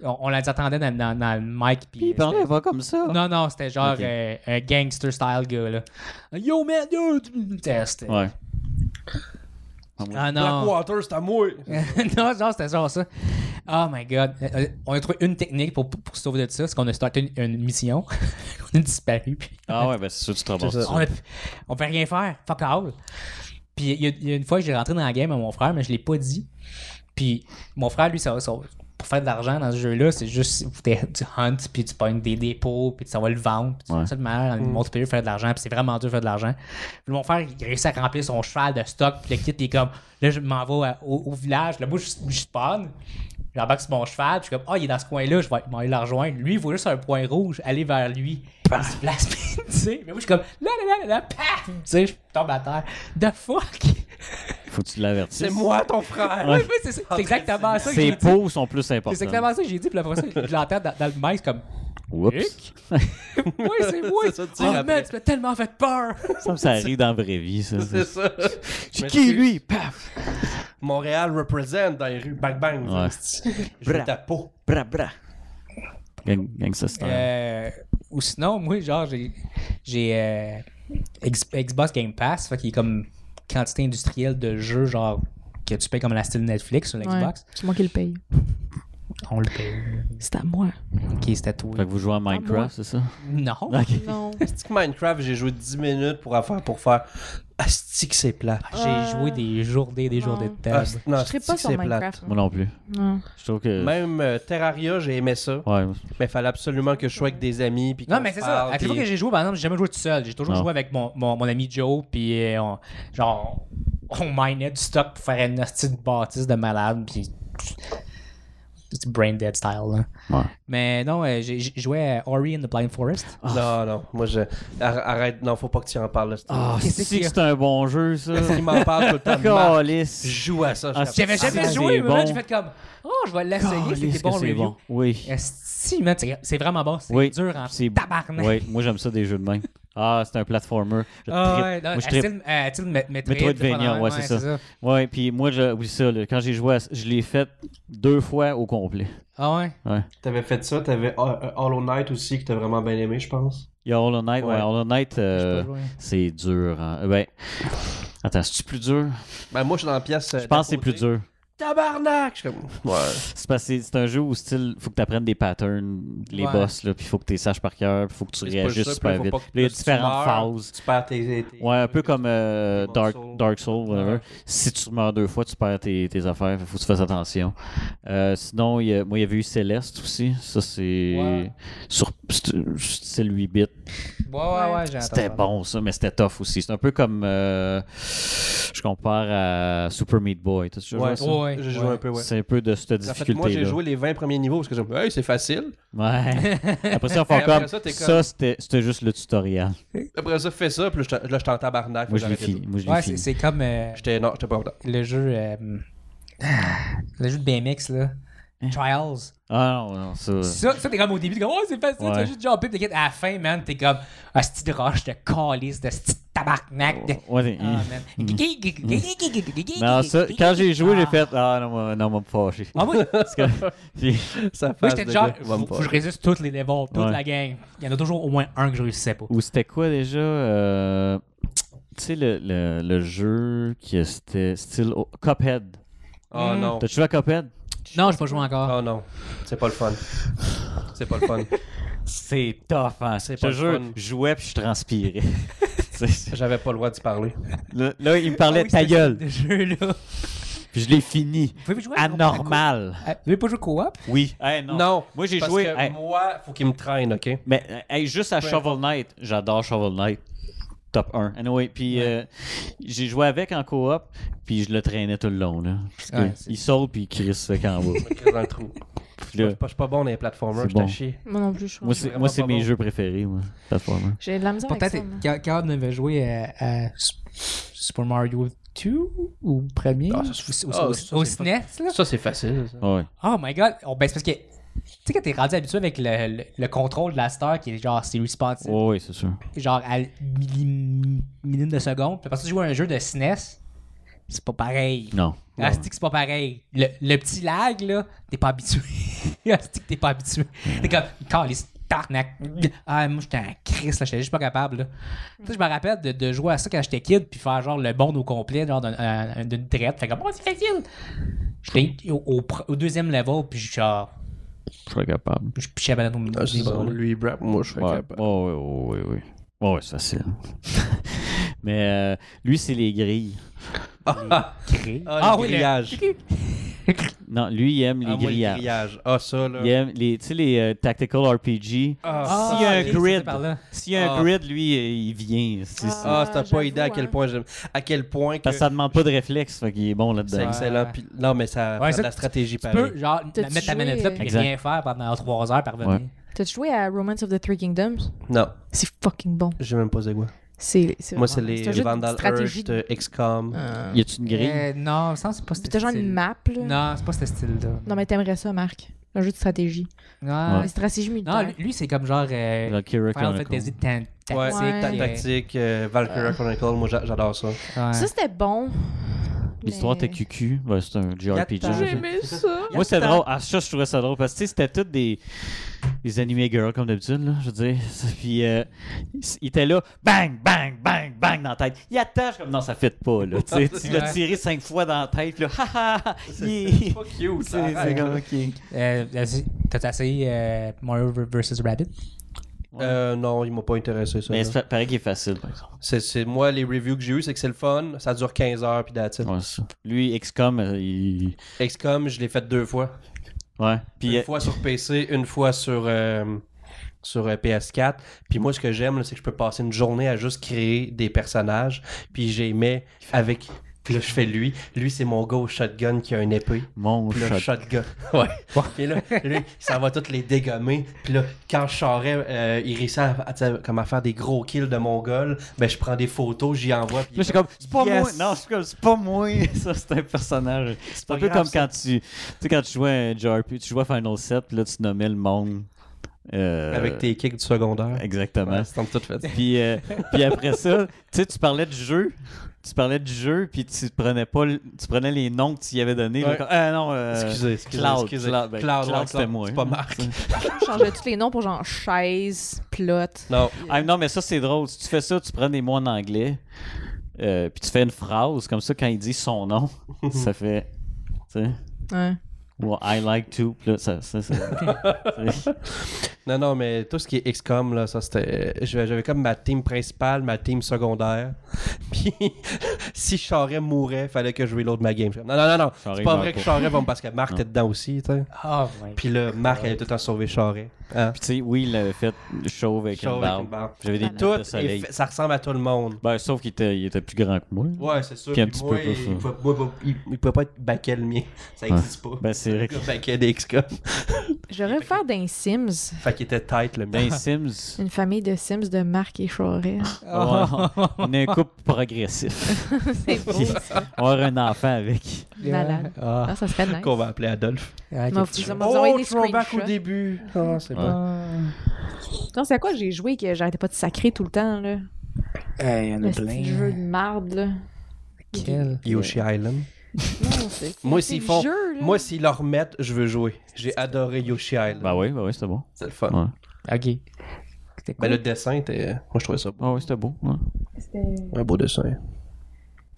on, on les attendait dans, dans- dans le mic. Puis, euh,
Ils parlaient pas comme ça.
non, non, c'était genre
Ok.
euh, un gangster style gars, là. Yo, man, yo! tu- C'était- c'était-
Ouais.
Ah non.
Blackwater, c'est à moi.
non, genre, c'était genre ça. Oh my god. Euh, euh, on a trouvé une technique pour, pour se sauver de ça, c'est qu'on a starté une, une mission. on a disparu, puis
Ah ouais, ben c'est sûr, tu te ramasses
C'est ça.
ça.
on, a- on peut rien faire. Fuck all. Puis il y, a- il y a une fois que j'ai rentré dans la game à mon frère, mais je l'ai pas dit. Puis mon frère, lui, ça, ça- pour faire de l'argent dans ce jeu-là, c'est juste t'es- tu hunt, puis tu pognes des dépôts, puis tu vas le vendre. puis
Ouais.
C'est ça le manière dans le multiplayer de faire de l'argent, puis c'est vraiment dur de faire de l'argent. Puis mon frère, il réussit à remplir son cheval de stock, puis le kit, il est comme, là, je m'en vais à- au, au village, là, moi, je, je spawn. J'embarque sur mon cheval, puis je suis comme, ah, il est dans ce coin-là, je vais m'en aller le rejoindre. Lui, il voit juste un point rouge, aller vers lui. Il se place, puis, tu sais. Mais moi, je suis comme, là, là, là, là, là, paf! Tu sais, je tombe à terre. The fuck!
Faut que tu l'avertisses.
C'est moi ton frère.
Ouais.
Ouais, ouais, c'est ça. C'est exactement ça que
Ses
j'ai dit.
peaux sont plus importantes.
C'est exactement ça que j'ai dit, puis la fois ça, je l'entends dans, dans le mic, c'est comme
Oups.
Oui, c'est moi.
ça, tu tires
oh,
après.
man, tu m'as tellement fait peur.
Ça, me- ça arrive dans la vraie vie, ça.
C'est ça.
C'est
Mais
qui,
c'est-
lui? Paf!
Montréal représente dans les rues. Bang bang.
Ouais.
Je veux ta peau.
Bra, bra. Gang, gangsta style.
Euh, ou sinon, moi, genre, j'ai, j'ai euh, X- Xbox Game Pass, fait qu'il est comme quantité industrielle de jeux, genre, que tu payes comme la style Netflix sur
Ouais.
l'Xbox.
C'est moi qui le paye.
On le paye.
C'est à moi.
Ok, c'était tout.
Fait que vous jouez à
moi.
Minecraft, c'est ça?
Non.
Ok.
Non.
C'est que Minecraft, j'ai joué 10 minutes pour affaire pour faire. Asti que c'est plat.
J'ai
Euh,
joué des journées, des journées de temps.
non,
Je
asti
serais pas
que
sur
Ah, c'est plate.
Minecraft. moi.
Moi non plus.
Non.
Je trouve que.
Même euh, Terraria, j'ai aimé ça.
Ouais.
Mais fallait absolument que je sois avec des amis. Puis
Non,
qu'on
mais
se
c'est ça.
parle,
À chaque fois
puis-
que j'ai joué, par exemple, j'ai jamais joué tout seul. J'ai toujours
Non.
joué avec mon, mon, mon ami Joe, puis euh, on, genre, on minait du stock pour faire une hostie de bâtisse de malade, puis. C'est brain dead style, là.
Ouais.
Mais non, euh, j'ai j'ai joué à Ori in the Blind Forest.
Ah.
Non, non, moi je. Ar- Arrête, non, faut pas que tu en parles. là, c'est-
Ah,
Qu'est-ce
si
qu'il y
que
a?
c'est un bon jeu, ça.
Il m'en parle tout le temps. Marc, je
Calice.
joue à ça. je
Ah,
suis
J'avais
comme-
jamais
Ah,
joué,
c'est
mais là,
bon.
j'ai fait comme. Oh, je vais l'essayer,
Calice
c'était
que
bon
c'est
review.
bon. Oui.
Esti, man, c'est c'est vraiment bon. C'est
Oui,
dur en
c'est-
tabarnak.
Oui, moi j'aime ça des jeux de main. Ah, c'est un platformer. Je
Ah,
trippe.
ouais, non,
moi, je
à
trippe.
style- à style Met- Metroid,
Metroidvania,
dépendamment,
ouais, c'est ça. Ouais, puis moi, je, oui, ça, là, quand j'ai joué à ça, je l'ai fait deux fois au complet.
Ah ouais.
Ouais.
T'avais fait ça, t'avais Ha- euh, Hollow Knight aussi que t'as vraiment bien aimé, je pense.
Il y a Hollow Knight, ouais,
Ouais.
Hollow Knight, euh,
J'ai pas joué.
c'est dur. hein. Euh, Ben, attends, c'est-tu plus dur?
Ben moi je suis dans la pièce.
Je pense que c'est plus dur.
Tabarnak! Je suis comme. Ouais.
C'est parce que c'est un jeu où, style, faut que tu apprennes des patterns, les
Ouais.
boss, là, puis faut que tu les saches par cœur, puis faut que tu
C'est pas
réagisses
ça, puis
super
faut
vite.
pas
Là,
que-
il y a
si tu
différentes
meurs,
phases.
Tu perds tes. tes-
Ouais, un peu comme euh,
Dark
Dark,
Souls.
Dark Souls, whatever.
Ouais.
Si tu meurs deux fois, tu perds tes, tes affaires. Faut que tu fasses attention. Euh, sinon, il y a- moi, il y avait eu Céleste aussi. Ça, c'est.
Ouais.
Sur, c'est- c'est le 8 bits.
Ouais, ouais, ouais, j'ai
C'était
entendu parler.
bon, ça, mais c'était tough aussi. C'est un peu comme. euh, je compare à Super Meat Boy. T'as déjà joué à
Ouais,
ça?
Ouais,
J'ai joué
ouais.
un peu, ouais.
C'est un peu de cette
En fait, moi j'ai
difficulté-là.
joué les 20 premiers niveaux parce que j'ai dit, hey, c'est facile.
Ouais. Après ça, on fait
Après
comme.
ça,
Ça,
t'es comme-
c'était c'était juste le tutoriel.
Après ça, fais ça, puis là, j'étais- là j'étais en tabarnak.
Moi,
faut
je l'ai
que j'arrête
fini. Moi, je l'ai
Ouais, c'est-
fini.
c'est comme euh,
ça. J'étais. Non, j'étais pas content.
le jeu. euh, ah, le jeu de BMX, là.
Hein?
Trials.
Ah non, non, ça.
Ça, ça, t'es comme au début, t'es comme, oh, c'est facile, tu vas
Ouais.
juste jumper, puis t'es à la fin, man, t'es comme, un petit roche de calice, de petit tabarnak. de-
Ouais,
Ah, man.
Oh. Mm. Non, ça, quand j'ai joué, j'ai fait Ah non, moi, non, moi, me fâcher.
Ah, moi,
Parce que- Puis-
Ça
moi, j'étais genre, faut faut que je résiste toutes les levels, toute
Ouais.
la gang. Il y en a toujours au moins un que je réussissais pas.
Ou c'était quoi déjà euh, Tu sais, le, le, le jeu qui était style oh, Cuphead.
Oh non.
T'as-tu joué à Cuphead
Non, j'ai pas joué encore.
Oh non. C'est pas le fun. C'est pas le fun.
C'est tough, hein. C'est
pas
pas
le
jeu,
fun.
je jouais puis je transpirais. Tu sais,
J'avais pas le droit d'y parler.
là, là, il me parlait
Ah oui,
de ta
c'était
gueule.
ce jeu, là.
Puis je l'ai fini.
Vous pouvez jouer à-
Anormal.
Euh, Vous voulez pas jouer co-op?
Oui. Eh, non.
Non.
Moi, j'ai
parce
joué.
que
eh,
moi, faut qu'il me traîne, ok?
Mais euh, hey, juste à
Peu
Shovel Knight, j'adore Shovel Knight. Top 1. Anyway, puis euh, j'ai joué avec en coop, puis je le traînais tout le long. Là, Parce que
Ouais, c'est-
il saute, puis il crisse fait qu'en bas.
Je me crise dans le trou.
Puis
Je
là,
suis pas- je suis pas bon dans les platformers,
C'est
je t'en
bon.
chie.
Moi non plus, je
moi,
crois.
c'est
vraiment
moi, c'est
pas
mes
bon.
jeux préférés, moi. Platformer.
J'ai de la misère avec
Peut-être
ça. moi.
quand quand on avait joué à, à S- Super Mario 2 ou premier
Ah, ça, c'est-
au,
ah,
au-
ça,
au
c'est
SNES, là.
Ça, c'est facile. ça.
Ouais.
Oh my god! Oh, ben, c'est parce que, tu sais, quand t'es rendu habitué avec le, le- le contrôle de la star qui est genre, c'est responsive,
Ouais, ouais, c'est sûr.
genre à millim- millième de seconde, puis parce que tu joues à un jeu de SNES, c'est pas pareil.
Non.
Astic, Ah, c'est pas pareil. Le, le petit lag, là, t'es pas habitué. Astic, t'es pas habitué. T'es comme, calice, tarnac. Ah, moi, j'étais un Chris, là, j'étais juste pas capable, là. Tu sais, je me rappelle de, de jouer à ça quand j'étais kid, puis faire genre le bond au complet, genre d'un- euh, d'une traite. Fait comme, oh, c'est facile. J'étais au, au pr- au deuxième level, puis je genre,
Je serais capable.
je pichais la banane au milieu
Ah,
des
c'est
bras,
ça.
là.
Lui, brap, moi, je suis
Ouais, Oh,
capable.
ouais, ouais, ouais, ouais. Ouais, ouais, Oh, c'est facile. Mais euh, lui, c'est les grilles.
Ah,
Crée. Ah
Ah, le grillage.
le-
Non, lui, il aime les
Ah, moi, le
grillages.
grillage. Ah, ça, là.
Il aime les, tu sais, les euh, tactical RPG.
Ah,
Ah,
S'il y a un
ok,
grid.
c'était par là.
S'il y a un
Ah.
grid, lui, euh, il vient. C'est- c'est-
ah, t'as
j'avoue,
pas idée à quel
hein.
point j'aime. À quel point que
Parce que ça demande pas de réflexe, fait qu'il est bon
c'est
là-dedans.
Ouais.
excellent. puis- non, mais ça
Ouais,
prend
ça,
de la stratégie
Tu
pareil.
peux, genre, la-
T'as-tu
mettre ta
joué,
manette là puis
euh,
rien faire pendant 3 heures par
Ouais.
revenir.
T'as joué à Romance of the Three Kingdoms?
Non,
C'est fucking bon.
j'ai même pas de goût.
C'est,
Moi,
vraiment-
c'est les
un jeu de
Vandal
stratégie.
Earth, euh, XCOM.
Euh,
Y a-tu une grille?
Euh, non, ça c'est pas ce
Puis t'as genre une
style.
map, là.
Non, c'est pas ce style-là.
Non, mais t'aimerais ça, Marc. Un jeu de stratégie.
Non,
Une stratégie militaire.
non, lui, lui, c'est comme genre euh,
Genre Kira
Final
Chronicle.
Fantasy ta-
Ouais,
tactique.
Ouais.
ta-
euh,
tactique, euh, Valkyria Chronicle, moi j'a- j'adore ça.
ouais.
Ça, c'était bon.
L'histoire
mais-
était QQ. Ouais, c'est un JRPG.
Yatta.
je sais.
J'aimais ça.
Moi, c'était drôle. Ah, ça, je trouvais ça drôle parce que tu sais, c'était toutes des, des animés girls comme d'habitude, là, je veux dire. Puis, euh, il était là, bang, bang, bang, bang dans la tête. Il attache comme non, ça fait pas, là. Tu sais, tu l'as
Ouais.
tiré cinq fois dans la tête, puis là, ha ha, ha, yeah.
cute,
C'est c'est comme, ok.
Euh, vas-y, T'as essayé euh, Mario vs. Rabbit?
Euh, non, ils m'ont pas intéressé ça.
Mais
là.
ça paraît qu'il est facile, par exemple.
C'est, c'est- moi, les reviews que j'ai eues, c'est que c'est le fun, ça dure 15 heures, puis that's it.
Ouais, c'est ça. Lui, XCOM, euh, il.
XCOM, je l'ai fait deux fois.
Ouais. Puis,
une
euh,
fois sur PC, une fois sur, euh, sur euh, PS4. Puis moi, ce que j'aime, là, c'est que je peux passer une journée à juste créer des personnages. Puis j'aimais avec. Puis là, je fais lui. Lui, c'est mon gars au shotgun qui a une épée.
mon
Puis là,
shot.
shotgun. Ouais. Puis là, lui, ça va toutes les dégommer. Puis là, quand je charrais, euh, il réussit à, à- tu sais, comme à faire des gros kills de Mongol. Ben, je prends des photos, j'y envoie. Puis
Puis Là, je suis comme, c'est pas
Yes!
moi. Non, je suis comme, c'est pas moi. Ça, c'est un personnage. C'est
pas
un peu
grave,
comme
ça.
quand tu, tu sais, quand tu jouais à un JRPG, tu jouais à Final 7, puis là, tu nommais le monde. euh,
Avec tes kicks du secondaire.
Exactement.
Ouais, c'est comme tout fait.
Puis, euh, puis après ça, tu sais, tu parlais du jeu. Tu parlais du jeu, puis tu prenais pas, le- tu prenais les noms que tu y avais donnés. là,
Ouais.
comme, Ah non, euh,
Excusez, excusez,
Cloud,
excusez.
Cloud, ben,
Cloud,
Cloud,
ouais,
c'était moi,
C'est pas
hein.
Marc.
Je changeais tous les noms pour genre chaise, plot.
Non,
Ah, non, mais ça, c'est drôle. Si tu fais ça, tu prends des mots en anglais, euh, puis tu fais une phrase. Comme ça, quand il dit son nom, ça fait. Tu sais,
Ouais.
well, I like to. Puis là, ça. ça, ça c'est-
Non, non, mais tout ce qui est XCOM, là, ça c'était. J'avais j'avais comme ma team principale, ma team secondaire. Puis si Charret mourait, fallait que je reload ma game. Je suis comme, Non, non, non, non.
Charest,
C'est
il
pas
meurt
vrai que
pas.
Charret va me. Parce que Marc était dedans aussi, tu sais.
Ah, ouais.
Puis là, Marc, elle est tout le temps sauvé Charret. Hein?
Puis tu sais, oui, il l'avait fait chauve avec une
Chauve avec
barbe.
une barbe.
J'avais des
Tout,
notes de
est
soleil.
fait- ça ressemble à tout le monde.
Ben, sauf qu'il était, il était plus grand que moi.
Ouais, c'est sûr.
Puis un
Puis
petit
moi,
peu plus,
il,
hein.
peut- moi, il peut- il- il peut pas être baquet le mien. Ça existe pas.
Ben, c'est vrai
Le
que
gars baquet des XCOM.
J'aurais pu faire d'un Sims.
Fait qu'il était tight le
dans
mien.
les Sims,
Une famille de Sims de Marc et Choré.
on- on est un couple progressif.
c'est beau.
Puis, on va avoir un enfant avec.
Malade.
Ah,
Ah, ça serait nice.
Qu'on va appeler Adolphe.
ah,
M'en
ok.
fous, ça m'a envoyé
Oh,
des
throwback au
screenshots.
début. Ah, c'est bon.
Non, c'est à quoi que j'ai joué que j'arrêtais pas de sacrer tout le temps, là?
Eh, il y en
Le
a
petit jeu de
plein.
marde, là.
Quel?
Yoshi Island.
Non, c'est-
Moi,
c'est
s'ils
le
font-
jeu, là.
Moi, s'ils le remettent, je veux jouer. J'ai adoré Yoshi Island.
Ben oui, ben oui, c'était bon.
C'est le fun.
Ouais.
Ok. C'était
Ben,
cool.
le dessin, était... moi, je trouvais ça beau.
Ah oui, c'était beau. ouais.
C'était-
Un beau dessin.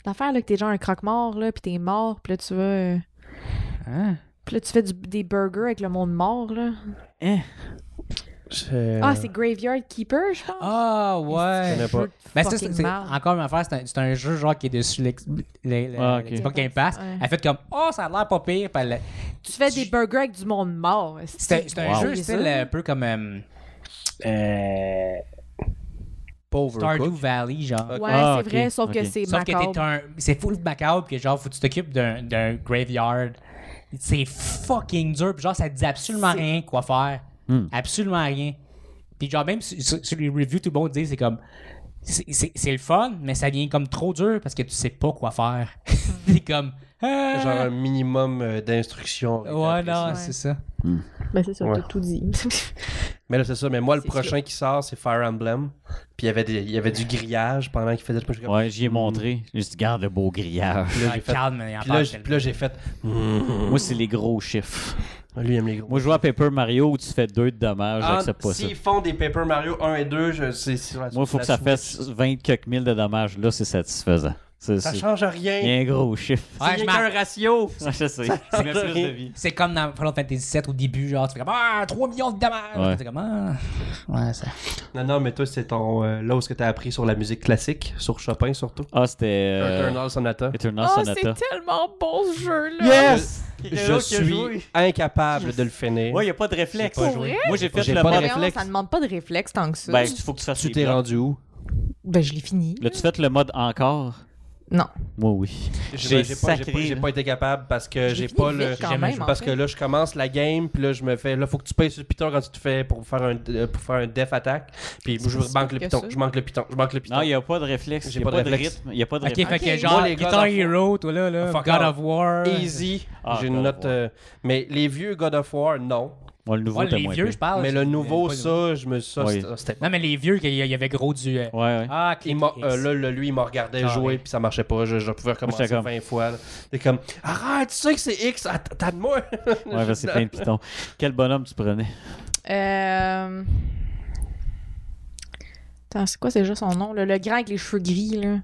L'affaire, là, que t'es genre un croque-mort, là, pis t'es mort, pis là, tu vas... euh,
Hein?
Pis là, tu fais du- des burgers avec le monde mort, là.
Euh.
Ah, c'est Graveyard Keeper, je pense.
Ah,
Je
ouais.
connais pas.
Ben, ça, c'est
Fucking
c'est-
marde.
encore une affaire, c'est un, c'est un jeu genre qui est dessus l'ex- le- le-
Ah, ok.
l'Xbox Game Pass.
Ouais.
Elle fait comme, oh, ça a l'air pas pire. Puis elle-
Tu fais des burgers avec du monde mort.
C'était c'était un
Wow.
jeu style euh, un peu comme euh, euh,
pauvre.
Stardew Valley, genre.
Ouais,
Ah,
c'est
ok,
vrai, sauf que
ok.
c'est
Sauf que t'es
Euh, macabre.
un. C'est full macabre, que genre, faut que tu t'occupes d'un, d'un graveyard. C'est fucking dur, puis genre, ça te dit absolument
C'est-
rien quoi faire.
Hmm.
Absolument rien. Puis genre, même sur, sur- sur les reviews, tout le monde dit, c'est comme. C'est, c'est- c'est le fun, mais ça devient comme trop dur parce que tu sais pas quoi faire. c'est comme. ah,
Genre un minimum euh, d'instructions.
Ouais, non,
Ouais.
c'est ça.
Ben, c'est ça,
Ouais.
t'as tout dit.
Mais là, c'est ça. Mais moi, le
C'est
prochain qui sort, c'est Fire Emblem. Puis il y avait, des- il y avait du grillage pendant qu'il faisait le projet.
Ouais, j'y ai montré. J'ai dit, garde le beau grillage.
Puis là, j'ai
Ouais,
fait-
Ah, calme, il en
puis
parle
là, j'ai- puis là, j'ai fait. Hmm.
Moi, c'est les gros chiffres.
Lui, il aime les gros.
Moi, je joue à Paper Mario où tu fais deux de dommages.
Ah,
J'accepte pas ça.
S'ils font des Paper Mario 1 et 2, je sais.
Moi, il faut que ça fasse 20 quelques mille de dommages. Là, c'est satisfaisant. C'est-
Ça
c'est-
change rien.
Il y a un gros chiffre.
Ouais,
C'est
je
rien qu'un
m'en-
ratio.
Ouais, je sais.
Ça
C'est même
change
plus de
rien.
vie.
C'est comme dans Final Fantasy VII au début, genre, tu fais comme Ah, 3 millions de dommages.
Ouais.
T'es comme Ah. Ouais, ça.
Non, non, mais toi, c'est ton. euh, là où ce que t'as appris sur la musique classique, sur Chopin surtout.
Ah, c'était. euh,
Eternal Sonata.
Eternal
Oh,
Sonata.
c'est tellement bon ce jeu-là!
Yes!
Je suis incapable de le finir.
Ouais, il n'y a pas de réflexe.
Pour vrai?
Moi, j'ai fait
J'ai
le
pas de
mode.
Voyons,
réflexe.
Ça demande pas de réflexe tant que ça.
Ben, il faut que tu fasses
Tu
les
t'es
blocs.
rendu où?
Ben, je l'ai fini.
L'as-tu fait le mode encore?
Non.
Euh,
Moi, oui.
J'ai
J'ai
pas, j'ai pas-
sacré,
j'ai
là.
pas été capable parce que
Je
j'ai
l'ai
pas
fini
le.
vite quand
j'ai-
même, en
Parce que
fait.
là, je commence la game, puis là, je me fais. Là, faut que tu payes sur le piton quand tu te fais pour faire un, euh, pour faire un def attack. Puis
C'est
je
pas si
manque le
pire que
piton,
ça.
je manque le piton, je manque le piton.
Non, il n'y a pas de réflexe.
J'ai
Il n'y a
pas de
pas de
réflexe.
rythme. Il n'y a pas de
Ok,
rythme.
fait que
Ok.
genre
Moi, les God
Guitar
of War-
Hero, toi là, là
Fuck
God
off.
of War.
Easy,
Ah,
j'ai une
God of
note.
War.
euh, mais les vieux God of War, non.
Moi, le nouveau,
Ouais,
t'as
les
moins
vieux,
pire.
je
Ah,
parle.
mais le
c'est-
nouveau,
pas le-
ça, je me. Ça,
Oui.
c'était- c'était
Non, mais les vieux, qu'il y il y avait gros du. euh,
Ouais, ouais.
Ah, clic,
Il m'a-
clic.
euh, là, le- lui, il me regardait
Ah,
jouer,
ouais.
puis ça marchait pas. Je, je pouvais recommencer
j'étais comme-
20 fois. là. T'es comme, arrête, tu sais que c'est X, att- attends de moi.
Ouais, parce que c'est plein de pitons. Quel bonhomme tu prenais?
Euh... Attends, c'est quoi déjà son nom? là? Le grand avec les cheveux gris, là.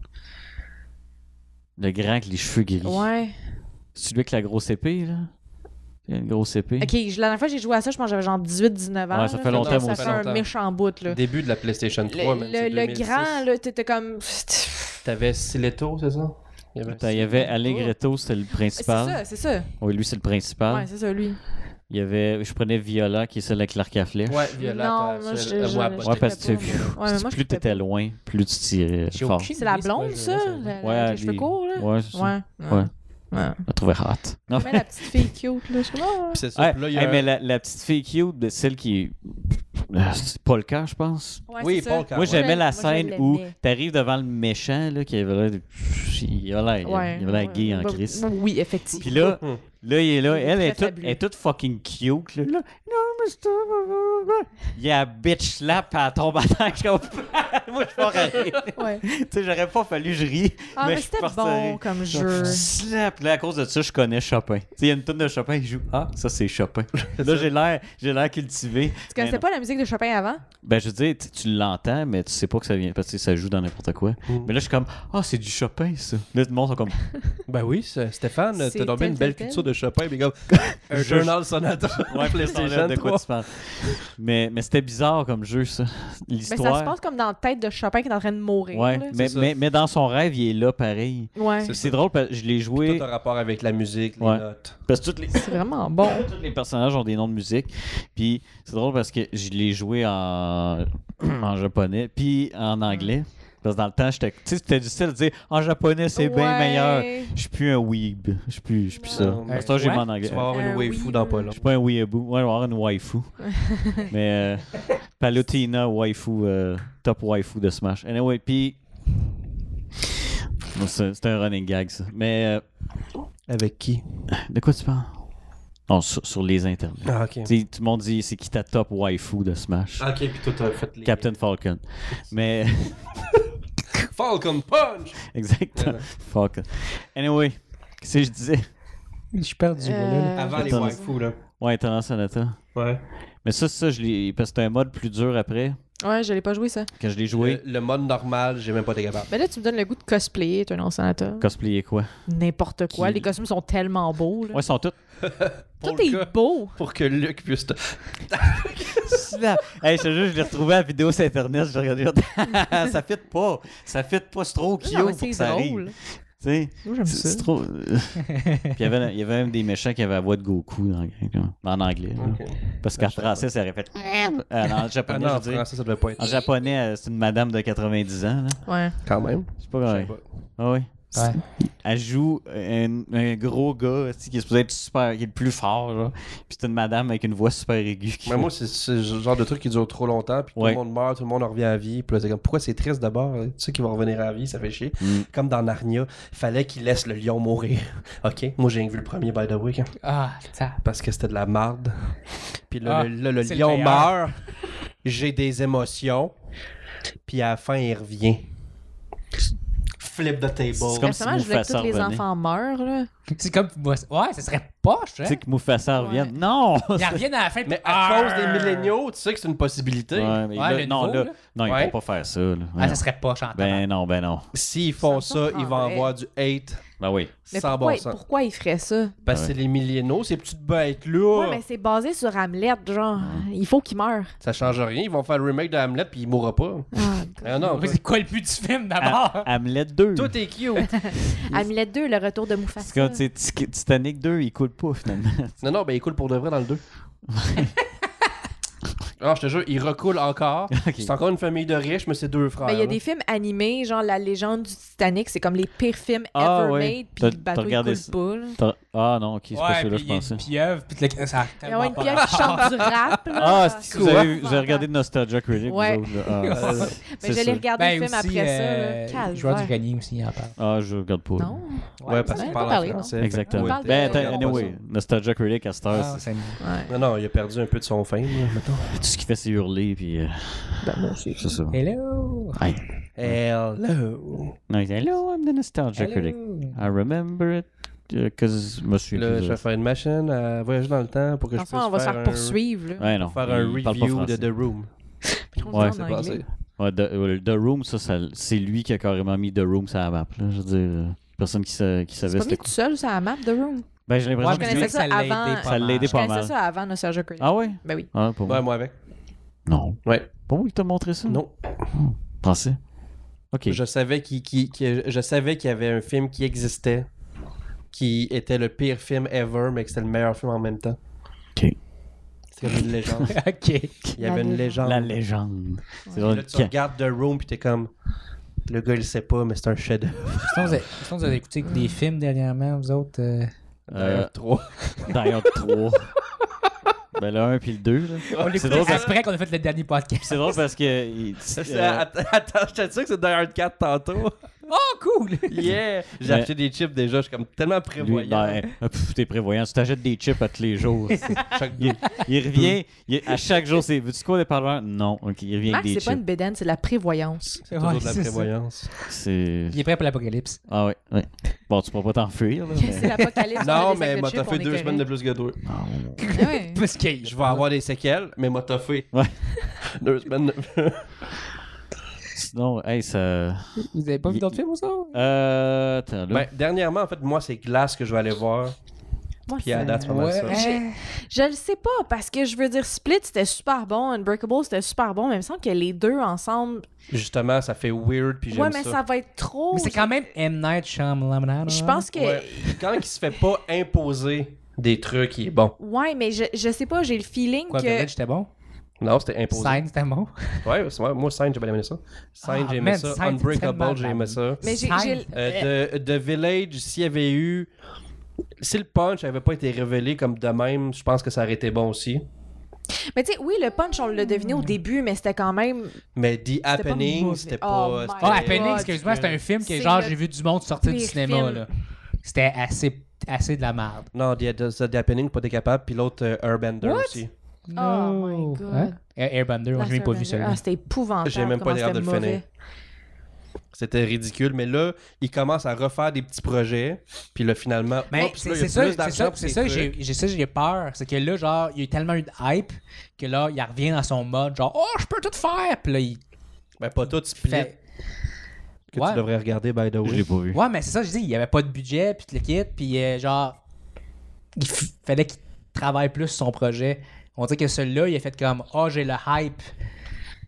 Le grand avec les cheveux gris.
Ouais.
Celui avec la grosse épée, là? Il y a une grosse épée.
Ok, je- la dernière fois que j'ai joué à ça, je pense que j'avais genre 18-19 ans.
Ouais, ça
là.
fait longtemps,
que
moi
aussi.
Ça fait un
Longtemps.
méchant bout, là.
Début de la PlayStation 3, même.
Le,
c'est
le
2006.
grand, là, t'étais comme.
T'avais Sileto, c'est ça? Il y avait
Attends, il y avait Allegretto, c'était le
C'est
principal.
ça, c'est ça.
Oui, lui, c'est le principal.
Ouais, c'est ça, lui.
Il y avait... Je prenais Viola, qui est celle avec l'arc à flèche.
Ouais, Viola,
non,
t'as-
moi,
c'est-
je.
euh,
je-
moi,
je
pas-
Ouais, parce que
trippais
tu-
pas, moi. Ouais, mais moi, je
plus
trippais
t'étais loin, plus tu tirais
J'ai
fort.
aucune
C'est la
idée, quoi,
blonde,
je-
ça? La, la-
Ouais,
avec les cheveux
les-
courts, là?
Ouais, c'est ça.
Ouais.
Ouais.
Ouais.
Je la trouvais hot. Non.
Mais la petite fille cute, là, je sais pas. ouais.
C'est ça.
Ouais,
puis là, il y
hey,
a
mais
un-
la, la petite fille cute, de celle qui. Ah, C'est pas le cas, je pense.
Ouais,
Oui,
c'est ça.
Paul
Moi,
Carr, Ah, ouais.
j'aimais
Moi,
la
je
scène où
l'aimais.
t'arrives devant le méchant, là, qui avait l'air. de- Il avait l'air
Ouais,
il avait l'air
ouais.
gay en
Bah,
crise.
Oui, effectivement.
Puis là,
Hmm.
là, il est là.
Il est
Elle
très
est, toute-
fabuleux.
est toute fucking cute, là. Là, non, mais c'est. Il y a bitch slap, puis elle tombe à terre. Je comprends. Moi, je pars à rire.
Ouais.
Tu sais, j'aurais pas fallu que je rie.
Ah, mais,
je
c'était
partais à
bon
rire.
comme jeu.
Slap! Là, à cause de ça, je connais Chopin. Tu sais, il y a une tonne de Chopin qui joue. Ah, ça, c'est Chopin. Là, j'ai l'air, j'ai l'air cultivé.
Tu
Mais
connaissais
non.
pas la musique de Chopin avant?
Ben, je veux dire, tu- tu l'entends, mais tu sais pas que ça vient. Parce que ça joue dans n'importe quoi. Mais là, je suis comme, ah, c'est du Chopin, ça. Là, tout le monde est comme,
Ben oui, c'est- Stéphane, t'as
C'est
tombé
tel,
une belle
tel, tel.
culture de Chopin, mais comme un
Je-
journal sonata.
ouais, PlayStation, de quoi
3.
tu parles. Mais, mais c'était bizarre comme jeu, ça.
Mais Ben, ça se
L'histoire.
passe comme dans la tête de Chopin qui est en train de mourir.
ouais,
là.
mais,
C'est ça.
mais, mais dans son rêve, il est là, pareil.
Ouais.
C'est drôle, parce que je l'ai joué.
Tout un rapport avec la musique, les
Ouais.
notes.
Parce que toutes les.
C'est vraiment bon.
Tous les personnages ont des noms de musique. Puis c'est drôle parce que je l'ai joué en, en japonais, puis en anglais. Parce que dans le temps, j'étais. Tu sais, c'était du style de dire en japonais, c'est bien
Ouais.
meilleur. Je suis plus un weeb. Je suis plus, je suis plus ça.
Non.
Parce que j'ai
Ouais.
mon anglais.
Tu vas avoir
Euh,
une waifu
oui,
dans
euh,
pas long.
Je suis pas un weeaboo. Ouais, je vais avoir une waifu. Mais euh, Palutina, waifu, euh, top waifu de Smash. Anyway, puis. Bon, C'est c'est un running gag, ça. Mais
Avec qui
euh, de quoi tu parles? Non, sur, sur les internets.
Ah, ok.
Tu sais, tout le monde dit c'est qui ta top waifu de Smash
Ah, Ok, puis toi, t'as fait les.
Captain Falcon. Mais,
Falcon Punch
exactement.
Voilà.
Falcon. Anyway, qu'est-ce que je disais
Je suis perdu, moi, là, là.
Euh,
Avant les
Attends.
waifus, là.
Ouais, Eternal Sonata.
Ouais.
Mais ça, ça, je l'ai. Parce que c'était un mode plus dur après,
Ouais, je l'ai pas joué ça.
que je l'ai joué.
Euh, Le, le mode normal, j'ai même pas été capable.
Mais là, tu me donnes le goût de cosplayer, toi, non, sénateur.
Cosplayer quoi
euh, N'importe quoi.
Qui-
Les costumes sont tellement beaux. Là.
Ouais, ils sont tous.
Pour
Tout
le
est
cas,
beau.
Pour que Luc puisse. te-
Slap. hey, je te jure, je l'ai retrouvé à la vidéo sur Internet. J'ai regardé. j'ai- ça fit pas. Ça fit pas. C'est trop cute
Non, mais
pour que ça arrive. Tu sais,
Moi, j'aime
c'est-
ça.
c'est trop. euh. Puis il y avait il y avait même des méchants qui avaient la voix de Goku dans- en anglais. là.
Ok.
Parce qu'en français, ça aurait fait. Euh, en
Ah
japonais,
non,
je
en
veux dire.
français, ça devait pas
En
être.
japonais, euh, c'est une madame de 90 ans. Là.
Ouais.
Ah, Quand même.
C'est pas vrai. Ah oui.
Euh,
Ouais.
Elle joue un, un gros gars tu sais, qui est supposé être super, qui est le plus fort. Là. Puis c'est une madame avec une voix super aiguë. qui-
Mais moi, c'est c'est le genre de truc qui dure trop longtemps, puis
Ouais.
tout le monde meurt, tout le monde en revient à vie. Puis là, c'est comme, pourquoi c'est triste d'abord hein? Tu sais qu'ils vont revenir à la vie, ça fait chier.
Mm.
Comme dans Narnia, fallait qu'ils laissent le lion mourir. ok, moi j'ai vu le premier, by the way, hein,
Ah, ça.
parce que c'était de la marde. Puis là,
Ah,
le, là, le
c'est le
lion
meilleur.
meurt, j'ai des émotions, puis à la fin, il revient. Flip the table.
C'est comme si
Récemment, je voulais que
Mufasa
tous les
revenait.
enfants meurent. Là.
C'est comme. Ouais, ça serait poche. Hein?
Tu sais que Mufasa
Ouais.
revienne. Non!
Ils en reviennent à la fin. Ah,
Mais
puis-
à cause des
Arr!
milléniaux, tu sais que c'est une possibilité.
Ouais, mais
Ouais,
là-
le
non,
nouveau,
là-
là.
non, ils
Ouais.
vont pas faire ça. là.
Ah, ça serait pas chantant.
Ben non, ben non.
S'ils font
Ça
ça, ils vont
surprendrait.
avoir du hate
Ben oui.
Mais
sans
pourquoi,
bon sens.
pourquoi il ferait ça?
Parce que
Ouais.
c'est les milléniaux, ces petites bêtes-là.
Ouais, mais c'est basé sur Hamlet, genre. Ah. Il faut qu'il meure.
Ça change rien. Ils vont faire le remake de Hamlet puis il mourra pas.
Ah, God.
Ah non,
Mais C'est quoi le but du film d'abord?
Hamlet 2.
Ah! tout est cute.
Hamlet 2, le retour de Mufasa.
Parce que tu sais, Tic- Titanic 2, il coule pas finalement.
non, non, ben il coule pour de vrai dans le 2. Ah, je te jure, il recoule encore.
Ok.
C'est encore une famille de riches, mais c'est deux frères. hein.
Ben, il y a
là.
des films animés, genre La légende du Titanic, c'est comme les pires films
Ah,
ever
ouais.
made, puis
T'as-
le bateau
t'as
il
regardé
coule
ça?
pas. là.
T'as- Ah non, ok, c'est pas
Ouais,
celui-là,
puis
je
il y a une
pensait.
pieuvre, puis le... ça a
Il y a
tellement
une
pas
pieuvre qui chante du rap. là.
Ah, c'est-
Ben,
vous,
Quoi?
avez,
hein?
vous avez regardé Nostalgia Critic,
Ouais.
vous autres, là. Ah,
Euh,
Mais
c'est
j'allais
sûr.
regarder
Ben
le film
aussi,
après
euh,
ça. là.
Joueur du
Calvaire.
grenier aussi, il en parle.
Ah, je regarde pas.
Non.
Ouais, parce
ça,
qu'il
on en
parle
parlait,
en
non?
français.
Exactement.
On parle de-
Ben,
on
attends,
parle
anyway, Nostalgia Critic à cette heure,
Ah,
c'est-
c'est-
Ouais.
Non, non, il a perdu un peu de son fame, là, mettons.
tout ce qu'il fait, c'est hurler, puis euh,
Ben, moi aussi.
c'est ça.
Hello!
Hey.
Hello.
Non, il dit, Hello, I'm the Nostalgia Critic.
Hello.
I remember it, euh, because monsieur.
Là, je vais faire une machine à voyager dans le temps pour que je puisse
Enfin, on va se
faire
faire
un-
poursuivre. là.
Ouais, non.
Faire un
il parle pas
review de
français.
The Room.
On va
Ouais,
en
c'est
anglais.
Ouais, The, euh, The Room, ça, ça- c'est lui qui a carrément mis The Room sur la map. Là. Je veux dire, euh, personne qui, sa- qui
C'est
savait
pas mis
c'était
tout
quoi.
seul sur la map, The Room.
Ben, j'ai
Ouais,
l'impression que
mais
je
c'est-
connaissais
c'est-
ça
l'a aidé
avant.
pas
ça
mal.
l'aidait
Je
pas
connaissais
mal.
ça avant Nostalgia Critic.
Ah ouais?
Ben oui.
Ah, pour
Ouais,
moi.
moi avec.
Non.
Ouais.
Pas moi qui t'a montré ça?
Non.
Pensez. Hmm. Ok.
Je savais qu'il qu'il- qu'il- je savais qu'il y avait un film qui existait, qui était le pire film ever, mais que c'était le meilleur film en même temps.
Ok.
C'est comme une légende.
Ok.
Il y avait
La
une légende.
La légende. C'est
Puis
genre
Là,
une
tu regardes The Room, puis t'es comme, le gars, il sait pas, mais c'est un chef-d'œuvre.
Sinon, vous avez- sinon, vous avez écouté des films dernièrement, vous autres? euh?
Euh,
Trois.
D'ailleurs, 3. ben, le 1 puis le 2.
On
C'est
l'écoutait
drôle parce-
après qu'on a fait le dernier podcast.
C'est drôle parce que. il-
C'est-
euh,
Attends, attends, je te dis que c'est Die Hard 4 tantôt.
Oh, cool!
Yeah! J'ai
Mais-
acheté des chips déjà, je suis comme tellement
lui,
prévoyant.
ben, euh, pff, t'es prévoyant. Tu t'achètes des chips à tous les jours.
Chaque-
il, il revient. il- à chaque jour, c'est. Veux-tu quoi des parleurs? Non. Ok, il revient
Marc,
avec des
c'est
chips.
pas une bédaine, c'est de la prévoyance.
C'est toujours
Ouais,
de la
c'est ça.
prévoyance.
C'est.
Il est prêt pour l'apocalypse.
Ah ouais, ouais. Bon, tu pourras pas t'enfuir, là.
C'est l'apocalypse.
Non, mais moi, t'as fait deux semaines de plus que deux.
plus.
Parce qu'il
Je vais avoir des séquelles, mais m'a toffé.
Ouais.
Deux semaines.
Sinon, hey, ça.
Vous avez pas vu
Il-
d'autres films ou ça?
Euh. Attends, là.
Ben, dernièrement, en fait, moi, c'est Glace que je vais aller voir.
Moi,
Puis à
c'est-
date, c'est pas mal ça.
J'ai- Je le sais pas, parce que je veux dire, Split, c'était super bon, Unbreakable, c'était super bon, mais il me semble que les deux ensemble.
Justement, ça fait weird, puis j'aime
Ouais, mais ça. va être trop.
Mais c'est quand même M. Night Shyamalan.
Je pense que.
Ouais.
Ouais,
Quand il se fait pas imposer des trucs, il est bon.
mais je, je sais pas, j'ai le feeling
Quoi,
que.
Village, c'était bon?
Non, c'était imposé.
Sign, c'était bon?
Ouais, c'est- ouais, moi, Sign, j'ai bien aimé ça. Sign,
Ah,
j'ai aimé
man,
ça.
Sign, c'est tellement
Unbreakable, j'ai aimé
bon.
ça.
Mais j'ai.
Sign.
j'ai-
Euh, de, de Village, s'il y avait eu. Si le punch avait pas été révélé comme de même, je pense que ça aurait été bon aussi.
Mais tu sais, oui, le punch, on l'a deviné au début, mais c'était quand même.
Mais The Happening,
mauvais.
c'était
Oh
pas.
my
c'était-
Ah,
Ouais.
Happening,
Ouais,
excuse-moi, c'est un film que
C'est
genre
le
j'ai vu du monde sortir du
pire
cinéma.
film.
là. C'était assez, assez de la merde.
Non, The, The, The Happening, pas capable, puis l'autre, euh, Airbender
What?
aussi.
No.
Oh my God.
Hein? Air- Airbender, moi, j'ai même pas vu celui-là.
Ah, c'était épouvantable.
J'ai même pas
comment
l'air de
c'était
le finir.
mauvais.
C'était ridicule, mais là, il commence à refaire des petits projets, puis là, finalement,
Mais
oups,
c'est
là, il y a
c'est ça,
plus
c'est
d'argent
ça,
pour
c'est
des
ça, que
trucs.
j'ai j'ai ça, j'ai peur. C'est que là, genre, il y a eu tellement eu de hype que là, il revient dans son mode, genre, oh, je peux tout faire. Puis là, il
Ben, pas tout split
fait.
que
Ouais.
tu devrais regarder, by the
Je
way.
l'ai pas vu.
Ouais, mais c'est ça, je dis, il n'y avait pas de budget, puis tout le kit, puis euh, genre, il f- fallait qu'il travaille plus sur son projet. On dirait que celui-là, il a fait comme, oh, j'ai le hype,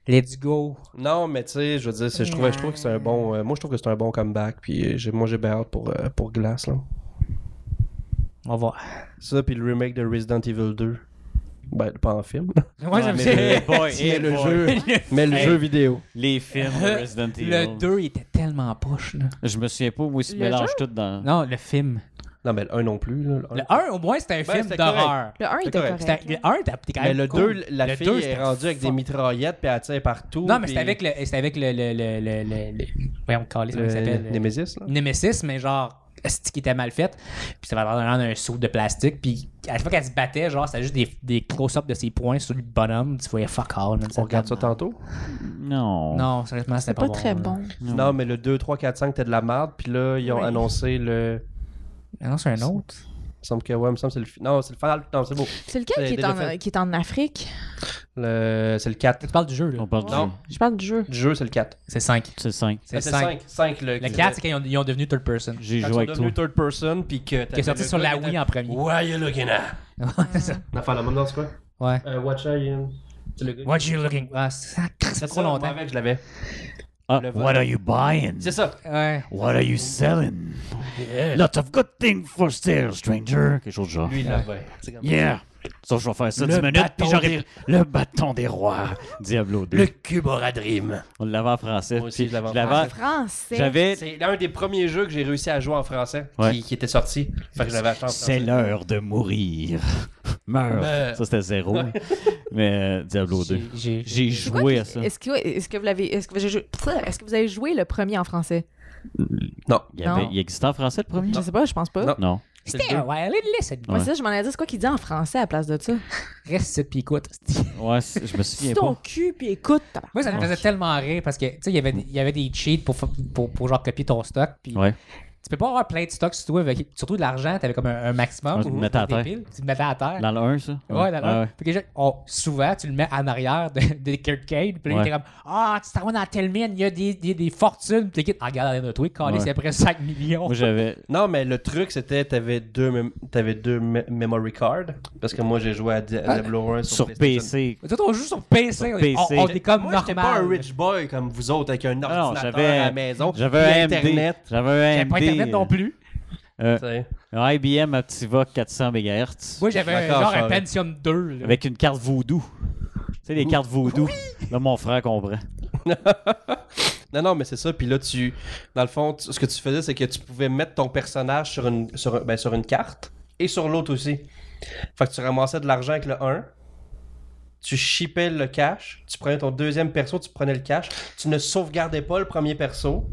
let's go.
Non, mais tu sais, je veux dire, c'est- je trouvais- je trouve que c'est un bon. euh, moi, je trouve que c'est un bon comeback, puis euh, j'ai- moi, j'ai bien hâte pour, euh, pour Glass, là.
On va.
Ça, puis le remake de Resident Evil 2. Ben, pas en film,
Moi,
Ah,
j'aime
mais
ça.
hey boy,
mais
hey
le
boy.
jeu, mais le
Hey.
jeu vidéo.
Les films de Resident Evil.
Le 2, il était tellement poche, là.
Je me souviens pas, moi, ils se
Le
mélangent tout dans.
Non, le film.
Non, mais le 1 non plus. là,
Le 1, au moins, c'était un
Ben,
film
c'était
d'horreur.
Le 1
C'est
était
correct.
correct.
C'était- Le 1, t'es quand
Mais
même
le
cool.
2, la
Le
fille
deux,
est
c'était
rendue avec des
fuck.
mitraillettes, puis elle tire partout.
Non, mais
puis-
c'était avec le. C'était avec le. le, le, le, le, le... Voyons, câlisse, comment il s'appelle.
le Nemesis, là.
Nemesis, mais genre, c'est qui était mal faite. Puis ça va avoir l'air d'un saut de plastique. Puis à chaque fois qu'elle se battait, genre, c'était juste des, des close-ups de ses points sur le bonhomme. Tu voyais fuck all. man,
On regarde ça
tellement-
tantôt.
Non.
Non, sérieusement, c'était
C'était
pas,
pas très
là.
bon.
Non.
Non, mais le 2, 3, 4, 5, t'es de la merde. Puis là, ils ont
Oui.
annoncé le.
Ah Non, c'est un autre.
Il me semble que, ouais, il me semble que c'est le. fi- Non, c'est le final. Non, c'est beau.
C'est lequel
C'est
qui est,
déjà
en,
fait.
qui est en Afrique?
Le- C'est le 4.
Tu parles du jeu, là.
On parle
Non.
du
Je parle du jeu.
Du jeu, c'est le 4.
C'est 5.
c'est 5.
C'est
Ah,
5.
5, le.
Le 4, c'est quand ils ont, ils ont devenu third person.
J'ai
quand
joué
ils sont
avec toi.
devenus third person, puis que.
Qui est sorti sur la Wii en premier.
Why you looking at?
Ouais, c'est ça.
L'affaire, la même danse, quoi?
Ouais.
Euh, Watch Eye. euh, C'est le gars.
What you looking? Ah, ça
C'est
c'est trop
ça, moi,
longtemps.
avec, je l'avais.
Ah,
Le
what
vol.
are you buying?
C'est ça.
Ouais.
What are you selling? Lots of good things for sale, stranger. Quelque chose de genre.
Lui, il l'avait. C'est comme-
Yeah! Ça, je vais faire ça
Le
10 minutes, puis
bâton
j'aurai
des-
le bâton des rois. Diablo 2.
Le cube aura dream.
On l'avait en français.
Moi aussi,
puis
je l'avais en
je
En
l'avais-
français.
J'avais...
C'est l'un des premiers jeux que j'ai réussi à jouer en français
Ouais.
qui, qui était sorti. Fait que je l'avais acheté en
C'est
français.
l'heure de mourir. Meurs.
Meurs.
Ça, c'était zéro. Mais euh, Diablo 2.
J'ai- j'ai-
J'ai
C'est quoi
joué
qui-
à ça.
Est-ce que, est-ce que vous l'avez. Est-ce que, j'ai joué- Pfff, est-ce que vous avez joué le premier en français?
Il, y avait...
Non.
il existait en français, le premier?
Je sais pas, je pense pas.
Non.
Non.
C'est
C'était
le
un
deux.
while it listen.
Ouais.
Moi, ça, je m'en ai dit, c'est quoi qu'il dit en français à la place de ça?
Reste ici, puis écoute.
Ouais, c'est- je me souviens
Si ton
pas.
cul, puis écoute. tabarnak.
Moi, ça me faisait tellement rire parce que, tu sais, il y avait- il y avait des cheats pour, fa- pour, pour genre copier ton stock. Puis
Ouais.
tu peux pas avoir plein de stocks, surtout, avec, surtout de l'argent. T'avais comme un, un maximum.
Ah, tu le mettais à
des
terre.
piles, Tu le mettais à terre.
Dans le 1, ça?
Ouais, dans l'ordre.
ouais.
Fait que les gens- on- souvent, tu le mets en arrière de, de Kurt Cade, puis là,
Ouais.
il était comme Ah, tu t'en vas dans telle mine, il y a des, des, des fortunes, puis t'es ah, regarde, dans notre week, calé,
Ouais.
c'est à peu près 5 millions.
Moi, j'avais...
Non, mais le truc, c'était t'avais deux, mem- t'avais deux me- memory cards. Parce que moi, j'ai joué à Di- à Diablo 1 sur,
Sur
PlayStation.
PC.
Tout on joue sur PC, on, est-
PC.
on- on est comme
Moi, j'étais
normal.
pas un rich boy comme vous autres, avec un
Ah non,
ordinateur
j'avais-
à la maison. puis
J'avais un AMD.
Internet.
J'avais un
J'avais
AMD.
pas Internet non plus.
euh,
tu sais.
un IBM Aptiva 400 MHz.
Moi, j'avais un-
D'accord,
genre un
Charles.
Pentium 2. là.
Avec une carte voodoo. Tu sais, les cartes voodoo. Là, mon frère comprend.
Non, non, mais c'est ça. Puis là, tu, dans le fond, tu- ce que tu faisais, c'est que tu pouvais mettre ton personnage sur une, sur, un- ben, sur une carte et sur l'autre aussi. Fait que tu ramassais de l'argent avec le 1. Tu shippais le cash. Tu prenais ton deuxième perso, tu prenais le cash. Tu ne sauvegardais pas le premier perso.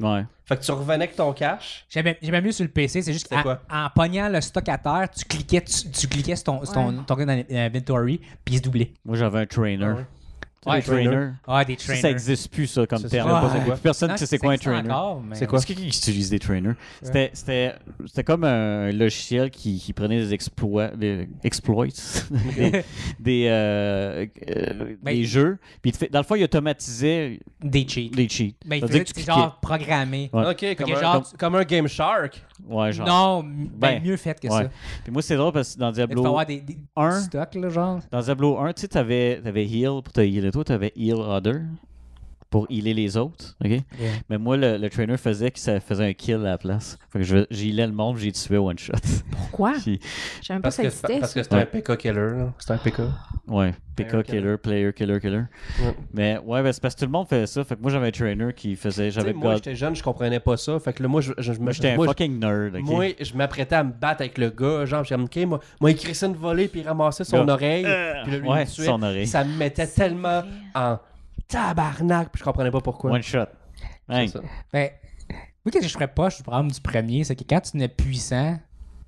Ouais.
Fait que tu revenais avec ton cash.
J'aimais j'aimais mieux sur le PC, c'est juste
C'était
qu'en
quoi?
en pognant le stock à terre, tu cliquais, tu, tu cliquais sur ton, sur ton,
Ouais.
ton gars dans l'inventory, puis il se doublait.
Moi, j'avais un trainer.
Ouais.
Tu sais, les
Ouais,
trainers.
trainer.
Ah, des
Ça,
trainers.
Ça n'existe plus, ça, comme
Ça,
terme.
je
Pas
sais
ça.
pas c'est quoi.
Plus Personne
Non,
ne sait c'est quoi un
Ah, existe
trainer.
encore, mais-
C'est quoi?
Est-ce qu'il utilise des trainers? C'était- C'était c'était comme un logiciel qui, qui prenait des exploits, des exploits, des, des, euh, euh,
Mais-
des jeux. Puis il te fait- dans le fond, il automatisait
Des cheats.
les cheats.
Mais il
Ça veut
faisait
dire que tu
c'est
cliquais.
genre programmé.
Ouais.
Ok, comme,
que
un,
genre,
comme- comme un Game Shark.
Ouais, genre.
Non, m- ben,
Ben,
mieux fait que
Ouais.
ça.
Puis moi, c'est drôle parce que dans
Il faut
Diablo,
avoir des, des
un.
stocks, là, genre.
dans Diablo 1, tu sais, t'avais, t'avais heal pour te healer toi, t'avais heal other pour healer les autres. ok? Mais moi, le, le trainer faisait que ça faisait un kill à la place. Fait que je, j'ai healé le monde, j'ai tué one shot.
Pourquoi?
Puis-
J'aime pas
Parce
ça
que
existait.
parce
ça.
que c'était un PK killer. là. C'était un PK.
Ouais, PK,
Player
killer, player, killer, killer.
Ouais.
Mais ouais, ben, c'est parce que tout le monde faisait ça. Fait que moi, j'avais un trainer qui faisait.
Tu sais,
J'avais
Moi,
God.
j'étais jeune, je comprenais pas ça. Fait que là, moi, je, je, je me-
Moi, j'étais un
moi, je-
fucking nerd. ok?
Moi, je m'apprêtais à me battre avec le gars. Genre, j'ai ok, moi, moi, il crissait une volée, puis il ramassait son
Gars.
oreille.
Euh,
puis là, lui, il
ouais,
me tuait.
son oreille.
Ça me mettait tellement en tabarnak, puis je comprenais pas pourquoi.
One shot. Hein.
C'est ça.
Ben, moi, qu'est-ce que je ferais pas, je suis probablement du premier, c'est que quand tu n'es puissant,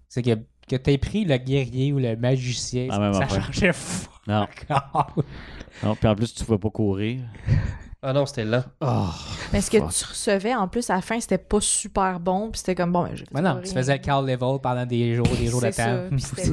c'est que, que t'aies pris le guerrier ou le magicien,
Ah,
ça-
même
ça
affaire.
changeait fou.
Non, non. Puis en plus, tu pouvais pas courir.
Ah non, c'était lent.
Oh.
Mais ce que tu recevais, en plus, à la fin, c'était pas super bon. Puis c'était comme, bon, ben, j'ai fait
Mais
ça
non,
pour
tu
rien.
faisais le call level pendant des jours, des jours de
C'est ça,
temps.
puis c'était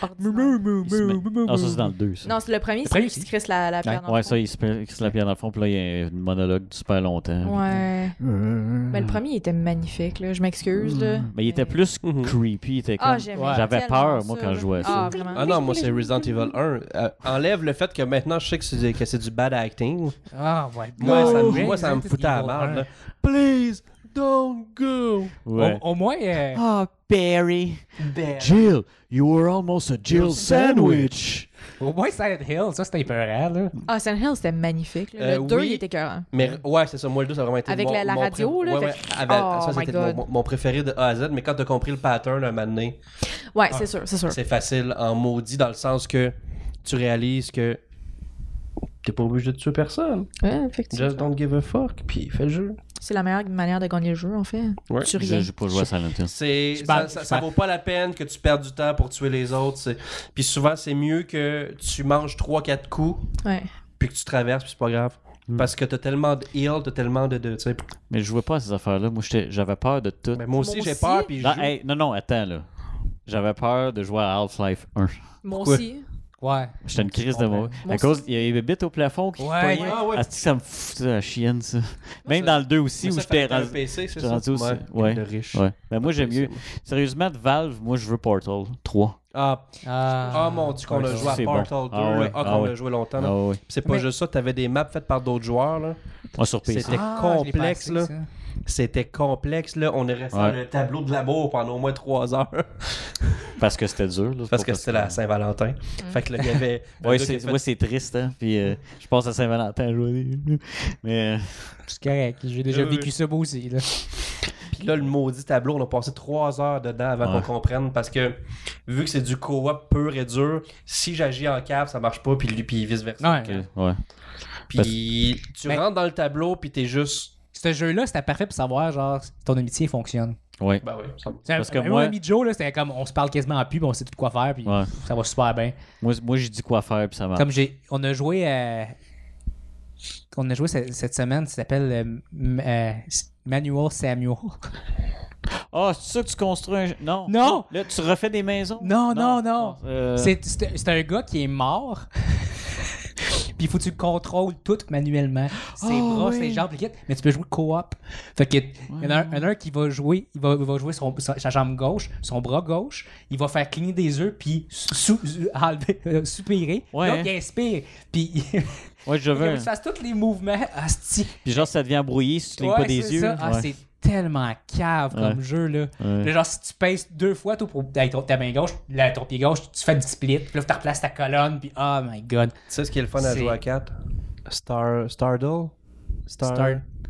ordinaire.
Il se met- Non, ça, c'est dans le 2. Ça.
Non, c'est le premier,
premier aussi.
c'est lui qui se crisse la, la pierre dans le
ouais,
fond.
ça, il se met- il se la pierre dans le fond. Puis là, il y a un monologue de super longtemps. Euh.
Ouais. Mais
Mais
le premier, il était magnifique, là. Je m'excuse, là.
Mais il était plus
Mhm.
creepy. Il était comme.
Ah, j'aimais
Ouais. Mm. J'avais
tellement
peur, moi,
ça,
quand je
là.
jouais à ça.
Ah, vraiment.
Ah non, moi, c'est Resident Evil 1. Euh, enlève le fait que maintenant, je sais que c'est, que c'est du bad acting.
Ah, ouais.
Moi,
Non,
ça, me-
ouais,
moi, ça me
Resident
foutait à la
Evil
merde.
1.
là. Please, don't go.
Ouais.
Au, au moins, euh,
Oh,
Ah,
Barry.
Ah, ben.
Jill, you were almost a Jill sandwich.
au moins Silent Hill, ça c'était épeurant, là.
Ah, Silent Hill, c'était magnifique. là.
Euh,
Le 2,
oui.
il était cœur.
Mais ouais, c'est ça. Moi, le 2, ça a vraiment été
Avec
mon,
la- la
mon
radio,
pré-
là,
ouais, ouais,
fait-
avec-
Oh
ça,
my
c'était
God.
mon, mon préféré de A à Z. Mais quand t'as compris le pattern un moment donné,
Ouais,
Ah.
c'est sûr, c'est sûr.
c'est facile en maudit dans le sens que tu réalises que t'es pas obligé de tuer personne.
Ouais, effectivement.
Just don't give a fuck, puis fais le jeu.
C'est la meilleure manière de gagner le jeu, en fait.
Ouais.
Je
Tu rien.
n'ai pas joué à Silent Hill.
C'est,
Je
ça,
parle-
ça,
je
ça
parle.
vaut pas la peine que tu perdes du temps pour tuer les autres. c'est- Puis souvent, c'est mieux que tu manges 3-4 coups,
Ouais.
puis que tu traverses, puis c'est pas grave. Parce que t'as tellement de heal, t'as tellement de. de tu sais,
Mais je jouais pas à ces affaires-là. Moi, j'étais- j'avais peur de tout.
ben, moi aussi,
Moi
j'ai
aussi.
peur, puis je.
Non,
joue.
hey, non, non, attends, là. j'avais peur de jouer à Half-Life 1.
Moi
Pourquoi?
aussi.
Ouais.
J'étais une crise de
comprends.
moi.
Moi
À
aussi.
cause, il y avait des bites au plafond qui
Ouais,
poignaient.
ouais,
ouais.
Ah, c'est que ça me fout la chienne, ça. Même
ça-
dans le 2 aussi,
Mais
où
ça,
j'étais
fallait un
rendu.
PC, c'est
j'étais rendu aussi.
Ouais.
Ouais.
Le riche.
Ouais. Ben, moi, j'aime mieux.
PC.
Sérieusement, de Valve, moi, je veux Portal 3.
Ah,
Ah,
ah, mon dieu, qu'on a
Ouais,
joué à
c'est bon.
Portal 2.
Ah
là.
ouais,
Ah,
ah
qu'on
ouais.
a joué longtemps. là.
Ah oui.
C'est pas
Mais-
juste ça, t'avais des maps faites par d'autres joueurs. là.
Moi, sur PC.
C'était
Ah,
complexe, là. C'était complexe, là. On est resté
Ouais.
dans le tableau de labour pendant au moins trois heures.
Parce que c'était dur. là, c'est
Parce
pas
que c'était la Saint-Valentin.
Mm.
Fait que là, il y avait. le
Ouais,
gars qui a
c'est
fait-
ouais, c'est triste, hein. Puis euh, je pense à Saint-Valentin à jouer. Mais. euh,
C'est correct. J'ai déjà
Oui, oui.
vécu ça moi aussi. Là.
Puis là, le maudit tableau, on a passé trois heures dedans avant
Ouais.
qu'on comprenne. Parce que vu que c'est du co-op pur et dur, si j'agis en cave, ça marche pas. Puis lui, puis vice-versa.
Ouais.
que- euh, ouais.
Puis tu
Mais-
rentres dans le tableau, puis t'es juste.
Ce jeu-là, c'était parfait pour savoir genre si ton amitié fonctionne.
Ouais.
Ben oui, ça va.
C'est un-
Parce que
mon
moi-
ami Joe, là, c'était comme on se parle quasiment en pub, on sait tout de quoi faire, puis
Ouais.
ça va super bien.
Moi, moi j'ai dit quoi faire, puis ça marche.
Comme j'ai, on a joué, euh, on a joué ce- cette semaine, ça s'appelle euh, M- euh, S- Manual Samuel.
Ah, c'est ça que tu construis un. Non.
Non!
Là, tu refais des maisons.
Non, non, non.
Euh,
C'est c'est- c'est un gars qui est mort. Puis il faut que tu le contrôles tout manuellement. Ses
Ah,
bras,
oui.
ses jambes, les kits. Mais tu peux jouer co-op. Fait que, il y en a un, il y en a un qui va jouer, il va, il va jouer son, sa, sa jambe gauche, son bras gauche. Il va faire cligner des yeux, puis sou- sou- enlever- euh, soupirer.
Ouais,
Donc,
hein.
il inspire. Puis il
Ouais, je
faut
veux.
que tu fasses tous les mouvements. Asti.
Puis genre, ça devient brouillé si tu clignes
Ouais,
pas des
c'est
yeux.
ça. Ah,
Ouais.
C'est tellement cave comme
Ouais.
jeu, là.
Ouais.
Là, genre, si tu pèses deux fois toi, pour, avec ton- ta main gauche, là, ton pied gauche, tu fais du split, puis là, tu replaces ta colonne, puis oh my god.
Tu sais ce qui est le fun à
C'est-
jouer à 4 Star... Stardoll Star...
Star-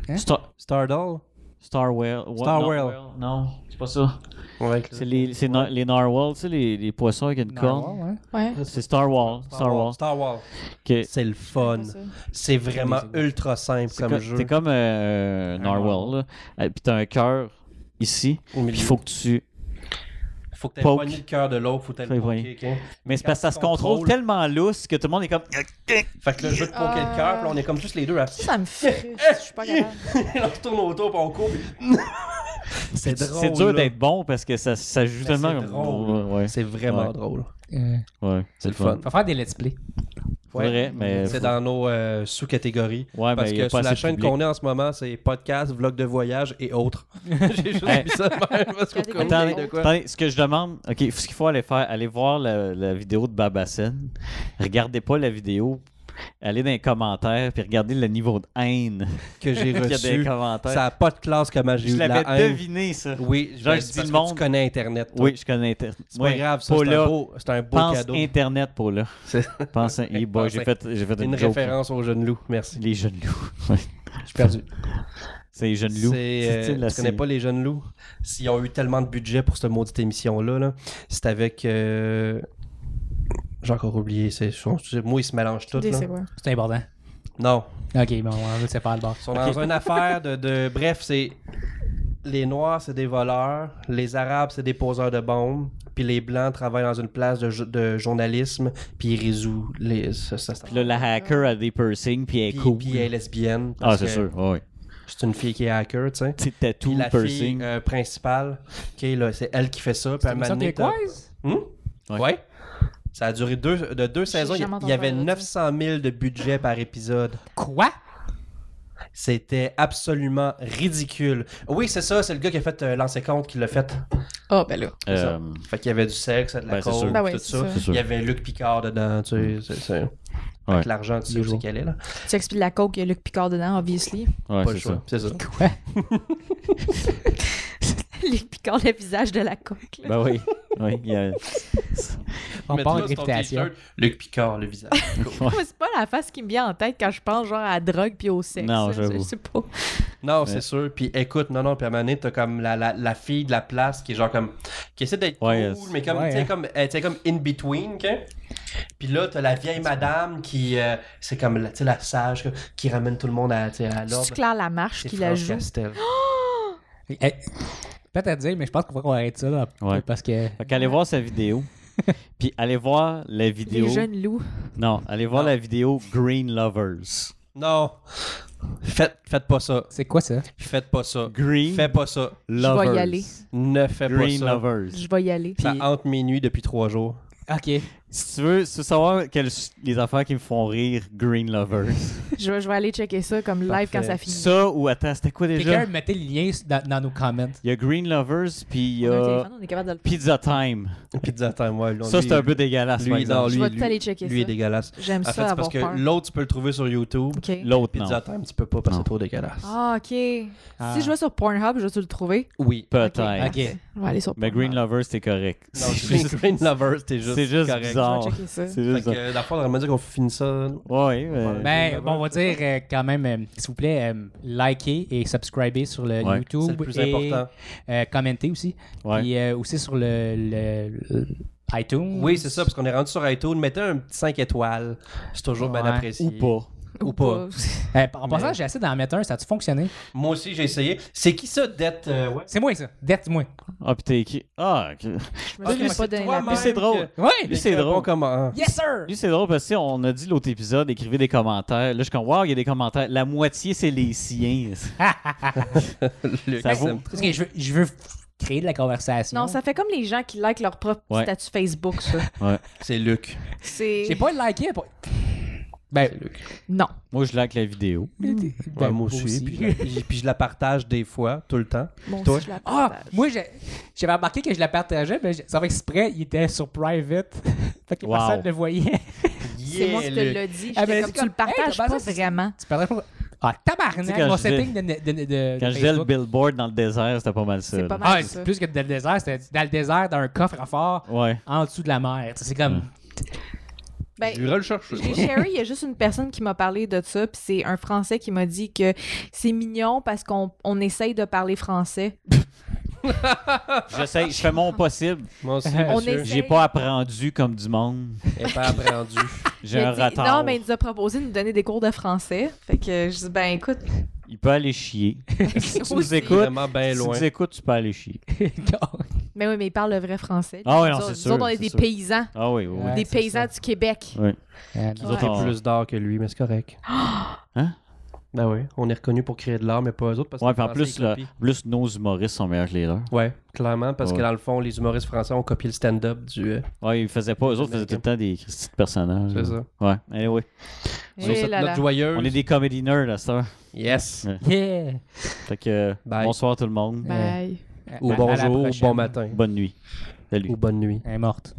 Hein?
Star,
Stardoll
Starwell. Ouais,
Starwell.
non, Non, c'est pas ça.
Ouais,
C'est les, c'est na- les narwhals, tu sais, les, les poissons avec une corne.
Ouais.
Ouais.
C'est Starwall. Starwall.
Star Wars.
Ok.
C'est le fun.
C'est ça.
C'est vraiment ultra simple
C'est
comme
co-
jeu.
T'es comme euh, narwhal, là. Euh, Puis t'as un cœur ici.
Au milieu.
Puis il faut que tu.
Faut que t'aies
Poke.
poigné le cœur de l'autre, faut que t'aies
Faut
le
éloigner.
poké. ok?
Mais c'est parce que ça se contrôle tellement lousse que tout le monde est comme.
Fait que là, je veux te poker le cœur, puis là, on est comme tous les deux à...
Ça me frustre. Je suis pas capable.
on se tourne autour, puis on court. puis- c'est drôle,
C'est dur
là.
d'être bon parce que ça, ça joue
Mais
tellement.
c'est
comme-
drôle.
Ouais,
C'est vraiment
Ouais.
drôle.
Euh,
ouais,
C'est le fun.
faut faire des let's play.
Faudrait, mais
C'est
faut-
dans nos euh, sous-catégories.
Ouais,
parce
mais y a pas
que sur
assez
la
de
chaîne
public.
qu'on est en ce moment, c'est podcast, vlog de voyage et autres. J'ai juste mis ça de même parce qu'on
Catégorie
connaît
autres.
de quoi.
Attendez, ce que je demande, ok, ce qu'il faut aller faire, aller voir la, la vidéo de Babassène. Regardez pas la vidéo. Allez dans les commentaires puis regardez le niveau de haine
que
qu'il
j'ai
y a dans les
reçu.
commentaires.
Ça n'a pas de classe comment j'ai eu
je
de
l'avais
la haine.
deviné ça.
Oui,
Genre,
ben,
je
c'est
dis
parce
le
que
monde.
Tu connais Internet. toi.
Oui, je connais Internet.
c'est pas grave, ça.
Paula,
C'est un beau, c'est un beau
pense
cadeau.
Internet pour là.
C'est
Pense, eh boy,
Pense-
j'ai fait, j'ai fait
une,
une, joke.
référence au jeune loup. Merci.
Les jeunes loups. Ouais.
Je suis perdu.
C'est les jeunes loups.
C'est,
C'est-tu
euh,
la
tu connais
série?
pas les jeunes loups? S'ils ont eu tellement de budget pour cette maudite émission-là, là, c'est avec. euh, J'ai encore oublié. C'est... son- ses mots, ils se mélangent tous.
Des-
là.
C'est quoi?
C'est important.
Non.
Ok, bon, on va se faire le bord.
Ils sont dans une affaire de, de- Bref, c'est. Les Noirs, c'est des voleurs. Les Arabes, c'est des poseurs de bombes. Puis les Blancs travaillent dans une place de, jo- de journalisme. Puis ils résout les. Ça, ça, ça.
Puis là, la hacker a des piercings puis elle est
Puis-
cool.
puis elle est lesbienne.
Ah,
parce
c'est
que
sûr. ouais, ouais.
C'est une fille qui est hacker, tu sais.
Petit
Puis
tatou,
la fille
piercing.
euh, principale, qui est là, c'est elle qui fait ça. Puis à un
Une
moment
sorte
donné,
de quiz?
t'as- Hmm?
Ouais.
Ouais. Ça a duré deux, de deux saisons. Il y a-
jamais
il y avait
entendu parler de
900 000 de budget par épisode.
Quoi?
C'était absolument ridicule. Oui, c'est ça, c'est le gars qui a fait euh, lancer compte qui l'a fait.
Ah, ben là.
c'est ça.
Euh,
Fait qu'il y avait du sexe, de la
Ben, c'est
coke,
sûr.
Ben ouais,
tout
c'est
ça.
ça.
C'est sûr. Mm.
Il y avait Luc Picard dedans, tu sais. c'est- c'est-
Ouais.
Avec l'argent, tu sais où c'est qu'elle est, là.
Tu expliques la coke, il y a Luc Picard dedans, obviously.
ouais,
Pas le
c'est
choix.
ça.
C'est ça.
Quoi?
Luc Picard, le visage de la coke. là.
Ben oui. oui il y a-
On
Mais
parle
toi,
de
sur ton
réputation.
t-shirt, Luc Picard, le visage.
Moi, c'est pas la face qui me vient en tête quand je pense genre à la drogue puis au sexe.
Non,
là.
j'avoue.
Je sais pas.
Non,
Mais-
c'est sûr. Puis écoute, non, non, puis à un moment donné, t'as comme la, la, la fille de la place qui est genre comme. qui essaie d'être
Ouais,
cool,
c'est-
mais comme,
ouais,
tu
hein.
sais, comme, elle était comme in between, ok? Puis là, t'as la vieille madame qui. euh, c'est comme, la- tu sais, la sage quoi, qui ramène tout le monde à, tu sais, à l'ordre.
C'est Claire Lamarche
C'est
qui la
France
joue.
Castel.
Eh, Peut-être à dire, mais je pense qu'on va arrêter ça là.
Ouais.
Parce que.
Fait qu'allez voir sa vidéo. Puis allez voir la vidéo.
Les jeunes loups.
Non, allez voir
Non.
la vidéo Green Lovers.
Non. Faites, faites pas ça.
C'est quoi ça?
Faites pas ça.
Green
Fais pas ça.
Lovers.
Je vais y aller.
Ne fais
Green
pas ça.
Lovers.
Je vais y aller.
Ça
Puis-
hante mes nuits depuis trois jours.
OK.
Si tu veux, si tu veux savoir quelles les affaires qui me font rire, Green Lovers.
Je vais, je vais aller checker ça comme live
Parfait.
quand ça finit.
Ça ou attends, c'était quoi déjà
Quelqu'un mettait le lien dans, dans nos comments.
Il y a Green Lovers, puis il y
On a un
a
téléphone, on est capable de le-
Pizza Time.
Pizza Time, ouais. non,
Ça,
lui-
c'est un peu dégueulasse, par
Lui,
exemple.
non,
Je
lui,
vais
lui-
tout aller checker
lui est
ça.
dégueulasse.
J'aime
En
ça
fait, c'est
avoir
parce que
peur.
l'autre, tu peux le trouver sur YouTube.
OK.
L'autre, non.
Pizza Time, tu peux pas parce que
Non.
c'est trop dégueulasse.
Ah, OK.
Ah.
Si je vais sur Pornhub, je vais tu le trouver.
Oui.
Peut-être.
Ok.
parfait. Je vais aller sur
Mais
Pornhub.
Green Lovers, c'est correct.
Non,
C'est
c'est
juste-
Green Lovers, t'es juste,
c'est juste
correct.
bizarre.
Je vais checker ça.
C'est
Fait
juste
que, euh, la fois, on va dire qu'on finit ça.
ça. Ouais, mais-
Ben, bon, on va dire euh, quand même, euh, s'il vous plaît, euh, likez et subscribez sur le
Ouais.
YouTube.
C'est le plus
et,
important.
euh, commentez aussi.
Ouais.
Puis euh, aussi sur le, le- le iTunes.
Oui, c'est ça, parce qu'on est rendu sur iTunes. Mettez un petit 5 étoiles. C'est toujours bien
Ouais.
apprécié.
Ou pas.
Ou pas.
Euh, en passant,
Mais-
j'ai essayé d'en mettre un, ça a-tu fonctionné?
Moi aussi, j'ai essayé. C'est qui ça, Dette euh, ouais?
C'est moi, ça. Dette, moi.
Ah, puis t'es qui Ah, ok.
Je me
Ah,
suis
lui,
même pas donné la
toi-même
Mais c'est drôle.
que-
Oui!
Lui, c'est
un bon
drôle.
comment-
Yes, sir!
Lui, c'est drôle parce que tu sais, on a dit l'autre épisode, écrivez des commentaires. Là, je suis comme, wow, il y a des commentaires. La moitié, c'est les siens.
Luc,
Ça vaut.
c'est-
Parce que je veux, je veux créer de la conversation.
Non, ça fait comme les gens qui likent leur propre
Ouais.
statut Facebook, ça.
C'est Luc.
C'est.
J'ai pas liké. Pas... Ben,
Non.
Moi, je like la vidéo.
Ouais,
ben,
moi aussi. Puis, je la- puis- puis je la partage des fois, tout le temps.
Bon,
Toi?
si je la
Ah,
partage.
moi, j'ai- j'avais remarqué que je la partageais, mais je- ça fait exprès, il était sur private. fait que
Wow.
personne ne le voyait.
C'est moi qui te l'ai dit.
Ah, mais
J'étais
c'est
comme, tu le
comme- Hey,
partages
de
pas
base, c'est-
vraiment.
tu parlais pas. Ah,
Tu sais,
tabarnak,
quand
mon
je disais-
setting de, de, de, de
Quand je disais le
Facebook.
billboard dans le désert, c'était pas mal ça.
C'est
là.
pas mal
Ah,
ça.
c'est plus que dans le désert, c'était dans le désert, dans un coffre à fort,
Ouais.
en dessous de la mer. Tu sais, C'est comme.
Ben,
Je vais le chercher.
J'ai Sherry, il y a juste une personne qui m'a parlé de ça, puis c'est un Français qui m'a dit que c'est mignon parce qu'on on essaye de parler français.
J'essaie, je fais mon possible.
Moi aussi,
On
monsieur.
est-
J'ai pas apprendu comme du monde.
Et pas apprendu.
J'ai
Il
un
a dit-
retard.
Non, mais il nous a proposé de nous donner des cours de français. Fait que je dis, ben écoute,
Il peut aller chier. si tu nous
Aussi.
écoutes,
Vraiment bien
si tu
loin.
nous écoutes, tu peux aller chier.
mais oui, mais il parle le vrai français.
Ah oui, non,
Nous
c'est
autres-
sûr,
Nous autres, on est
c'est
des
sûr.
paysans.
Ah oui, oui. oui.
Ouais.
des
c'est
paysans
ça.
du Québec.
Ouais.
Euh,
Nous
Ouais.
autres, on-
plus d'art que lui, mais c'est correct.
Hein?
Ben oui, on est reconnu pour créer de l'art, mais pas eux autres. Parce
Ouais,
que
puis en
les
plus,
Français, ils
le-
copient.
plus nos humoristes sont meilleurs que les leurs.
Ouais, clairement, parce
Ouais.
que dans le fond, les humoristes français ont copié le stand-up du. euh,
Ouais, ils faisaient pas. Eux autres faisaient tout le temps des petits personnages.
C'est ça.
Ouais. Anyway.
Sur
Eh
cette
là
note
là.
joyeuse.
On est des comedy nerds à cette heure.
Yes.
Yeah!
Fait que,
Bye.
bonsoir tout le monde.
Bye.
Ou
Ben, À- à la
bonjour, ou
prochaine.
bon matin,
Bonne nuit. Salut.
ou bonne nuit.
Elle est morte.